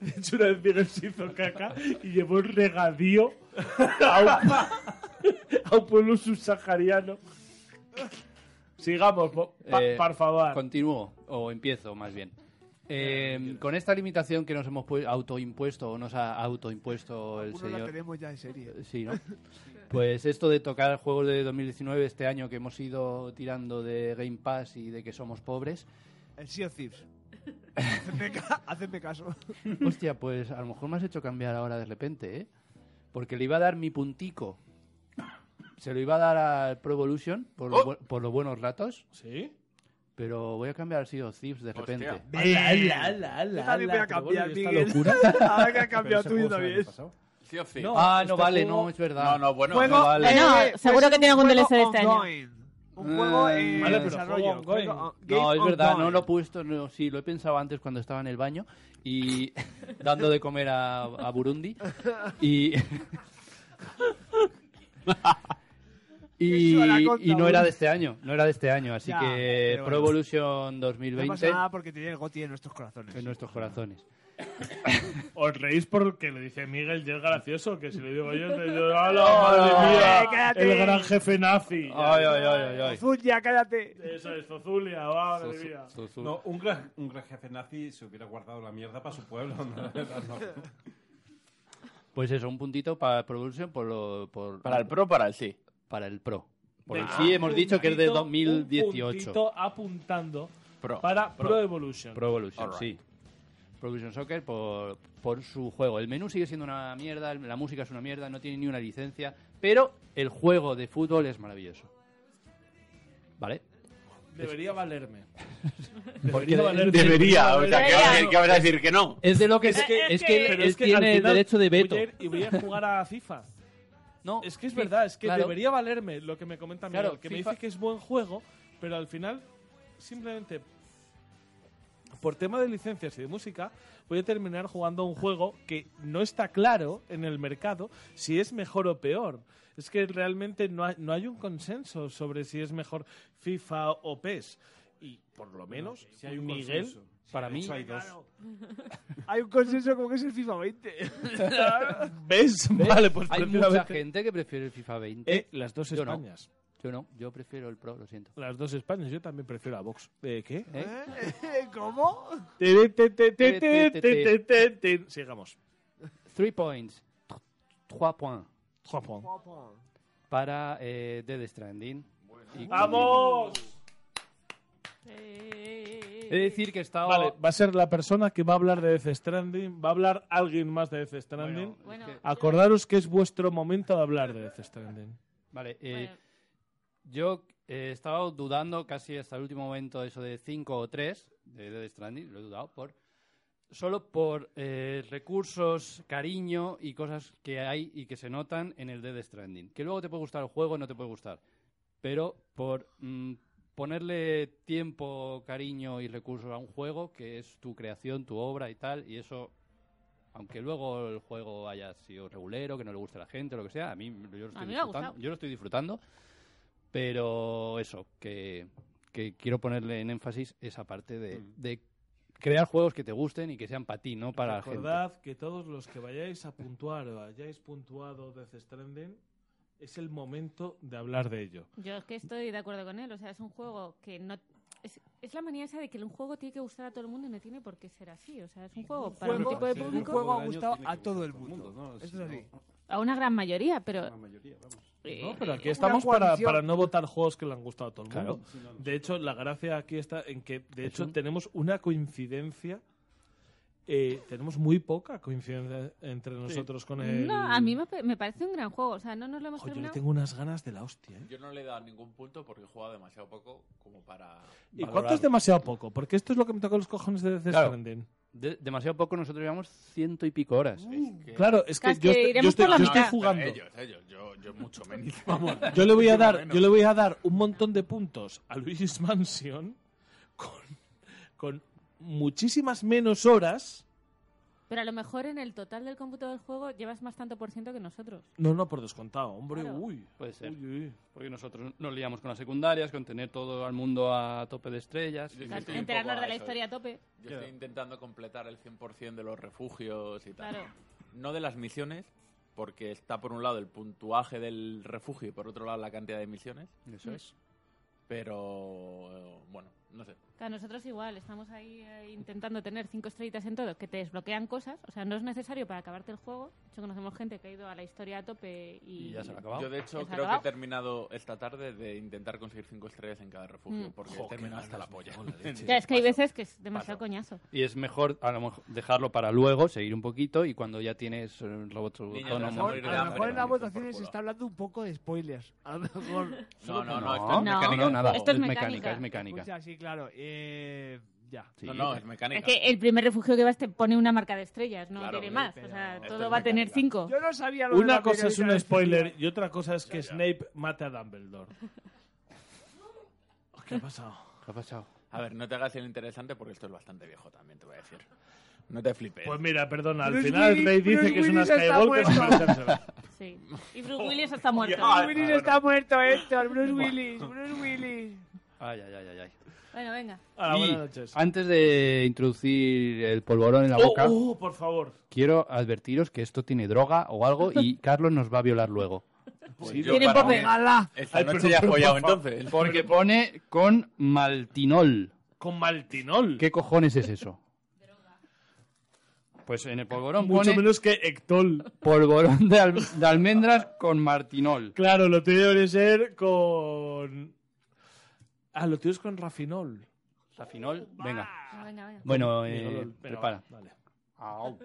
A: De hecho, una vez Miguel se hizo caca y llevó un regadío a un, a un pueblo subsahariano. Sigamos, po- pa-
E: Eh,
A: por favor.
E: Continúo, o empiezo más bien. Eh, con esta limitación que nos hemos pu- autoimpuesto o nos ha autoimpuesto el
L: Uno la
E: señor. Eh,
L: tenemos ya en serie.
E: Sí, ¿no? Pues esto de tocar juegos de 2019 este año que hemos ido tirando de Game Pass y de que somos pobres.
L: El Sea of Thieves. Hacedme, ca- hacedme caso.
E: Hostia, pues a lo mejor me has hecho cambiar ahora de repente, ¿eh? Porque le iba a dar mi puntico. Se lo iba a dar al Pro Evolution por,
L: ¡Oh!
E: lo bu- por los buenos ratos.
A: Sí.
E: Pero voy a cambiar al Sea of Thieves de repente.
A: Ala, ala, ala, ala,
L: Yo también voy a
A: pero bueno,
L: cambiar,
A: ¿y esta
L: Miguel.
A: locura?
L: Ahora que ha cambiado
A: ese
L: tú,
A: juego
L: yo
A: sale
L: también.
A: el año pasado.
B: Sí o sí.
A: No,
E: ah,
A: este
E: no vale,
A: juego-
E: no, es verdad.
B: No, no, bueno.
L: Juego-
E: no vale.
L: eh,
F: Bueno,
L: eh, pues
F: seguro que
L: es
F: tiene
L: un
F: algún
L: juego
F: DLC este año.
L: ongoing. Un juego
B: Ah,
L: en
A: Vale, pero
L: desarrollo.
A: juego ongoing.
L: Juego on-
E: No,
L: game
E: es verdad,
L: ongoing.
E: no lo he puesto, no, sí, lo he pensado antes cuando estaba en el baño y dando de comer a, a Burundi. Y, y,
L: Eso la conta,
E: y no era
L: Burundi.
E: de este año, no era de este año, así
L: Ya,
E: que
L: pero
E: Pro
L: bueno.
E: Evolution
L: No
E: 2020
L: pasa nada pues porque tiene el goti en nuestros corazones.
E: en nuestros corazones.
A: Os reís porque lo dice Miguel y es gracioso, que si lo digo yo, te digo, ¡Hala, madre
L: Eh,
A: mía!
L: cállate.
A: El gran jefe nazi.
E: Ay, ay, ay, ay, ay.
L: Zuya, cállate.
A: Eso es, Zozulia, madre
E: Su-
A: mía.
E: su- su-
N: No, un gran, un gran jefe nazi se hubiera guardado la mierda para su pueblo. ¿no? No.
E: Pues eso, un puntito para Pro Evolution por lo- por-
B: Para el pro, para el sí.
E: para el Pro. Por el
A: Venga,
E: sí hemos dicho que es de
A: puntito,
E: 2018.
A: Un puntito apuntando
B: Pro.
A: para Pro,
E: Pro.
A: Evolution.
E: Pro Evolution,
B: Alright.
E: sí. Pro Evolution Soccer por, por su juego. El menú sigue siendo una mierda, el- la música es una mierda, no tiene ni una licencia, pero el juego de fútbol es maravilloso. ¿Vale?
A: Debería valerme.
E: Porque
A: Debería valerme.
B: Debería, o sea,
A: Debería.
B: que, que vas a decir que no.
E: es de lo que es, es que
A: Pero
E: él
A: es que al
E: tiene el
A: final
E: derecho de veto.
A: voy a ir y voy a jugar a FIFA.
E: No,
A: Es que es
E: fi-
A: verdad, es que
E: claro,
A: debería valerme lo que me comenta Miguel,
E: Claro,
A: que me
E: FIFA
A: dice que es buen juego, pero al final, simplemente por tema de licencias y de música, voy a terminar jugando a un juego que no está claro en el mercado si es mejor o peor. Es que realmente no hay, no hay un consenso sobre si es mejor FIFA o PES. Y por lo menos
N: Sí hay un
A: Miguel
N: consenso.
E: Para mí.
L: hay un consenso como que es el FIFA 20.
A: ¿Ves? Vale, pues
E: Hay mucha
A: precisamente-
E: gente que prefiere el FIFA 20.
A: Eh, las dos
E: Yo no.
A: Españas.
E: Yo no, yo prefiero el Pro, lo siento.
A: Las dos Españas, yo también prefiero a Vox. ¿Eh, ¿Qué?
L: ¿Cómo?
A: Te- te- te- te- te- te- te- te- Sigamos.
E: Three points. Tr- Trois points.
A: Trois points.
E: Para eh, Dead Stranding. Y- He de decir que está
A: Vale, va a ser la persona que va a hablar de Death Stranding. Va a hablar alguien más de Death Stranding.
E: Bueno, es que-
A: Acordaros que es vuestro momento de hablar de Death Stranding.
E: Vale, eh, yo eh, estaba dudando casi hasta el último momento eso de 5 o 3 de Dead Stranding, lo he dudado por solo por eh, recursos, cariño y cosas que hay y que se notan en el Dead Stranding. Que luego te puede gustar el juego, no te puede gustar, pero por mm, ponerle tiempo, cariño y recursos a un juego que es tu creación, tu obra y tal, y eso aunque luego el juego haya sido regulero, que no le guste a la gente, lo que sea, a mí yo lo estoy
K: mí me ha
E: disfrutando.
K: gustado.
E: Yo lo estoy disfrutando, pero eso, que, que quiero ponerle en énfasis esa parte de, de crear juegos que te gusten y que sean para ti, no para la gente.
A: Recordad que todos los que vayáis a puntuar o hayáis puntuado Death Stranding, es el momento de hablar de ello.
F: Yo es que estoy de acuerdo con él. O sea, es un juego que no. Es, es la manía esa de que un juego tiene que gustar a todo el mundo y no tiene por qué ser así. O sea, es un juego para un
L: juego-
F: tipo de
L: sí, un
F: público.
L: juego ha
F: a,
L: gustado a todo el mundo. Esto es así.
F: una gran mayoría, pero. eh,
A: No, pero aquí
F: Una
A: estamos para,
F: coalición.
A: para no votar juegos que le han gustado a todo el
E: Claro.
A: mundo. De hecho, la gracia aquí está en que, de
E: Es
A: hecho,
E: un-
A: tenemos una coincidencia. eh, tenemos muy poca coincidencia entre nosotros con el.
F: No, a mí me, pa- me parece un gran juego. O sea, no nos lo hemos
A: Jo, yo le
F: terminado.
A: tengo unas ganas de la hostia. ¿eh?
B: Yo no le he dado ningún punto porque he jugado demasiado poco como para.
A: ¿Y cuánto es demasiado poco? Porque esto es lo que me toca los cojones de este Death
E: Claro.
A: Stranding.
E: De- demasiado poco, nosotros llevamos ciento y pico horas.
A: Uh. Claro, es que
F: Casi
A: yo, estoy, yo,
F: iremos
A: estoy,
F: por la
A: yo estoy
F: mitad.
A: jugando.
B: Ellos, ellos, yo, yo mucho menos. Vamos.
A: Yo le voy a dar, yo le voy a dar un montón de puntos a Luigi's Mansion con, con muchísimas menos horas.
F: Pero a lo mejor en el total del cómputo del juego llevas más tanto por ciento que nosotros.
A: No, no, por descontado, hombre,
F: Claro.
A: uy.
E: Puede ser.
A: Uy, uy.
E: Porque nosotros nos liamos con las secundarias, con tener todo al mundo a tope de estrellas.
B: Yo
E: y-
B: sí estoy un
F: Enterarnos
B: poco
F: de la
B: eso,
F: historia
B: ¿eh?
F: a tope.
B: Yo estoy intentando completar el 100% de los refugios y tal.
F: Claro.
B: No de las misiones, porque está por un lado el puntuaje del refugio y por otro lado la cantidad de misiones.
E: Eso
F: Mm.
E: es.
B: Pero, eh, bueno, no sé.
F: Que a nosotros igual, estamos ahí eh, intentando tener cinco estrellitas en todo, que te desbloquean cosas. O sea, no es necesario para acabarte el juego. De hecho, conocemos gente que ha ido a la historia a tope
E: Y
F: y...
E: ya se lo ha acabado.
B: Yo, de hecho,
F: Ya se
B: creo
F: ha
B: que he
F: acabado.
B: terminado esta tarde de intentar conseguir cinco estrellas en cada refugio,
F: Mm.
B: porque
F: Jo,
B: he terminado hasta la polla.
F: Ya, es que hay veces que es demasiado coñazo.
E: Y es mejor a lo mejor dejarlo para luego, seguir un poquito y cuando ya tienes eh, robots
B: Niños,
L: A lo
E: autónomos.
L: mejor,
E: y
L: a
E: tal.
L: lo mejor en las votaciones se está hablando un poco de spoilers. A lo mejor.
B: No, no, no, esto es
E: No, no,
B: mecánica.
E: no, nada.
F: Esto es
E: es
F: mecánica.
E: mecánica, es mecánica.
L: Escucha, sí, claro. Eh, ya.
E: Sí.
B: No, no, es mecánica.
F: Es que el primer refugio que vas te pone una marca de estrellas, no
B: Claro,
F: tiene más. O sea,
B: pero-
F: todo va a tener cinco.
L: Yo no sabía lo de
A: Una
L: la
A: cosa es
L: mecánica
A: un
L: de
A: spoiler
L: Cecilia.
A: y otra cosa es que Snape mate a Dumbledore. ¿Qué ha pasado?
E: ¿Qué ha pasado?
B: A ver, no te hagas el interesante porque esto es bastante viejo también, te voy a decir. No te flipes.
A: Pues mira, perdona, al
L: Bruce
A: final el
L: Willis-
A: Rey dice
L: Bruce
A: que es una
L: Willis está
A: Skywalker sin
L: muerto.
A: metérsela.
F: Sí. Y Bruce Willis está muerto.
L: Bruce Willis está muerto, Héctor. Bruce Willis. Bruce Willis.
E: Ay, ay, ay, ay, ay.
F: Bueno, venga.
A: Hola,
E: Y
A: buenas noches.
E: antes de introducir el polvorón en la
A: Oh,
E: boca,
A: oh, por favor.
E: quiero advertiros que esto tiene droga o algo y Carlos nos va a violar luego.
B: Sí, Pues yo
F: Tienen
B: para
F: papel.
B: mí-
L: ¡Hala!
B: Esta
A: Ay,
B: noche
A: pero-
B: ya he
A: pero,
B: follado
A: por favor.
B: entonces.
E: Porque pone con maltinol.
A: Con Maltinol.
E: ¿Qué cojones es eso? Pues en el polvorón
A: Mucho
E: pone
A: menos que Ectol.
E: polvorón de, al- de almendras con martinol.
A: Claro, lo tuyo debe ser con. Ah, lo tuyo es con Rafinol.
E: Rafinol, venga.
F: Ah, venga, venga.
A: Digo,
E: Bueno, eh,
A: lo- pero
E: prepara.
A: vale.
E: Au.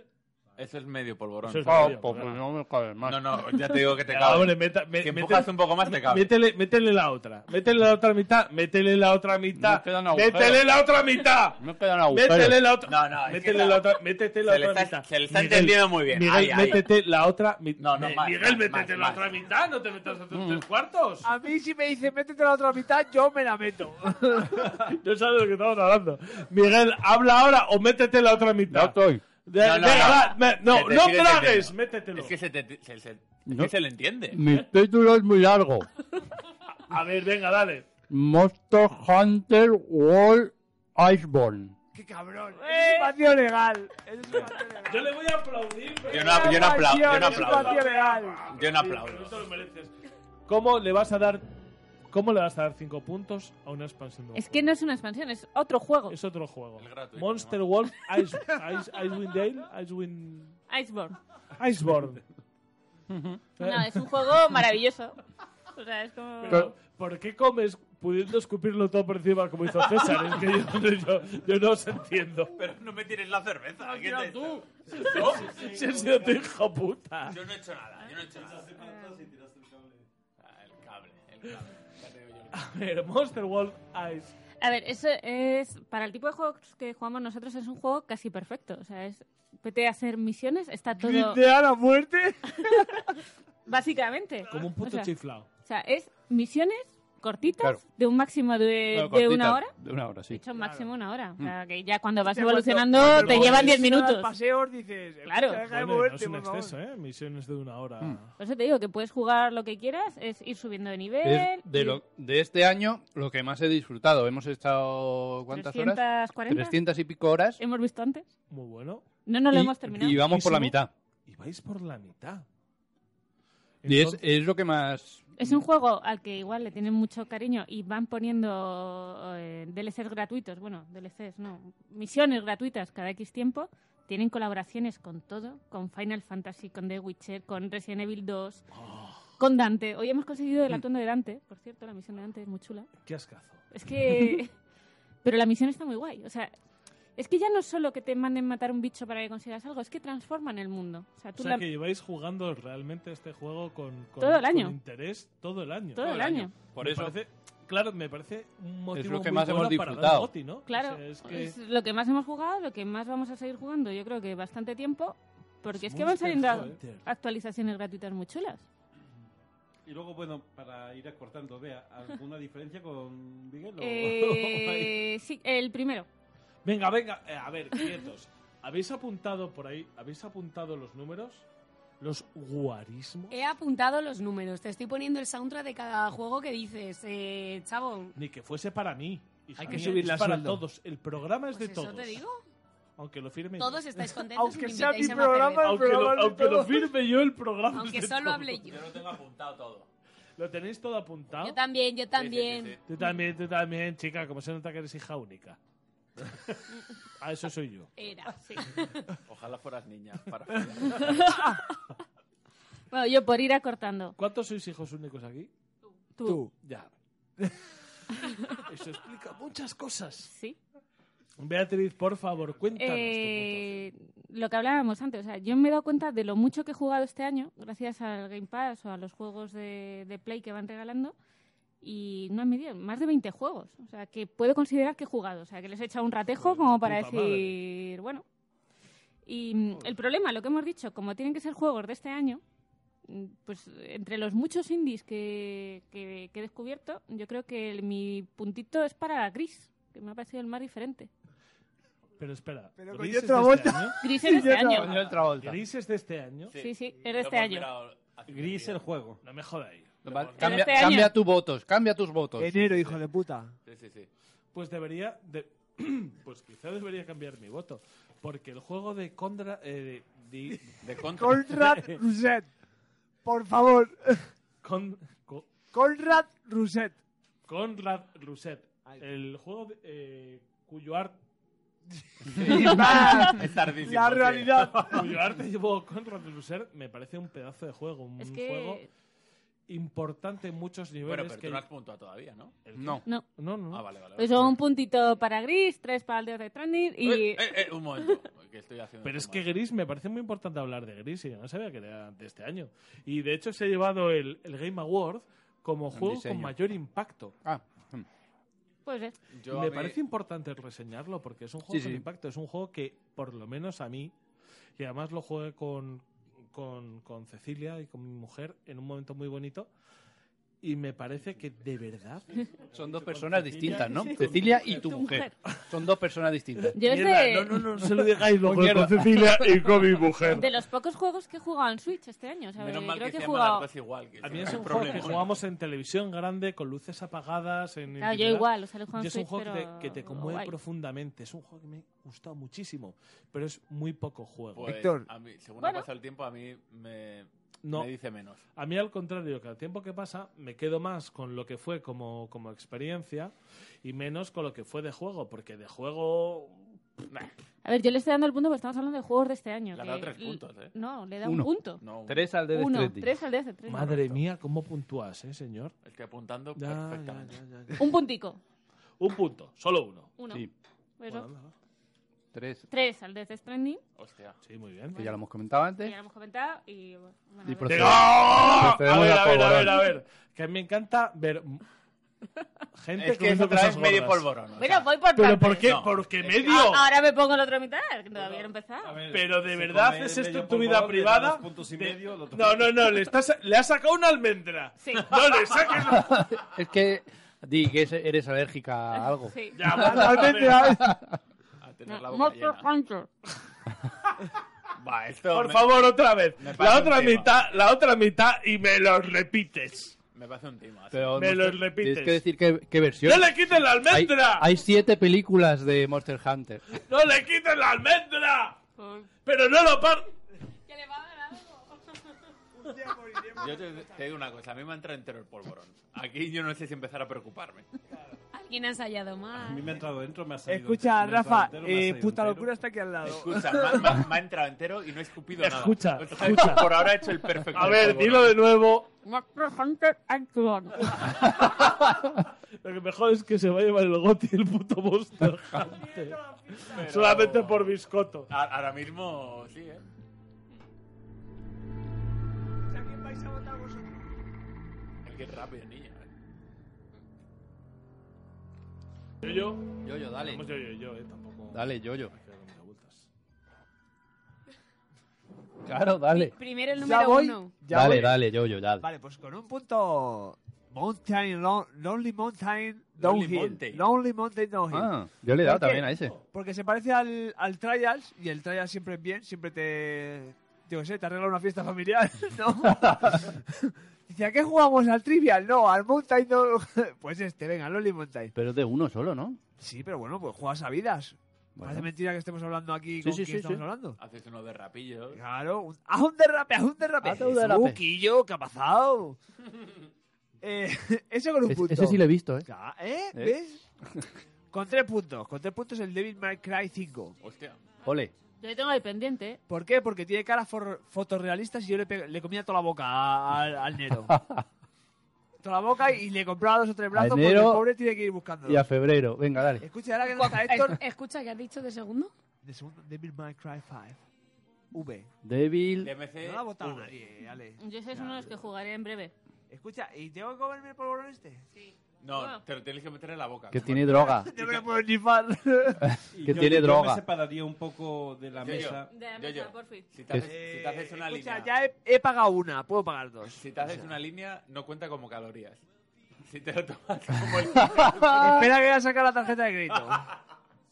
B: Eso es medio polvorón.
A: Eso es
E: Ah,
A: medio,
E: pues
A: venga.
E: no me cabe más.
B: No, no, ya te digo que te
A: Venga,
B: cabe.
A: hombre, meta- me-
B: que
A: mete-
B: empujas un poco más, te cabe.
A: Métele, métele la otra. Métele la otra mitad. Métele la otra mitad.
E: Me quedan agujeros.
A: Métele la otra mitad.
E: Me quedan agujeros.
A: Métele la otra.
B: No, no, es
A: métele
B: que
A: la
B: la-
A: otra. Métete la
B: se le
A: otra
B: está-
A: mitad.
B: se le está entendiendo muy bien.
A: Miguel,
B: Ahí, ahí.
A: métete la otra mitad.
B: No, no, más,
A: Miguel,
B: más,
A: métete
B: más,
A: la
B: más. Mm.
A: otra mitad. No te metas a tus tres cuartos.
L: A mí, si me dicen métete la otra mitad, yo me la meto.
A: No sabes de lo que estamos hablando. Miguel, habla ahora o métete la otra
E: Ya
A: mitad.
E: estoy.
A: De-
B: No, no,
A: venga,
B: no.
A: va, me- no,
B: Se te
A: no
B: sigue
A: tragues.
B: entendiendo.
A: Métetelo.
B: Es que se, te, se, se- es
E: No.
B: que se le entiende.
E: Mi título es muy largo.
A: A ver, venga, dale.
E: Monster Hunter World Iceborne.
L: ¡Qué cabrón!
G: Es un vacío legal.
A: Yo le voy a aplaudir.
B: Yo no, yo no aplaudo. Yo
G: Es
B: no
G: un vacío
B: aplaudo.
G: legal.
B: Yo no aplaudo.
A: Tú te lo mereces. ¿Cómo le vas a dar cómo le vas a dar 5 puntos a una expansión de un
F: Es que no es una expansión, es otro juego.
A: Es otro juego. Monster Wolf Ice, Ice, Icewind Dale, Icewind
F: Iceborne.
A: Iceborne. Eh.
F: No, es un juego maravilloso. O sea, es como...
A: Pero, ¿Por qué comes pudiendo escupirlo todo por encima como hizo César? Es que yo, yo- yo no os entiendo.
B: Pero no me tires la
A: Ah,
B: cerveza. ¿Qué te tú?
A: Si has sido tu hijo puta.
B: Yo no he hecho nada. Yo no he hecho nada. Ah, el cable, el cable. Ya te digo yo.
A: A ver, Monster Wolf Ice.
F: A ver, eso es. Para el tipo de juegos que jugamos nosotros, es un juego casi perfecto. O sea, es. Vete a hacer misiones, está todo.
G: ¿Gritear a muerte?
F: Básicamente.
A: Como un puto
F: o sea,
A: chiflado.
F: O sea, es misiones cortitas,
E: Claro.
F: de un máximo de,
E: Claro,
F: de
E: cortita,
F: una hora.
E: De una hora,
F: De
E: sí.
F: hecho, máximo una hora. O
E: Mm.
F: sea, que ya cuando vas
L: O sea, cuando-
F: evolucionando
L: cuando
F: te llevan 10
L: vuelves a dar
F: minutos.
L: paseos dices, "Eh, pues,
F: Claro.
L: deja de
A: Bueno, no es
L: moverte,
A: un
L: por favor.
A: exceso, ¿eh? Misiones de una hora.
E: Hmm.
F: Por eso te digo que puedes jugar lo que quieras, es ir subiendo de nivel.
E: Es de,
F: ir-
E: lo- de este año, lo que más he disfrutado. Hemos estado, ¿cuántas horas?
F: 340.
E: 300 y pico horas.
F: Hemos visto antes.
A: Muy bueno.
F: No, no lo
E: y,
F: hemos terminado.
E: Y vamos por la
A: Riquísimo.
E: mitad.
A: Y vais por la mitad.
E: Y es,
A: Entonces-
E: es lo que más...
F: Es un juego al que igual le tienen mucho cariño y van poniendo eh, DLCs gratuitos, bueno, DLCs no, misiones gratuitas cada X tiempo. Tienen colaboraciones con todo, con Final Fantasy, con The Witcher, con Resident Evil 2, con Dante. Hoy hemos conseguido el atuendo de Dante, por cierto, la misión de Dante es muy chula.
A: Qué ascazo.
F: Es que... Pero la misión está muy guay, o sea... Es que ya no es solo que te manden matar un bicho para que consigas algo, es que transforman el mundo. O sea,
A: O
F: tú
A: sea
F: la-
A: que lleváis jugando realmente este juego con, con-
F: Todo el
A: con
F: año.
A: interés todo el año.
F: Todo el Todo el año. año.
E: Por
A: Me
E: eso-
A: parece- claro, me parece un motivo
E: lo que
A: muy
E: más hemos
A: bueno para dar
E: disfrutado.
A: Goti, ¿no?
F: Claro,
A: O sea, es que
F: es lo que más hemos jugado, lo que más vamos a seguir jugando, yo creo que bastante tiempo, porque es que van
A: Monster
F: saliendo
A: Hunter.
F: actualizaciones gratuitas muy chulas.
N: Y luego, bueno, para ir acortando, vea, ¿alguna diferencia con
A: Oh
N: Miguel? o-
F: Eh, sí, el primero.
A: Venga, venga, eh, a ver, quietos. ¿Habéis apuntado por ahí, habéis apuntado los números? Los guarismos.
H: He apuntado los números. Te estoy poniendo el soundtrack de cada juego que dices, eh, chavo.
A: Ni que fuese para mí. hija
O: Hay que
A: mía,
O: subirle
A: es
O: al
A: para
O: sueldo.
A: todos. El programa es de
H: Pues ¿Eso
A: todos.
H: te digo?
A: Aunque lo firme
H: Todos
A: yo.
H: estáis contentos.
A: Aunque
H: me
A: sea
H: invitáis
A: mi
H: a una
A: programa,
H: cerveza.
A: el Aunque lo- programa es de aunque lo todos. firme yo, el programa es
H: Aunque
A: de
H: solo
A: todos.
H: hable yo.
B: Yo tengo apuntado todo.
A: ¿Lo tenéis todo apuntado?
H: Yo también, yo también.
A: Tú también, tú también, chica, como se nota que eres hija única. ah, eso soy yo.
H: Era, sí.
B: Ojalá fueras niña. Para
F: Bueno, yo por ir acortando.
A: ¿Cuántos sois hijos únicos aquí?
F: Tú.
A: Ya. Eso explica muchas cosas.
F: Sí.
A: Beatriz, por favor, cuéntanos.
F: Eh, lo que hablábamos antes, o sea, yo me he dado cuenta de lo mucho que he jugado este año, gracias al Game Pass o a los juegos de, de Play que van regalando, y no han medido, más de 20 juegos, o sea, que puedo considerar que he jugado, o sea, que les he echado un ratejo como para
H: puta
F: decir, bueno. Y mm, el problema, lo que hemos dicho, como tienen que ser juegos de este año, mm, pues entre los muchos indies que, que- que he descubierto, yo creo que el- mi puntito es para Gris, que me ha parecido el más diferente.
A: tu- Pero espera.
G: Pero
A: ¿lo
G: con
A: dices
G: John
A: de este
G: Travolta.
A: año?
F: Gris es de este año.
G: Con John
A: Travolta. Gris es de este año.
F: Sí, sí, es de este año.
A: Gris el juego. No me jodáis.
E: Cambia,
F: este año.
E: cambia tus votos, cambia tus votos.
L: Enero, hijo de puta.
B: Sí, sí, sí.
A: Pues debería. de- pues quizá debería cambiar mi voto. Porque el juego de Contra. eh, de, de-
L: Conrad Ruset. Por favor.
A: Con- co-
L: Conrad Ruset.
A: Conrad Rousset. El juego de- eh, cuyo arte.
L: Es tardísimo, La sí. realidad.
A: Cuyo arte llevó Conrad Rousset me parece un pedazo de juego. Un
F: Es que-
A: juego importante en muchos niveles.
B: Bueno, pero
A: que
B: tú no has puntuado todavía, ¿no?
A: No.
F: No.
A: No, no.
B: Ah, vale, vale.
F: Pues un puntito para Gris, tres para el de Death Stranding y...
B: Eh, eh, eh, un momento. Que estoy haciendo
A: Pero es que Gris, me parece muy importante hablar de Gris y yo no sabía que era de este año. Y de hecho se ha llevado el, el Game Award como
E: En
A: juego
E: diseño.
A: con mayor impacto.
F: Pues eh.
B: Yo a
A: me
B: mí-
A: parece importante reseñarlo porque es un juego
E: Sí,
A: con
E: sí.
A: impacto, es un juego que por lo menos a mí, y además lo jugué con, con, con Cecilia y con mi mujer en un momento muy bonito, y me parece que de verdad
E: Son dos personas distintas, ¿no? Cecilia y tu mujer. Son dos personas distintas.
F: Yo es
A: Mierda,
F: de-
A: no, no, no, se lo digáis luego
E: Mierda.
A: con Cecilia y con mi mujer.
F: De los pocos juegos que he jugado en Switch este año, ¿sabes?
B: Menos mal
F: Creo
B: que
F: que, he
B: se llaman
F: jugado.
B: las dos igual. Que
A: A
B: si
A: mí
B: no
A: es
B: hay
A: un juego que
B: problema.
A: jugamos en televisión grande, con luces apagadas. En
F: Claro, yo
A: intimidad.
F: igual, o sea, lo he jugado en
A: Y es un
F: Switch,
A: juego que te-
F: pero
A: que te conmueve
F: guay.
A: profundamente. Es un juego que me ha gustado muchísimo, pero es muy poco juego.
B: Pues, a mí, según ha pasado el tiempo, a mí me,
A: No.
B: me dice menos.
A: A mí, al contrario, cada tiempo que pasa, me quedo más con lo que fue como, como experiencia y menos con lo que fue de juego, porque de juego. nah.
F: A ver, yo le estoy dando el punto porque estamos hablando de juegos de este año.
A: Le ha
F: que-
A: dado tres puntos, ¿eh?
F: No, le da un
A: Uno.
F: punto.
B: No, uno.
E: Tres al Death
F: Uno,
E: Stranding.
F: tres al Death Stranding.
A: Madre mía, cómo puntúas, ¿eh, señor?
B: Estoy apuntando
A: Ya, ya,
B: perfectamente.
F: Un puntico.
A: Un punto, solo uno.
F: Uno. Pues
E: Sí.
F: Eso.
E: Tres.
F: Tres al Death Stranding.
B: Hostia.
A: Sí, muy bien.
E: Que ya lo hemos comentado
F: que
E: antes.
F: Ya lo hemos comentado y... Bueno,
E: Y
F: a ver.
E: procede-
A: ¡Ah!
E: procedemos
A: a ver,
E: al
A: a ver, a
E: polvorón.
A: ver, a ver. Que me encanta ver m- gente
B: Es que
A: comiendo
B: eso otra
A: cosas
B: vez medio
A: gordas.
B: polvorón,
F: Bueno, voy por
A: ¿Pero
F: partes.
A: por qué? Porque medio.
F: Ah, ahora me pongo la otra mitad, que todavía no he empezado.
A: Pero de verdad
N: come
A: es
N: medio
A: esto tu
N: polvorón,
A: vida
N: le da
A: privada.
N: dos puntos y
A: De-
N: medio, el otro-
A: No, no, no, le, estás, le has sacado una almendra.
F: Sí.
A: No le saques la-
E: Es que di que es- eres alérgica a algo.
F: Sí.
A: Ya, bueno, a ver.
B: A tener la
F: No,
B: boca
F: Monster
B: llena.
F: Hunter.
B: Va, esto
A: Por
B: me-
A: favor, otra vez.
B: me parece
A: La
B: un
A: otra
B: tema.
A: mitad, la otra mitad y me lo repites.
B: Me parece un tema. así.
E: Pero
A: Me lo
E: Monster-
A: repites.
E: Tienes que decir qué, qué versión.
A: ¡No le quites la
E: hay,
A: almendra!
E: hay siete películas de Monster Hunter.
A: ¡No le quites la almendra! Pero no lo par...
F: Que le va a dar algo.
N: Ah.
B: Yo te, te digo una cosa, a mí me entra entero el polvorón. Aquí yo no sé si empezar a preocuparme.
F: Alguien ha ensayado
N: A mí
F: mal.
N: me ha entrado dentro, me ha salido. Me
L: Escucha,
N: ha entrado
L: Rafa,
N: entero, me ha
L: eh,
N: salido
L: puta
N: entero.
L: locura está aquí al lado.
B: Escucha, me, ha- me ha- me ha entrado entero y no he escupido nada.
A: Escucha,
B: O sea,
A: escucha.
B: Por ahora he hecho el perfecto.
A: A
B: del
A: ver,
B: polvorón.
A: dilo de nuevo.
F: Monster Hunter Action.
A: Lo que mejor es que se va a llevar el goti el puto Monster Hunter. Solamente por biscoto.
B: A- Ahora mismo sí, ¿eh? El que es rápido, niña.
A: Yo, yo.
E: Yo, yo, dale.
A: Vamos, yo, yo, yo, eh, tampoco.
E: Dale, yo, yo.
A: Me quedo dando vueltas.
E: Claro, dale.
F: Primero el
L: Ya
F: número
L: voy.
F: uno.
L: ya
E: Dale,
L: voy.
E: dale, yo, yo, dale.
L: Vale, pues con un punto. Mountain, Lo- Lonely Mountain,
B: Lonely
L: Downhill.
B: Mountain.
L: Lonely Mountain, Downhill.
E: Ah, yo le he dado
L: ¿Por qué?
E: también a ese.
L: Porque se parece al, al Trials y el Trials siempre es bien, siempre te. Yo qué sé, te arregla una fiesta familiar, ¿no? Dice, ¿a qué jugamos? ¿Al Trivial? No, al Mountain. no. pues este, venga, Lonely Mountain.
E: Pero es de uno solo, ¿no?
L: Sí, pero bueno, pues juegas a vidas.
E: Bueno.
L: Parece mentira que estemos hablando aquí
E: Sí,
L: con
E: sí,
L: quién
E: sí,
L: estamos
E: sí.
L: hablando.
B: Haces uno de rapillos.
L: Claro, un, haz un derrape, haz un derrape.
E: Haz un derrape.
L: Jesús, Quillo, ¿qué ha pasado? eh, eso con un
E: Es-
L: punto.
E: ese sí lo he visto, ¿eh?
L: Ya, ¿eh?
E: Eh.
L: ¿Ves? con tres puntos. Con tres puntos el Devil May Cry 5.
B: Hostia.
E: Ole.
F: Yo tengo ahí pendiente. ¿eh?
L: ¿Por qué? Porque tiene caras for- fotorrealistas y yo le, pe- le comía toda la boca a- al, al Nero. toda la boca y le compraba dos o tres brazos
E: Al
L: porque el
E: Nero
L: pobre tiene que ir buscándolo.
E: Y a febrero. Venga, dale.
L: Escucha, ahora que no está
H: Eh,
L: Héctor...
H: Escucha, ¿qué has dicho de segundo?
L: De segundo, Devil May Cry 5. V.
E: Débil.
B: DMC.
L: No la ha votado
B: V.
L: nadie,
N: eh,
L: Ale.
F: Yo ese es uno de los que jugaré en breve.
L: Escucha, ¿y tengo que comerme el polvorón este?
B: No, te lo tienes que meter en la boca.
E: Que tiene droga.
L: No me lo puedo nifar.
N: Y
E: que
N: yo-
E: tiene
N: yo
E: droga.
N: me separaría un poco de la
B: Yo, yo.
N: mesa.
F: De la
B: Yo,
F: mesa,
B: yo.
F: por fin.
B: Si te haces, si te haces una
L: Eh, escucha,
B: línea.
L: ya he, he pagado una, puedo pagar dos.
B: Si te haces
L: O sea,
B: una línea, no cuenta como calorías. Si te lo tomas como el.
L: Espera que voy a sacar la tarjeta de crédito.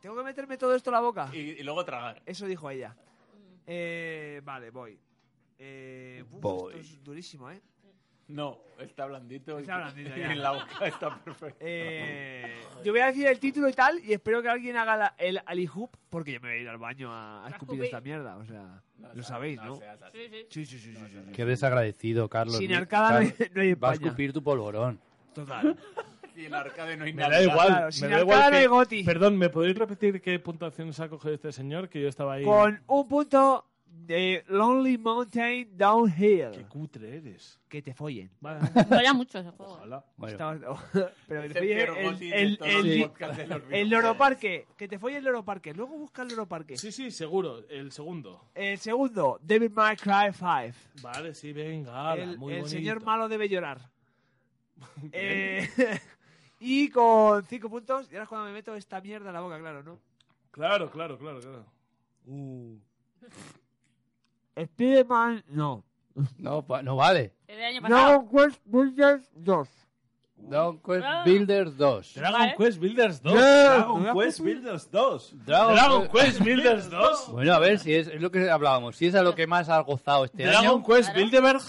L: ¿Tengo que meterme todo esto en la boca?
B: y, y luego tragar.
L: Eso dijo ella. Eh, vale, voy. Eh, uf,
E: Voy.
L: Esto es durísimo, ¿eh?
B: No, está blandito. y-
L: Está blandito,
B: y
L: ya.
B: en la boca está perfecto.
L: Eh, yo voy a decir el título y tal, y espero que alguien haga la- el alihoop, porque yo me voy a ir al baño a, a escupir
F: Escupí.
L: esta mierda. O sea,
B: No,
L: lo
B: seas-
L: sabéis, ¿no?
B: seas así.
F: Sí, sí.
L: Sí, sí, sí, sí. sí, sí.
E: Qué desagradecido, Carlos.
L: Sin
E: Mira,
L: arcada no hay- no hay
E: Va a
L: España.
E: escupir tu polvorón.
L: Total.
B: Y en arcade no hay
A: Me
B: nada.
A: da igual.
L: Claro,
A: me
L: sin
A: da
L: arcada
A: igual
L: no hay
A: que-
L: goti.
A: Perdón, ¿me podéis repetir qué puntuaciones ha cogido este señor? Que yo estaba ahí.
L: Con un punto de Lonely Mountain Downhill.
A: Qué cutre eres.
L: Que te follen.
A: Vale.
F: Mola mucho ese juego.
A: Ojalá.
E: Bueno,
L: Estabas- pero que
B: Es
L: te
B: el
L: follen
B: peor
L: el,
B: goti de
L: el,
B: todos los
L: el-
B: podcasts de los
L: el
B: videojuegos.
L: Loro Parque. Que te folle el Loro Parque. Luego busca el Loro Parque. Eh,
A: Sí, sí, seguro. El segundo.
L: El segundo, David May Cry 5.
A: Vale, sí, venga. ala,
L: el
A: muy
L: el
A: bonito.
L: señor malo debe llorar. Eh, y con 5 puntos. Y ahora es cuando me meto esta mierda en la boca, claro, ¿no?
A: Claro, claro, claro, claro.
L: Spider-Man, no.
E: No, pa- no vale.
H: El año pasado. Ah.
E: Dragon Quest Builders 2. Dragon Quest Builders 2.
A: Dragon Quest Builders 2.
E: Dragon
N: Quest Builders 2.
E: Dragon,
A: Dragon Quest Builders 2.
E: Bueno, a ver si es, es lo que hablábamos. Si es a lo que más ha gozado este
A: Dragon
E: año.
A: Quest Bilderberg.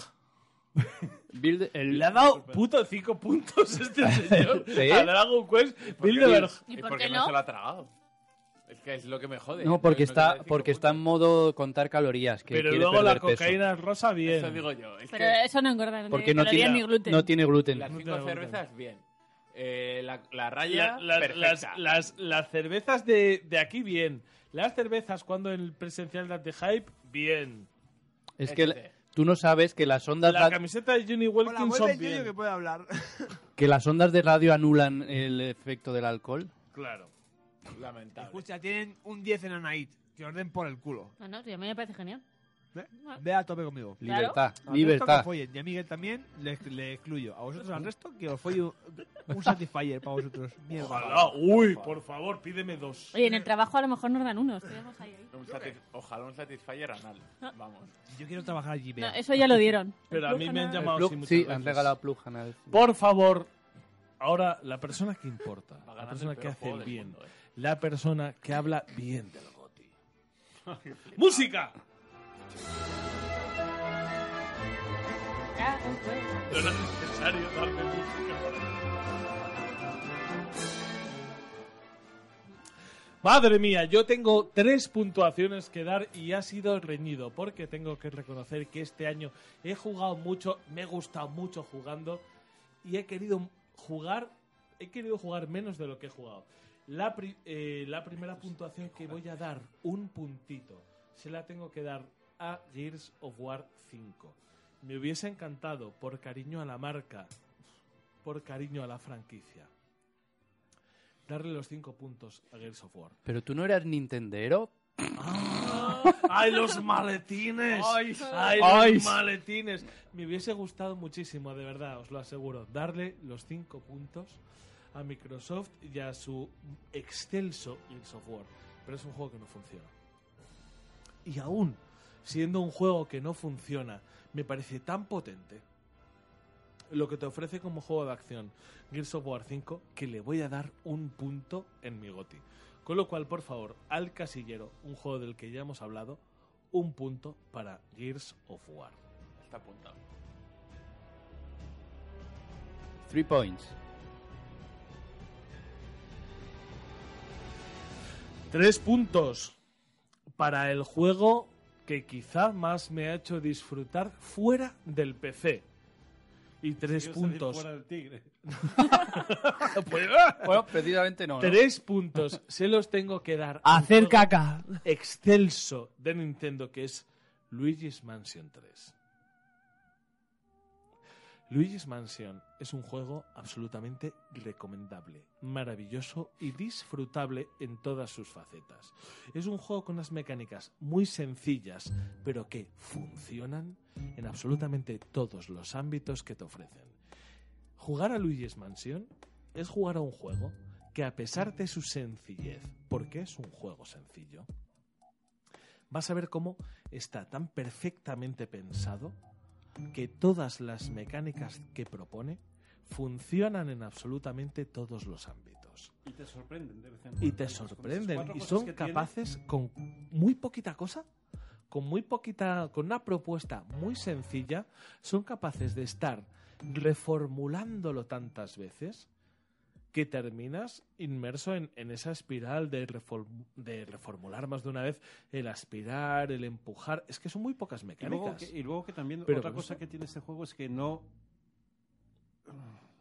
E: Build- el-
A: Le ha dado puto 5 puntos este señor
E: Sí.
A: a Dragon Quest
B: ¿Por qué-
A: Bilderberg.
B: ¿Y por qué no se lo ha tragado? Es que es lo que me jode.
E: No, porque
B: Entonces, no
E: está, porque está en modo contar calorías. Que
A: Pero
E: quiere
A: luego la
E: perder peso.
A: cocaína rosa bien.
B: Eso digo yo. Es
F: Pero
B: que
F: eso no engorda, no
E: Porque
F: tiene
E: no
F: calorías
E: tiene-
F: ni gluten.
E: no tiene gluten.
B: las
E: No
B: cinco
A: te aguantas.
B: cervezas, bien. Eh, la, la raya,
A: La- las, las,
B: perfecta.
A: las- las cervezas de, de aquí, bien. Las cervezas cuando el presencial de The Hype, bien. Este.
E: Es que la- tú no sabes que las ondas
A: La
E: ra-
A: camiseta de Johnny Wilkins
L: vuelve
A: son
L: el yoyo
A: bien.
L: que puede hablar.
E: que las ondas de radio anulan el efecto del alcohol.
A: Claro.
B: Lamentable.
L: Escucha, tienen un 10 en Anaid. Que os den por el culo.
F: Ah, No, no, tío, a mí me parece genial.
L: Ve a tope conmigo.
E: Claro. Libertad,
L: Al resto
E: libertad.
L: que os follen, y a Miguel también le, le excluyo. A vosotros al resto que os folle un, un satisfier para vosotros. Mierda.
A: Ojalá. Uy, por favor, pídeme dos.
F: Oye, en el trabajo a lo mejor nos dan unos. tenemos ahí, ahí.
B: Un satis- Ojalá un Satisfyer anal.
H: Ah.
B: Vamos.
L: Yo quiero trabajar allí.
F: No, eso ya lo dieron.
A: Pero a mí me han
E: El
A: llamado
E: plug-
A: así muchas
E: sí,
A: veces.
E: han regalado plug anal.
A: Por favor, ahora la persona que importa, la
B: ganando
A: persona
B: el
A: que
B: peor
A: hace
B: juego
A: el
B: del
A: bien,
B: mundo, eh.
A: la persona que habla bien del goti. ¡Música! No era necesario darme música Madre mía, yo tengo tres puntuaciones que dar y ha sido reñido porque tengo que reconocer que este año he jugado mucho, me he gustado mucho jugando y he querido jugar, he querido jugar menos de lo que he jugado. La, pri- eh, la primera puntuación que voy a dar, un puntito, se la tengo que dar a Gears of War 5. Me hubiese encantado, por cariño a la marca, por cariño a la franquicia, darle los cinco puntos a Gears of War.
E: Pero tú no eras Nintendero.
A: ¡Ay, los maletines!
B: Ay.
A: ¡Ay,
E: Ay.
A: los maletines! Me hubiese gustado muchísimo, de verdad, os lo aseguro, darle los cinco puntos a Microsoft y a su excelso Gears of War. Pero es un juego que no funciona. Y aún siendo un juego que no funciona, me parece tan potente lo que te ofrece como juego de acción Gears of War 5 que le voy a dar un punto en mi goti. Con lo cual, por favor, al casillero, un juego del que ya hemos hablado, un punto para Gears of War.
B: Está apuntado.
E: Three points.
A: Tres puntos para el juego que quizá más me ha hecho disfrutar fuera del PC. Y tres
N: Ibas a decir
A: puntos
N: fuera del tigre. Pues, ah.
E: Bueno, precisamente no. ¿no?
A: Tres puntos se los tengo que dar.
L: A
A: al
L: hacer
A: juego
L: caca.
A: Excelso de Nintendo que es Luigi's Mansion 3. Luigi's Mansion es un juego absolutamente recomendable, maravilloso y disfrutable en todas sus facetas. Es un juego con unas mecánicas muy sencillas, pero que funcionan en absolutamente todos los ámbitos que te ofrecen. Jugar a Luigi's Mansion es jugar a un juego que a pesar de su sencillez, porque es un juego sencillo, vas a ver cómo está tan perfectamente pensado que todas las mecánicas que propone funcionan en absolutamente todos los ámbitos.
N: Y te sorprenden de vez en
A: Y
N: cuando.
A: te
N: Esas
A: sorprenden.
N: pues cuatro
A: Y
N: cosas
A: son
N: que tiene,
A: capaces con muy poquita cosa, con muy poquita, con una propuesta muy sencilla, son capaces de estar reformulándolo tantas veces que terminas inmerso en, en esa espiral de, reform- de reformular más de una vez, el aspirar, el empujar. Es que son muy pocas
N: Y luego,
A: mecánicas.
N: que, y luego que también
A: Pero
N: otra
E: pues,
A: con
N: cosa
A: eso-
N: que tiene este juego es que no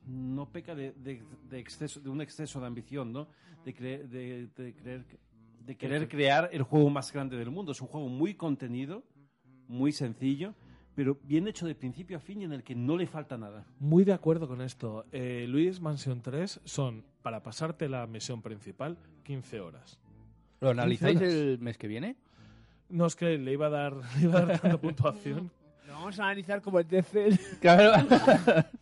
N: no peca de, de- de exceso de un exceso de ambición no de cre- de, de creer que- de querer crear el juego más grande del mundo es un juego muy contenido muy sencillo pero bien hecho de principio a fin y en el que no le falta nada
A: Muy de acuerdo con esto. Eh, Luis Mansion 3 son, para pasarte la misión principal, 15 horas.
E: ¿Lo analizáis
A: 15 horas.
E: el mes que viene?
A: No es que le iba a dar, le iba a dar tanta puntuación.
L: Lo vamos a analizar como el DC.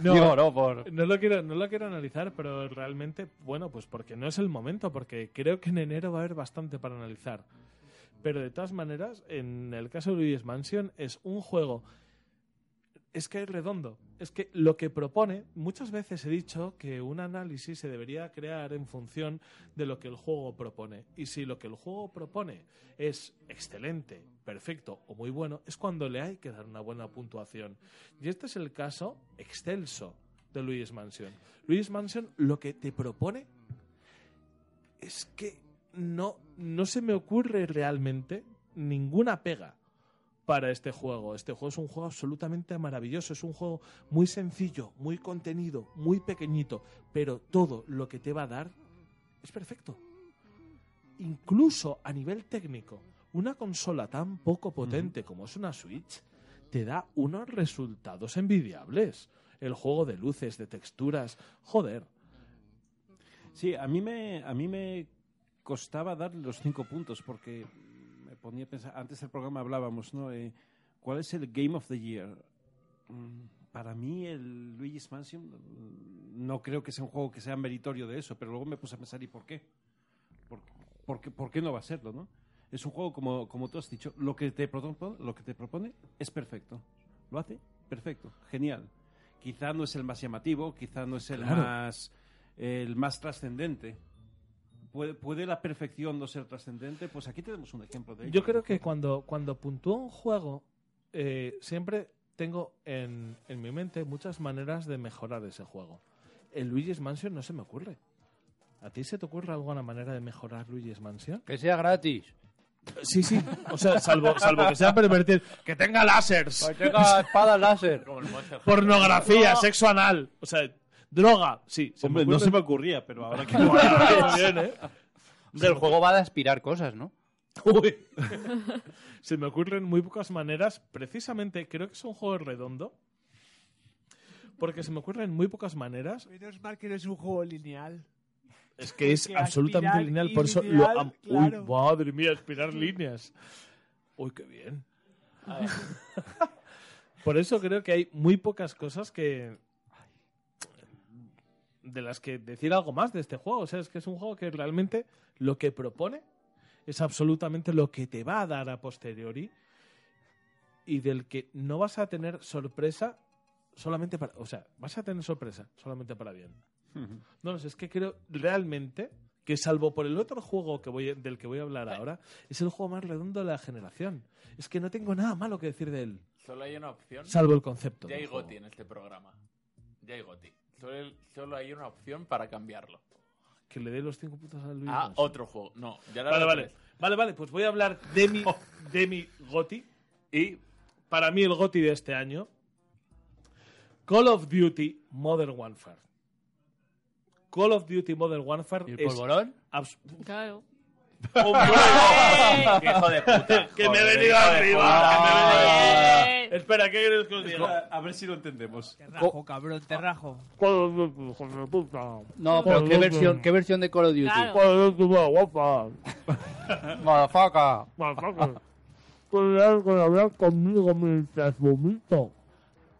A: No,
E: Digo, no, por...
A: No lo, quiero, no lo quiero analizar, pero realmente, bueno, pues porque no es el momento, porque creo que en enero va a haber bastante para analizar. Pero de todas maneras, en el caso de Luigi's Mansion es un juego. Es que es redondo. Es que lo que propone, muchas veces he dicho que un análisis se debería crear en función de lo que el juego propone. Y si lo que el juego propone es excelente, perfecto o muy bueno, es cuando le hay que dar una buena puntuación. Y este es el caso excelso de Luis Mansion. Luis Mansion lo que te propone es que no, no se me ocurre realmente ninguna pega para este juego. Este juego es un juego absolutamente maravilloso, es un juego muy sencillo, muy contenido, muy pequeñito, pero todo lo que te va a dar es perfecto. Incluso a nivel técnico, una consola tan poco potente como es una Switch te da unos resultados envidiables. El juego de luces, de texturas, joder.
D: Sí, a mí me, a mí me costaba dar los cinco puntos porque me ponía a pensar, antes del programa hablábamos, ¿no? Eh, ¿Cuál es el Game of the Year? Mm, Para mí el Luigi's Mansion mm, no creo que sea un juego que sea meritorio de eso, pero luego me puse a pensar, ¿y por qué? ¿Por, por qué, por qué no va a serlo, no? Es un juego, como, como tú has dicho, lo que, te propo- lo que te propone es perfecto. Lo hace perfecto, genial. Quizá no es el más llamativo, quizá no es el
A: Claro.
D: más el más trascendente. ¿Puede, ¿Puede la perfección no ser trascendente? Pues aquí tenemos un ejemplo de ello.
A: Yo creo que cuando, cuando puntúo un juego, eh, siempre tengo en, en mi mente muchas maneras de mejorar ese juego. El Luigi's Mansion no se me ocurre. ¿A ti se te ocurre alguna manera de mejorar Luigi's Mansion?
E: Que sea gratis.
A: Sí, sí. O sea, salvo, salvo que sea pervertir. Que tenga lásers.
E: Que tenga espada láser.
A: Pornografía, sexo anal. O sea, droga. Sí. se
D: Hombre,
A: me
D: no
A: ocurre.
D: se me ocurría, pero ahora que... pues,
A: Bueno, bien, ¿eh?
E: Hombre, el juego va a aspirar cosas, ¿no?
A: Uy. Se me ocurren muy pocas maneras. Precisamente creo que es un juego redondo. Porque se me ocurren muy pocas maneras.
L: Menos mal que no es un juego lineal.
A: Es que es
L: Porque
A: absolutamente
L: aspirar
A: lineal.
L: y
A: Por eso lo
L: lineal,
A: amo.
L: claro.
A: Uy, madre mía, aspirar líneas. Uy, qué bien. Por eso creo que hay muy pocas cosas que. de las que decir algo más de este juego. O sea, es que es un juego que realmente lo que propone es absolutamente lo que te va a dar a posteriori y del que no vas a tener sorpresa solamente para. O sea, vas a tener sorpresa solamente para bien. No, no sé, es que creo realmente que salvo por el otro juego que voy, del que voy a hablar ahora, es el juego más redondo de la generación. Es que no tengo nada malo que decir de él.
B: Solo hay una opción.
A: Salvo el concepto
B: Ya hay
A: del juego.
B: Goti en este programa. Ya hay Goti. Solo, solo hay una opción para cambiarlo.
A: Que le dé los cinco puntos a Luis.
B: Ah,
A: Manso.
B: otro juego. No, ya le
A: Vale,
B: haré
A: vale.
B: tres.
A: Vale, vale, pues voy a hablar de mi, de mi Goti.
B: Y
A: para mí el Goti de este año, Call of Duty Modern Warfare. Call of Duty Modern Warfare
E: ¿Y el
A: es...
E: polvorón?
A: abs- ¡Oh,
F: Claro.
A: ¡Hombre!
B: ¡Hijo de puta!
A: ¡Que me
B: Joder,
A: he venido
B: hijo de
A: arriba!
B: puta.
A: que me he venido- Espera, ¿qué quieres que os diga?
D: A ver si lo entendemos.
L: Rajo, cabrón, te rajo.
E: No, pero ¿qué versión, ¿qué versión de Call of Duty?
L: Claro.
E: Motherfucker.
G: conmigo mientras vomito.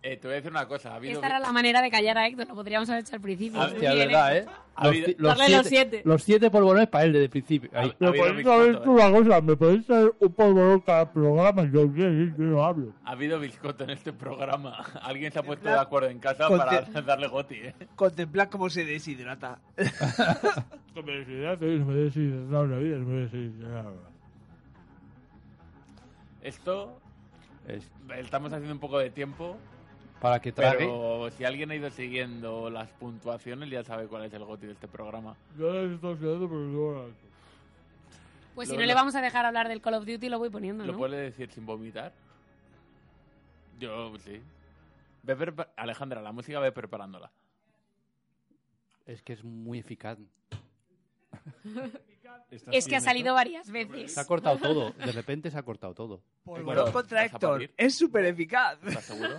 B: Eh, te voy a decir una cosa. Ha habido,
H: Esta era la manera de callar a Héctor, lo podríamos haber hecho al principio.
B: Ah,
H: Muy
E: Hostia,
H: bien,
E: verdad, ¿eh?
H: Héctor.
E: Los,
B: habido-
E: ci- los
H: Darle
E: siete,
H: los siete.
E: los siete polvorones para él desde el principio. Ahí.
B: ha
G: Me
B: habido
G: podéis saber tú
B: bizcocho, eh.
G: una cosa, me podéis saber un polvorón cada programa, yo bien, yo no hablo.
B: Ha habido bizcocho en este programa. Alguien se ha puesto de acuerdo en casa
L: Conte-
B: para darle Goti, ¿eh?
L: Contemplad cómo se deshidrata.
B: Esto...
E: Es
B: Estamos haciendo un poco de tiempo,
E: para que trague.
B: pero si alguien ha ido siguiendo las puntuaciones ya sabe cuál es el goti de este programa.
H: Pues si
B: Lo-
H: no le
B: lo-
H: vamos a dejar hablar del Call of Duty, lo voy poniendo,
B: ¿Lo
H: ¿no?
B: puede decir sin vomitar? Yo, pues sí. Ve prepa- Alejandra, la música ve preparándola.
E: Es que es muy eficaz.
H: Es que ha salido varias veces.
E: Se ha cortado todo. De repente se ha cortado todo.
L: Polvorón
B: Héctor,
L: contra
B: ¿vas a
L: Héctor.
B: partir?
L: Es súper eficaz.
B: ¿Estás seguro?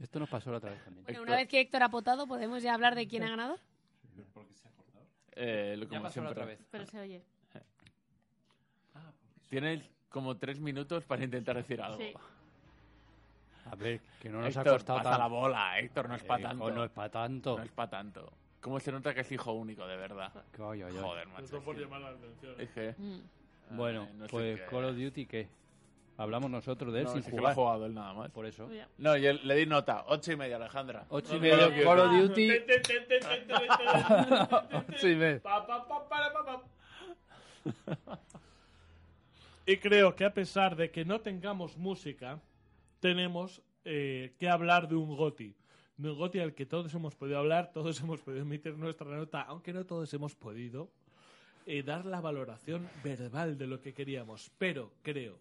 E: Esto nos pasó la otra vez también.
H: Bueno, una vez que Héctor ha votado, ¿podemos ya hablar de quién ha ganado?
B: Eh, lo como siempre.
F: Pero se oye.
B: Tienes como tres minutos para intentar decir algo.
F: Sí.
E: A ver, que no nos
B: Héctor,
E: ha costado
B: pasa
E: tan-
B: la bola, Héctor, no es para
E: Eh, hijo,
B: tanto.
E: No es para tanto.
B: No es pa' tanto. ¿Cómo se nota que es hijo único, de verdad?
E: Que vaya, vaya.
B: Joder, macho.
A: por llamar la atención.
F: Mm.
B: Es que...
E: Bueno,
B: Ah, no sé
E: pues
B: qué.
E: Call of Duty, ¿qué? Hablamos nosotros de él
B: No,
E: sin
B: sí que
E: jugar.
B: lo ha jugado él nada más.
E: Por eso.
B: Ya. No, yo le di nota, ocho y media, Alejandra.
E: Ocho y media, Call of Duty. Ocho y media.
A: Y creo que a pesar de que no tengamos música, tenemos eh, que hablar de un goti. De un goti al que todos hemos podido hablar, todos hemos podido emitir nuestra nota, aunque no todos hemos podido eh, dar la valoración verbal de lo que queríamos. Pero creo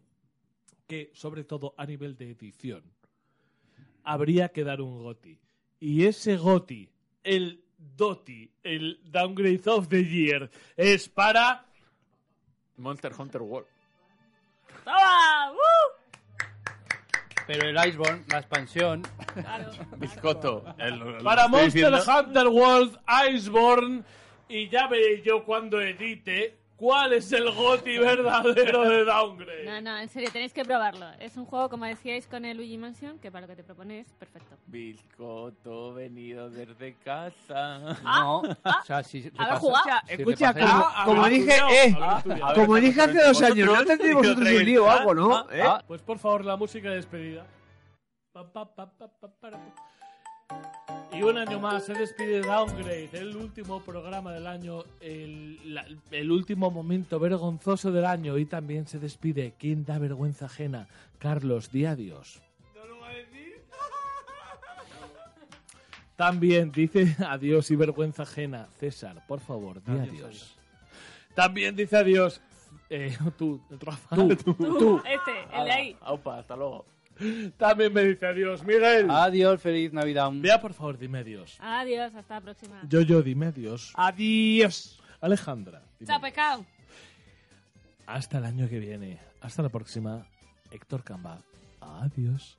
A: que, sobre todo a nivel de edición, habría que dar un goti. Y ese goti, el doti, el downgrade of the year, es para...
B: Monster Hunter World.
K: ¡Toma! ¡Uh!
E: Pero el Iceborne, la expansión.
B: Biscotto.
A: Para Monster
E: diciendo.
A: Hunter World Iceborne. Y ya veré yo cuando edite cuál es el goti verdadero de Downgrade.
F: No, no, en serio, tenéis que probarlo. Es un juego, como decíais, con el Luigi Mansion, que para lo que te propones, perfecto.
B: Biscotto venido desde casa.
E: No. O sea, si repasas-
F: jugado.
E: si
F: Ya,
L: Escucha,
E: repasas-
L: como,
A: Ah,
L: como dije, eh, como dije hace dos años, no tendréis vosotros un lío o algo, ¿no? ¿Eh?
A: Pues por favor, la música de despedida. Pa, pa, pa, pa, pa, para, pa. Y un año más se despide Downgrade, el último programa del año, el, la- el último momento vergonzoso del año. Y también se despide, quien da vergüenza ajena? Carlos, di adiós. También dice adiós y vergüenza ajena. César, por favor, di adiós. También dice adiós. eh, tú, Rafa.
F: Tú, este, el de ahí.
B: Aupa, hasta luego.
A: También me dice adiós, Miguel.
E: Adiós, feliz Navidad.
A: Vea, por favor, dime adiós.
F: Adiós, hasta la próxima.
A: Yo, yo, dime adiós. Adiós. Alejandra, dime
F: Chao, pecado.
A: hasta el año que viene. Hasta la próxima. Héctor Camba. Adiós.